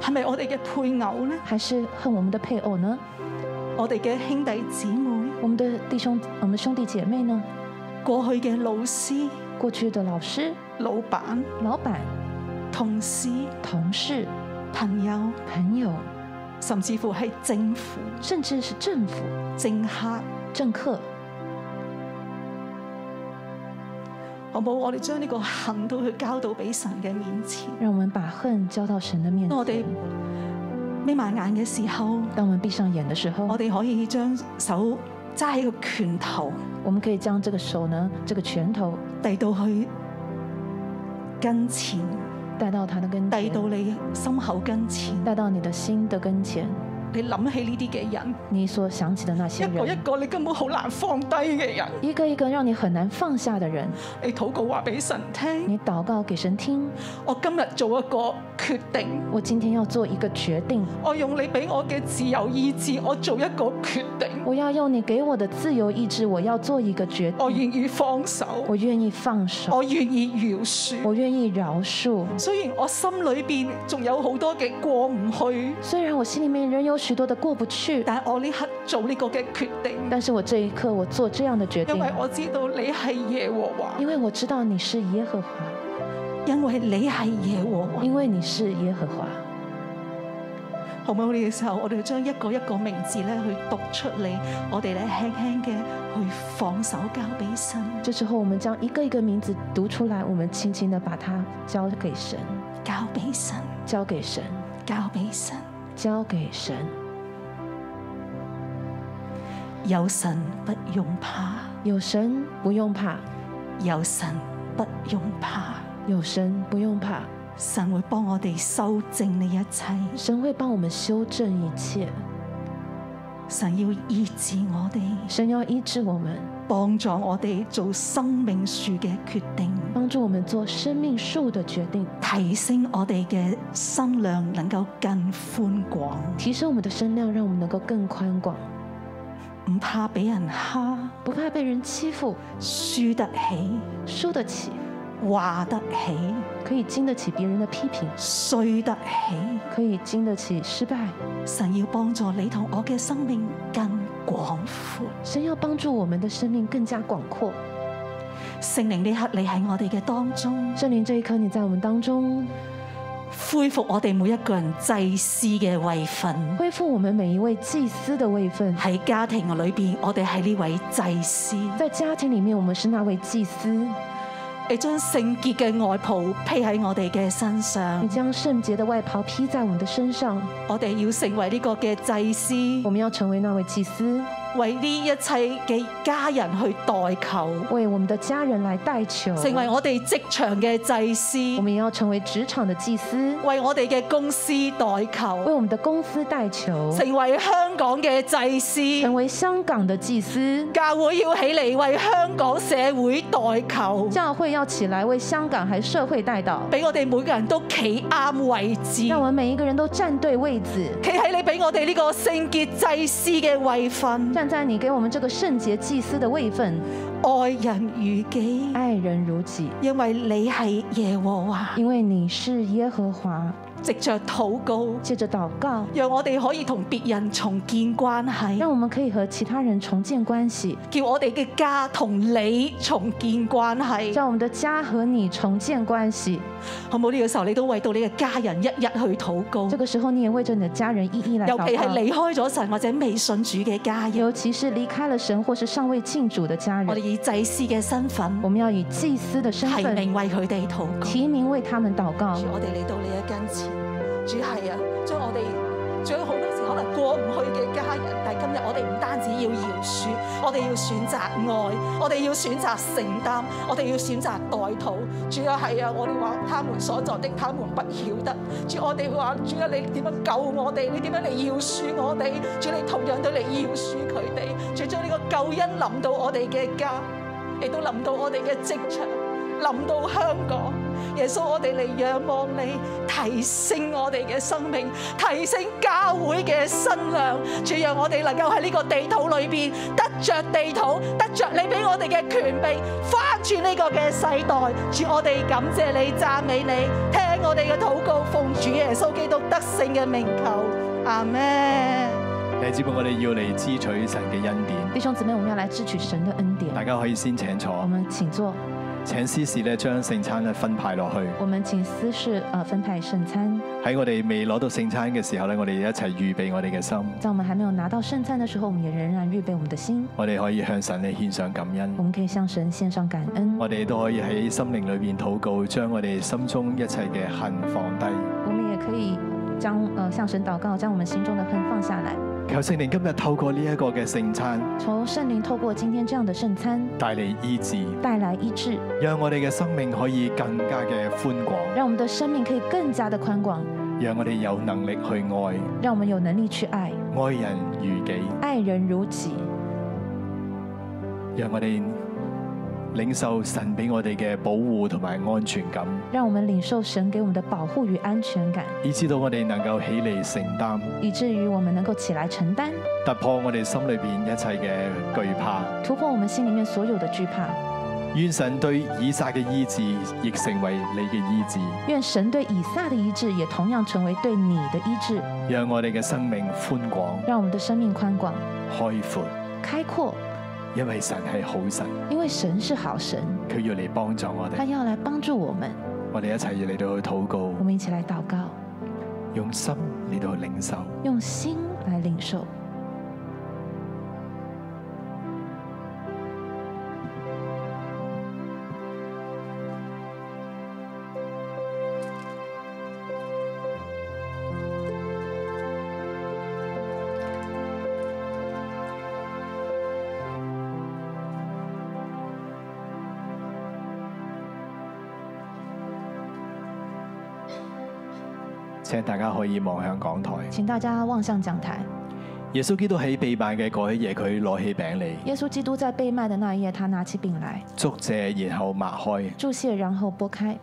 Speaker 3: 係咪我哋嘅配偶呢？
Speaker 2: 还是恨我们的配偶呢？
Speaker 3: 我哋嘅兄弟姊妹？
Speaker 2: 我们的弟兄、呃我们兄弟姐妹呢？
Speaker 3: 過去嘅老師、
Speaker 2: 过去的老师、
Speaker 3: 老闆、
Speaker 2: 老板、
Speaker 3: 同事、
Speaker 2: 同事、
Speaker 3: 朋友，
Speaker 2: 朋友，
Speaker 3: 甚至乎係政府、
Speaker 2: 甚至是政府、
Speaker 3: 政客，
Speaker 2: 政客，
Speaker 3: 好冇？我哋將呢個恨都去交到俾神嘅面前。
Speaker 2: 让我们把恨交到神的面
Speaker 3: 當我哋
Speaker 2: 前。
Speaker 3: 眯埋眼嘅時候，
Speaker 2: 当我们闭上眼的时候
Speaker 3: 我，哋可以將手揸喺個拳頭，
Speaker 2: 我们可以将这个手呢，这个拳头
Speaker 3: 遞到去跟前，
Speaker 2: 带到他的跟
Speaker 3: 遞到
Speaker 2: 前，
Speaker 3: 你心口跟前。
Speaker 2: 带到你的心的跟前。
Speaker 3: 你諗起呢啲嘅人，
Speaker 2: 你所想起的那些
Speaker 3: 一個一
Speaker 2: 人，
Speaker 3: 個你根本好難放低嘅人，
Speaker 2: 一个一個让你很难放下的人，
Speaker 3: 你禱告話俾神聽：
Speaker 2: 你祷告给神听。
Speaker 3: 我今日做一個決定。
Speaker 2: 我今天要做一个决定，
Speaker 3: 我用你俾我嘅自由意志，我做一個決定，
Speaker 2: 我要用你给我的自由意志，我要做一个决
Speaker 3: 我
Speaker 2: 定。
Speaker 3: 願意放手，
Speaker 2: 我愿意放手，
Speaker 3: 我願意饒恕。
Speaker 2: 我愿意饶恕。
Speaker 3: 雖然我心裏邊仲有好多嘅過唔去，
Speaker 2: 虽然我心里面仍有许多的过不去，
Speaker 3: 但我呢刻做呢個嘅決定，
Speaker 2: 但是我这一刻我做这样的决定
Speaker 3: 因，為我知道你係耶和華，
Speaker 2: 因为我知道你是耶和华，
Speaker 3: 因為你係耶和華。
Speaker 2: 因为你是耶和华。
Speaker 3: 好唔好？呢嘅時候，我哋將一個一個名字咧去讀出嚟，我哋咧輕輕嘅去放手交俾神。
Speaker 2: 这时候，我们将一个一个名字读出来，我们轻轻的把它交给神，
Speaker 3: 交俾神，
Speaker 2: 交给神，
Speaker 3: 交俾神。
Speaker 2: 交给神。
Speaker 3: 有神不用怕，
Speaker 2: 有神不用怕，
Speaker 3: 有神不用怕，
Speaker 2: 有神不用怕，
Speaker 3: 神會幫我哋修正呢一切，
Speaker 2: 神会帮我们修正一切，
Speaker 3: 神要醫治我哋，
Speaker 2: 神要医治我们，
Speaker 3: 幫助我哋做生命樹嘅決定，
Speaker 2: 帮助我们做生命树的决定，
Speaker 3: 提升我哋嘅身量能夠更寬廣，
Speaker 2: 提升我们的声量，让我们能够更宽广，
Speaker 3: 唔怕俾人蝦，
Speaker 2: 不怕被人欺负，
Speaker 3: 輸得起，
Speaker 2: 输得起，
Speaker 3: 話得起，
Speaker 2: 可以经得起别人的批评，
Speaker 3: 衰得起。
Speaker 2: 可以经得起失败。
Speaker 3: 神要幫助你同我嘅生命更廣闊。
Speaker 2: 神要帮助我们的生命更加广阔。
Speaker 3: 聖靈呢刻你喺我哋嘅當中，
Speaker 2: 圣灵这一刻，你在我们当中
Speaker 3: 恢復我哋每一個人祭司嘅位份。
Speaker 2: 恢复我们每一位祭司的位分。
Speaker 3: 喺家庭裏边，我哋係呢位祭司。
Speaker 2: 在家庭里面，我们是那位祭司，
Speaker 3: 你將聖潔嘅外袍披喺我哋嘅身
Speaker 2: 你
Speaker 3: 上，
Speaker 2: 将圣洁的外袍披在我们的身上，
Speaker 3: 我哋要成為呢個嘅祭司，
Speaker 2: 我们要成为那位祭司，
Speaker 3: 為呢一切嘅家人去代求，
Speaker 2: 为我们的家人来代求，
Speaker 3: 成為我哋職場嘅祭司，
Speaker 2: 我们也要成为职场的祭司，
Speaker 3: 為我哋嘅公司代
Speaker 2: 为
Speaker 3: 求，
Speaker 2: 我们的公司代求，
Speaker 3: 成為香港嘅祭司
Speaker 2: 成。为香港的祭司。
Speaker 3: 教會要起嚟為香港社會代求，
Speaker 2: 教会要起来为香港还社会代祷，
Speaker 3: 俾我哋每個人都企啱位置，
Speaker 2: 让我们每一个人都站对位置，
Speaker 3: 企喺你俾我哋呢個聖潔祭司嘅位份，
Speaker 2: 站在你给我们这个圣洁祭司的位分，
Speaker 3: 愛人如己，
Speaker 2: 爱人如己，
Speaker 3: 因為你係耶和華。
Speaker 2: 因为你是耶和华。
Speaker 3: 藉着禱告，
Speaker 2: 借着祷告，
Speaker 3: 讓我哋可以同別人重建關係
Speaker 2: 让，我们可以和其他人重建关系，
Speaker 3: 叫我哋嘅家同你重建關係，
Speaker 2: 让我们的家和你重建关系。
Speaker 3: 好冇？呢、個時候你都為到你嘅家人一一去禱告，
Speaker 2: 这个时候，你也为着你的家人一一来
Speaker 3: 尤
Speaker 2: 祷
Speaker 3: 其係
Speaker 2: 告，
Speaker 3: 離開咗神或者未信主嘅家人，
Speaker 2: 尤其是离开了神或是尚未信主的家
Speaker 3: 我哋
Speaker 2: 人，
Speaker 3: 以祭司嘅身份
Speaker 2: 我。们要以祭司的身
Speaker 3: 提
Speaker 2: 份
Speaker 3: 名為佢哋禱告。
Speaker 2: 提名为他们祷告
Speaker 3: 主，。我哋嚟到你嘅跟前，主係啊，將我哋將好多時可能過唔去嘅家人，但係今日我哋唔單止要饒恕，我哋要選擇愛，我哋要選擇承擔，我哋要選擇代禱。主啊，係啊，我哋話他們所作的，他們不曉得。主，我哋話主啊，你點樣救我哋？你點樣嚟饒恕我哋？主，你同樣都嚟饒恕佢哋。主將呢個救恩臨到我哋嘅家，亦都臨到我哋嘅職場。臨到香港。耶穌，我哋嚟仰望你，提升我哋嘅生命，提升教會嘅身量。主，讓我哋能夠喺呢個地土裏邊得着地土，得着你俾我哋嘅權柄，翻轉呢個嘅世代。主，我哋感謝你，讚美你，聽我哋嘅禱告，奉主耶穌基督得勝嘅名求，阿門。
Speaker 1: 弟兄姊妹，我哋要嚟支取神嘅恩典。
Speaker 2: 弟兄姊妹，我们要来支取神的恩典。
Speaker 1: 大家可以先請
Speaker 2: 我
Speaker 1: 坐，
Speaker 2: 们请坐，
Speaker 1: 請司事咧將聖餐咧分派落去。
Speaker 2: 我们请司事呃分派圣餐。
Speaker 1: 喺我哋未攞到聖餐嘅時候咧，我哋一齊預備我哋嘅心，
Speaker 2: 在我们还没有拿到圣餐的时候，我们也仍然预备我们的心，
Speaker 1: 我哋可以向神咧獻上感恩
Speaker 2: 我。们可以向神献上感恩。
Speaker 1: 我哋都可以喺心靈裏邊禱告，將我哋心中一切嘅恨放低。
Speaker 2: 我们也可以将呃向神祷告，将我们心中的恨放下来，
Speaker 1: 求聖靈今日透過呢一個嘅聖餐
Speaker 2: 求圣灵透过今天这样的圣餐
Speaker 1: 帶嚟醫治，
Speaker 2: 带来医治，
Speaker 1: 讓我哋嘅生命可以更加嘅寬廣，
Speaker 2: 让我们的生命可以更加的宽广，
Speaker 1: 讓我哋有能力去愛，
Speaker 2: 让我们有能力去爱，
Speaker 1: 愛人如己，
Speaker 2: 爱人如己，
Speaker 1: 讓我哋領受神俾我哋嘅保護同埋安全感，
Speaker 2: 让我们领受神给我们的保护与安全感，
Speaker 1: 以至到我哋能夠起嚟承擔，
Speaker 2: 以至于我们能够起来承担，
Speaker 1: 突破我哋心裏邊一切嘅懼怕。
Speaker 2: 突破我们心里面所有的惧怕。
Speaker 1: 願神對以撒嘅醫治，亦成為你嘅醫治。
Speaker 2: 愿神对以撒的医治，也同样成为对你的医治，
Speaker 1: 让我哋嘅生命宽广
Speaker 2: 让我们的生命宽广、
Speaker 1: 开阔，
Speaker 2: 开阔，
Speaker 1: 因为神系好神，
Speaker 2: 因为神是好神，
Speaker 1: 佢要嚟帮助我
Speaker 2: 他
Speaker 1: 哋。
Speaker 2: 要来帮助我们。
Speaker 1: 我哋一齐嚟到去祷告
Speaker 2: 我，们一起来祷告，
Speaker 1: 用心嚟到领受。
Speaker 2: 用心来领受。
Speaker 1: 請大家可以望向講台。
Speaker 2: 请大家望向讲台。
Speaker 1: 耶穌基督喺被賣嘅嗰一夜，佢攞起餅嚟，
Speaker 2: 耶稣基督在被卖的那一夜，他拿起饼来，
Speaker 1: 祝謝，然後擘開。
Speaker 2: 注谢，然后拨开。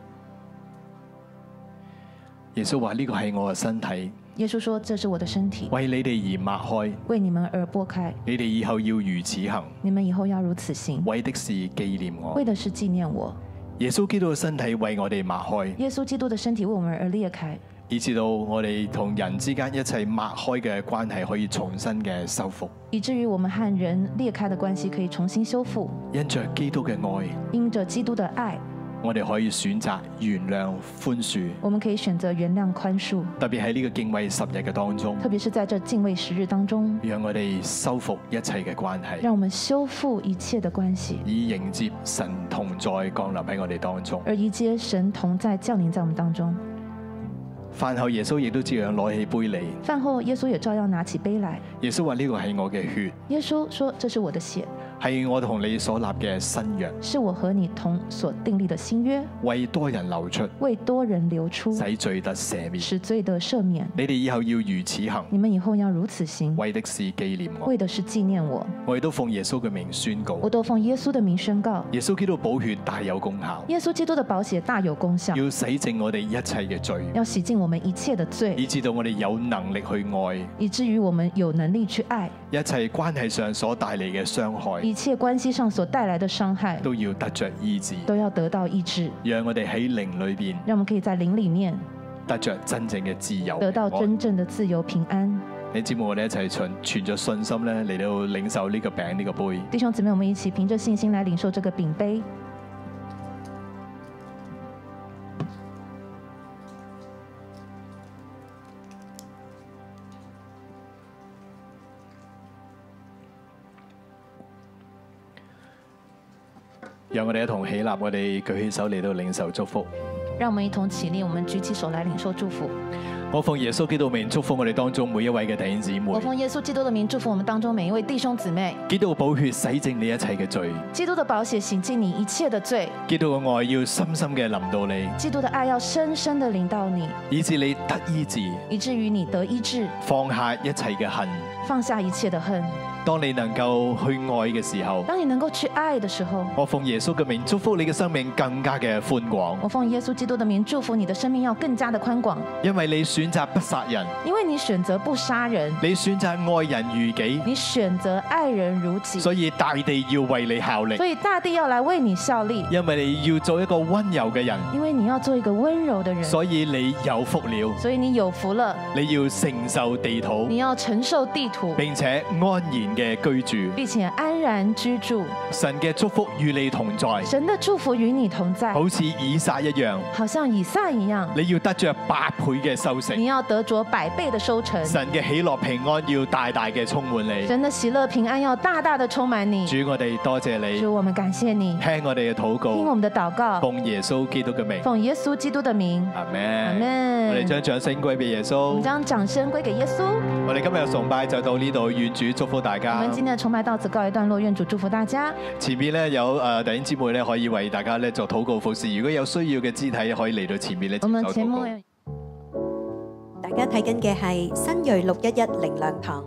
Speaker 1: 耶穌話：呢個係我嘅身體，
Speaker 2: 耶稣说：“这是我的身体，
Speaker 1: 為你哋而擘開。
Speaker 2: 为你们而拨开。
Speaker 1: 你哋以後要如此行，
Speaker 2: 你们以后要如此行，
Speaker 1: 為的是紀念我
Speaker 2: 为。的是纪念我。
Speaker 1: 耶穌基督嘅身體為我哋擘開。
Speaker 2: 耶稣基督的身体为我们而裂开，
Speaker 1: 以至到我哋同人之間一齊擘開嘅關係可以重新嘅修復，
Speaker 2: 以至于我们和人裂开的关系可以重新修复。
Speaker 1: 因着基督嘅愛，
Speaker 2: 因着基督的爱，
Speaker 1: 我哋可以選擇原諒、寬恕。
Speaker 2: 我們可以選擇原諒、寬恕，
Speaker 1: 特別喺呢個敬畏十日嘅當中，
Speaker 2: 特別是在这敬畏十日當中，
Speaker 1: 讓我哋修復一切嘅關係，
Speaker 2: 让我们修复一切的關係，
Speaker 1: 以迎接神同在降臨喺我哋當中。
Speaker 2: 而迎接神同在降臨在我們當中。
Speaker 1: 飯後耶穌亦都照樣攞起杯嚟，
Speaker 2: 飯後，耶穌也照樣拿起杯來。
Speaker 1: 耶穌話：呢個係我嘅血，
Speaker 2: 耶穌說：“這是我的血，
Speaker 1: 係我同你所立嘅新約，
Speaker 2: 是我和你同所訂立的新約，
Speaker 1: 為多人流出，
Speaker 2: 為多人流出，
Speaker 1: 使罪得赦免。
Speaker 2: 使罪的赦免。
Speaker 1: 你哋以後要如此行，
Speaker 2: 你們以後要如此行，
Speaker 1: 為的是紀念我。
Speaker 2: 為的是紀念我。
Speaker 1: 我哋都奉耶穌嘅名宣告，
Speaker 2: 我都奉耶穌的名宣告，
Speaker 1: 耶穌基督寶血大有功效，
Speaker 2: 耶穌基督的寶血大有功效，
Speaker 1: 要洗淨我哋一切嘅罪，
Speaker 2: 要洗淨我們一切的
Speaker 1: 以
Speaker 2: 罪，
Speaker 1: 至到我哋有能力去愛
Speaker 2: 以至於我們有能力去愛。”
Speaker 1: 一切關係上所帶嚟嘅傷害，
Speaker 2: 一切關係上所帶來的傷害
Speaker 1: 都要得着醫治，
Speaker 2: 都要得到醫治，
Speaker 1: 讓我哋喺靈裏邊
Speaker 2: 讓我們可以在靈裡面
Speaker 1: 得着真正嘅自由。
Speaker 2: 得到
Speaker 1: 平安
Speaker 2: 真正的自由平安。
Speaker 1: 你知唔知我哋一齊存存着信心咧嚟到領受呢個餅呢個杯。
Speaker 2: 弟兄姊妹，我們一起憑着信心來領受這個餅杯。
Speaker 1: 讓我哋一同起立，我哋舉起手嚟到領受祝福。
Speaker 2: 讓我們一同起立，我們舉起手來領受祝福。
Speaker 1: 我奉耶穌基督名祝福我哋當中每一位嘅弟兄姊妹
Speaker 2: 我。奉耶穌基督的名祝福我們當中每一位弟兄姊妹。
Speaker 1: 基督嘅寶血洗淨你一切嘅罪，
Speaker 2: 基督的寶血洗淨你一切的罪，
Speaker 1: 基督嘅愛要深深嘅臨到你。
Speaker 2: 基督的愛要深深的領到你，
Speaker 1: 以致你得醫治，
Speaker 2: 以至於你得醫治，
Speaker 1: 放下一切嘅恨。
Speaker 2: 放下一切的恨。
Speaker 1: 當你能夠去愛嘅時候，
Speaker 2: 當你能夠去愛的時候，
Speaker 1: 我奉耶穌嘅名祝福你嘅生命更加嘅寬廣，
Speaker 2: 我奉耶穌基督的名祝福你的生命要更加的寬廣，
Speaker 1: 因為你選擇不殺人，
Speaker 2: 因為你選擇不殺人。
Speaker 1: 你選擇愛人如己，
Speaker 2: 你選擇愛人如己，
Speaker 1: 所以大地要為你效力
Speaker 2: 所，以大地要來為你效力，
Speaker 1: 因為你要做一個温柔嘅人，
Speaker 2: 因為你要做一個溫柔的人，
Speaker 1: 所以你有福了，
Speaker 2: 所以你有福了，
Speaker 1: 你要承受地
Speaker 2: 你
Speaker 1: 土，
Speaker 2: 要承受地土，
Speaker 1: 並且安然嘅居住。
Speaker 2: 並且安然居住。
Speaker 1: 神嘅祝福與你同在，
Speaker 2: 神的祝福與你同在，
Speaker 1: 好似以撒一樣，
Speaker 2: 好像以撒一樣，
Speaker 1: 你要得着百倍嘅收成
Speaker 2: 你。要得着百倍的收成。
Speaker 1: 神嘅喜樂平安要大大嘅充滿你。
Speaker 2: 神的喜樂平安要大大的充滿你。
Speaker 1: 主，我哋多謝你，
Speaker 2: 主，我們感謝你，
Speaker 1: 聽我哋嘅禱
Speaker 2: 聽我
Speaker 1: 告，
Speaker 2: 們的禱告，
Speaker 1: 奉耶穌基督嘅名，
Speaker 2: 奉耶穌基督的名，
Speaker 1: 阿
Speaker 2: 阿
Speaker 1: 門。我哋
Speaker 2: 門。
Speaker 1: 將掌聲歸俾耶
Speaker 2: 我們
Speaker 1: 穌。
Speaker 2: 將掌聲歸給耶穌。
Speaker 1: 我哋今日嘅崇拜就到呢度，願主祝福大
Speaker 2: 我
Speaker 1: 家
Speaker 2: 們。今天的崇拜到此告一段落，願主祝福大家。
Speaker 1: 前面咧有誒弟兄姊妹咧可以為大家咧做禱告服侍，如果有需要嘅肢體可以嚟到前面咧接受
Speaker 2: 我們節
Speaker 1: 禱告
Speaker 2: 目。有。
Speaker 4: 大家睇緊嘅係新锐六一一靈糧堂。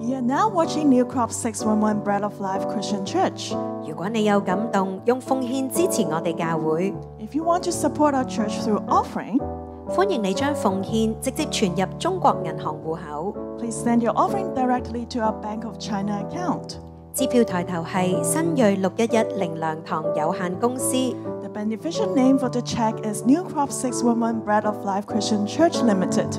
Speaker 5: You are now watching New Crop 611 Bread of Life Christian Church.
Speaker 4: 如果你有感動，用奉獻支持我哋教會，
Speaker 5: If you want to support our church through offering,
Speaker 4: 歡迎你將奉獻直接存入中國銀行户口。
Speaker 5: please send your offering directly to our Bank of China account.
Speaker 4: 支票抬頭係新锐六一一靈糧堂有限公司。
Speaker 5: The beneficial name for the check is New Crop 611 Bread of Life Christian Church Limited.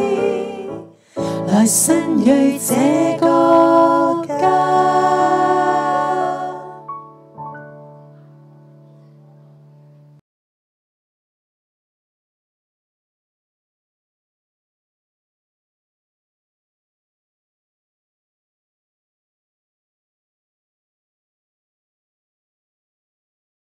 Speaker 6: 來信睿這個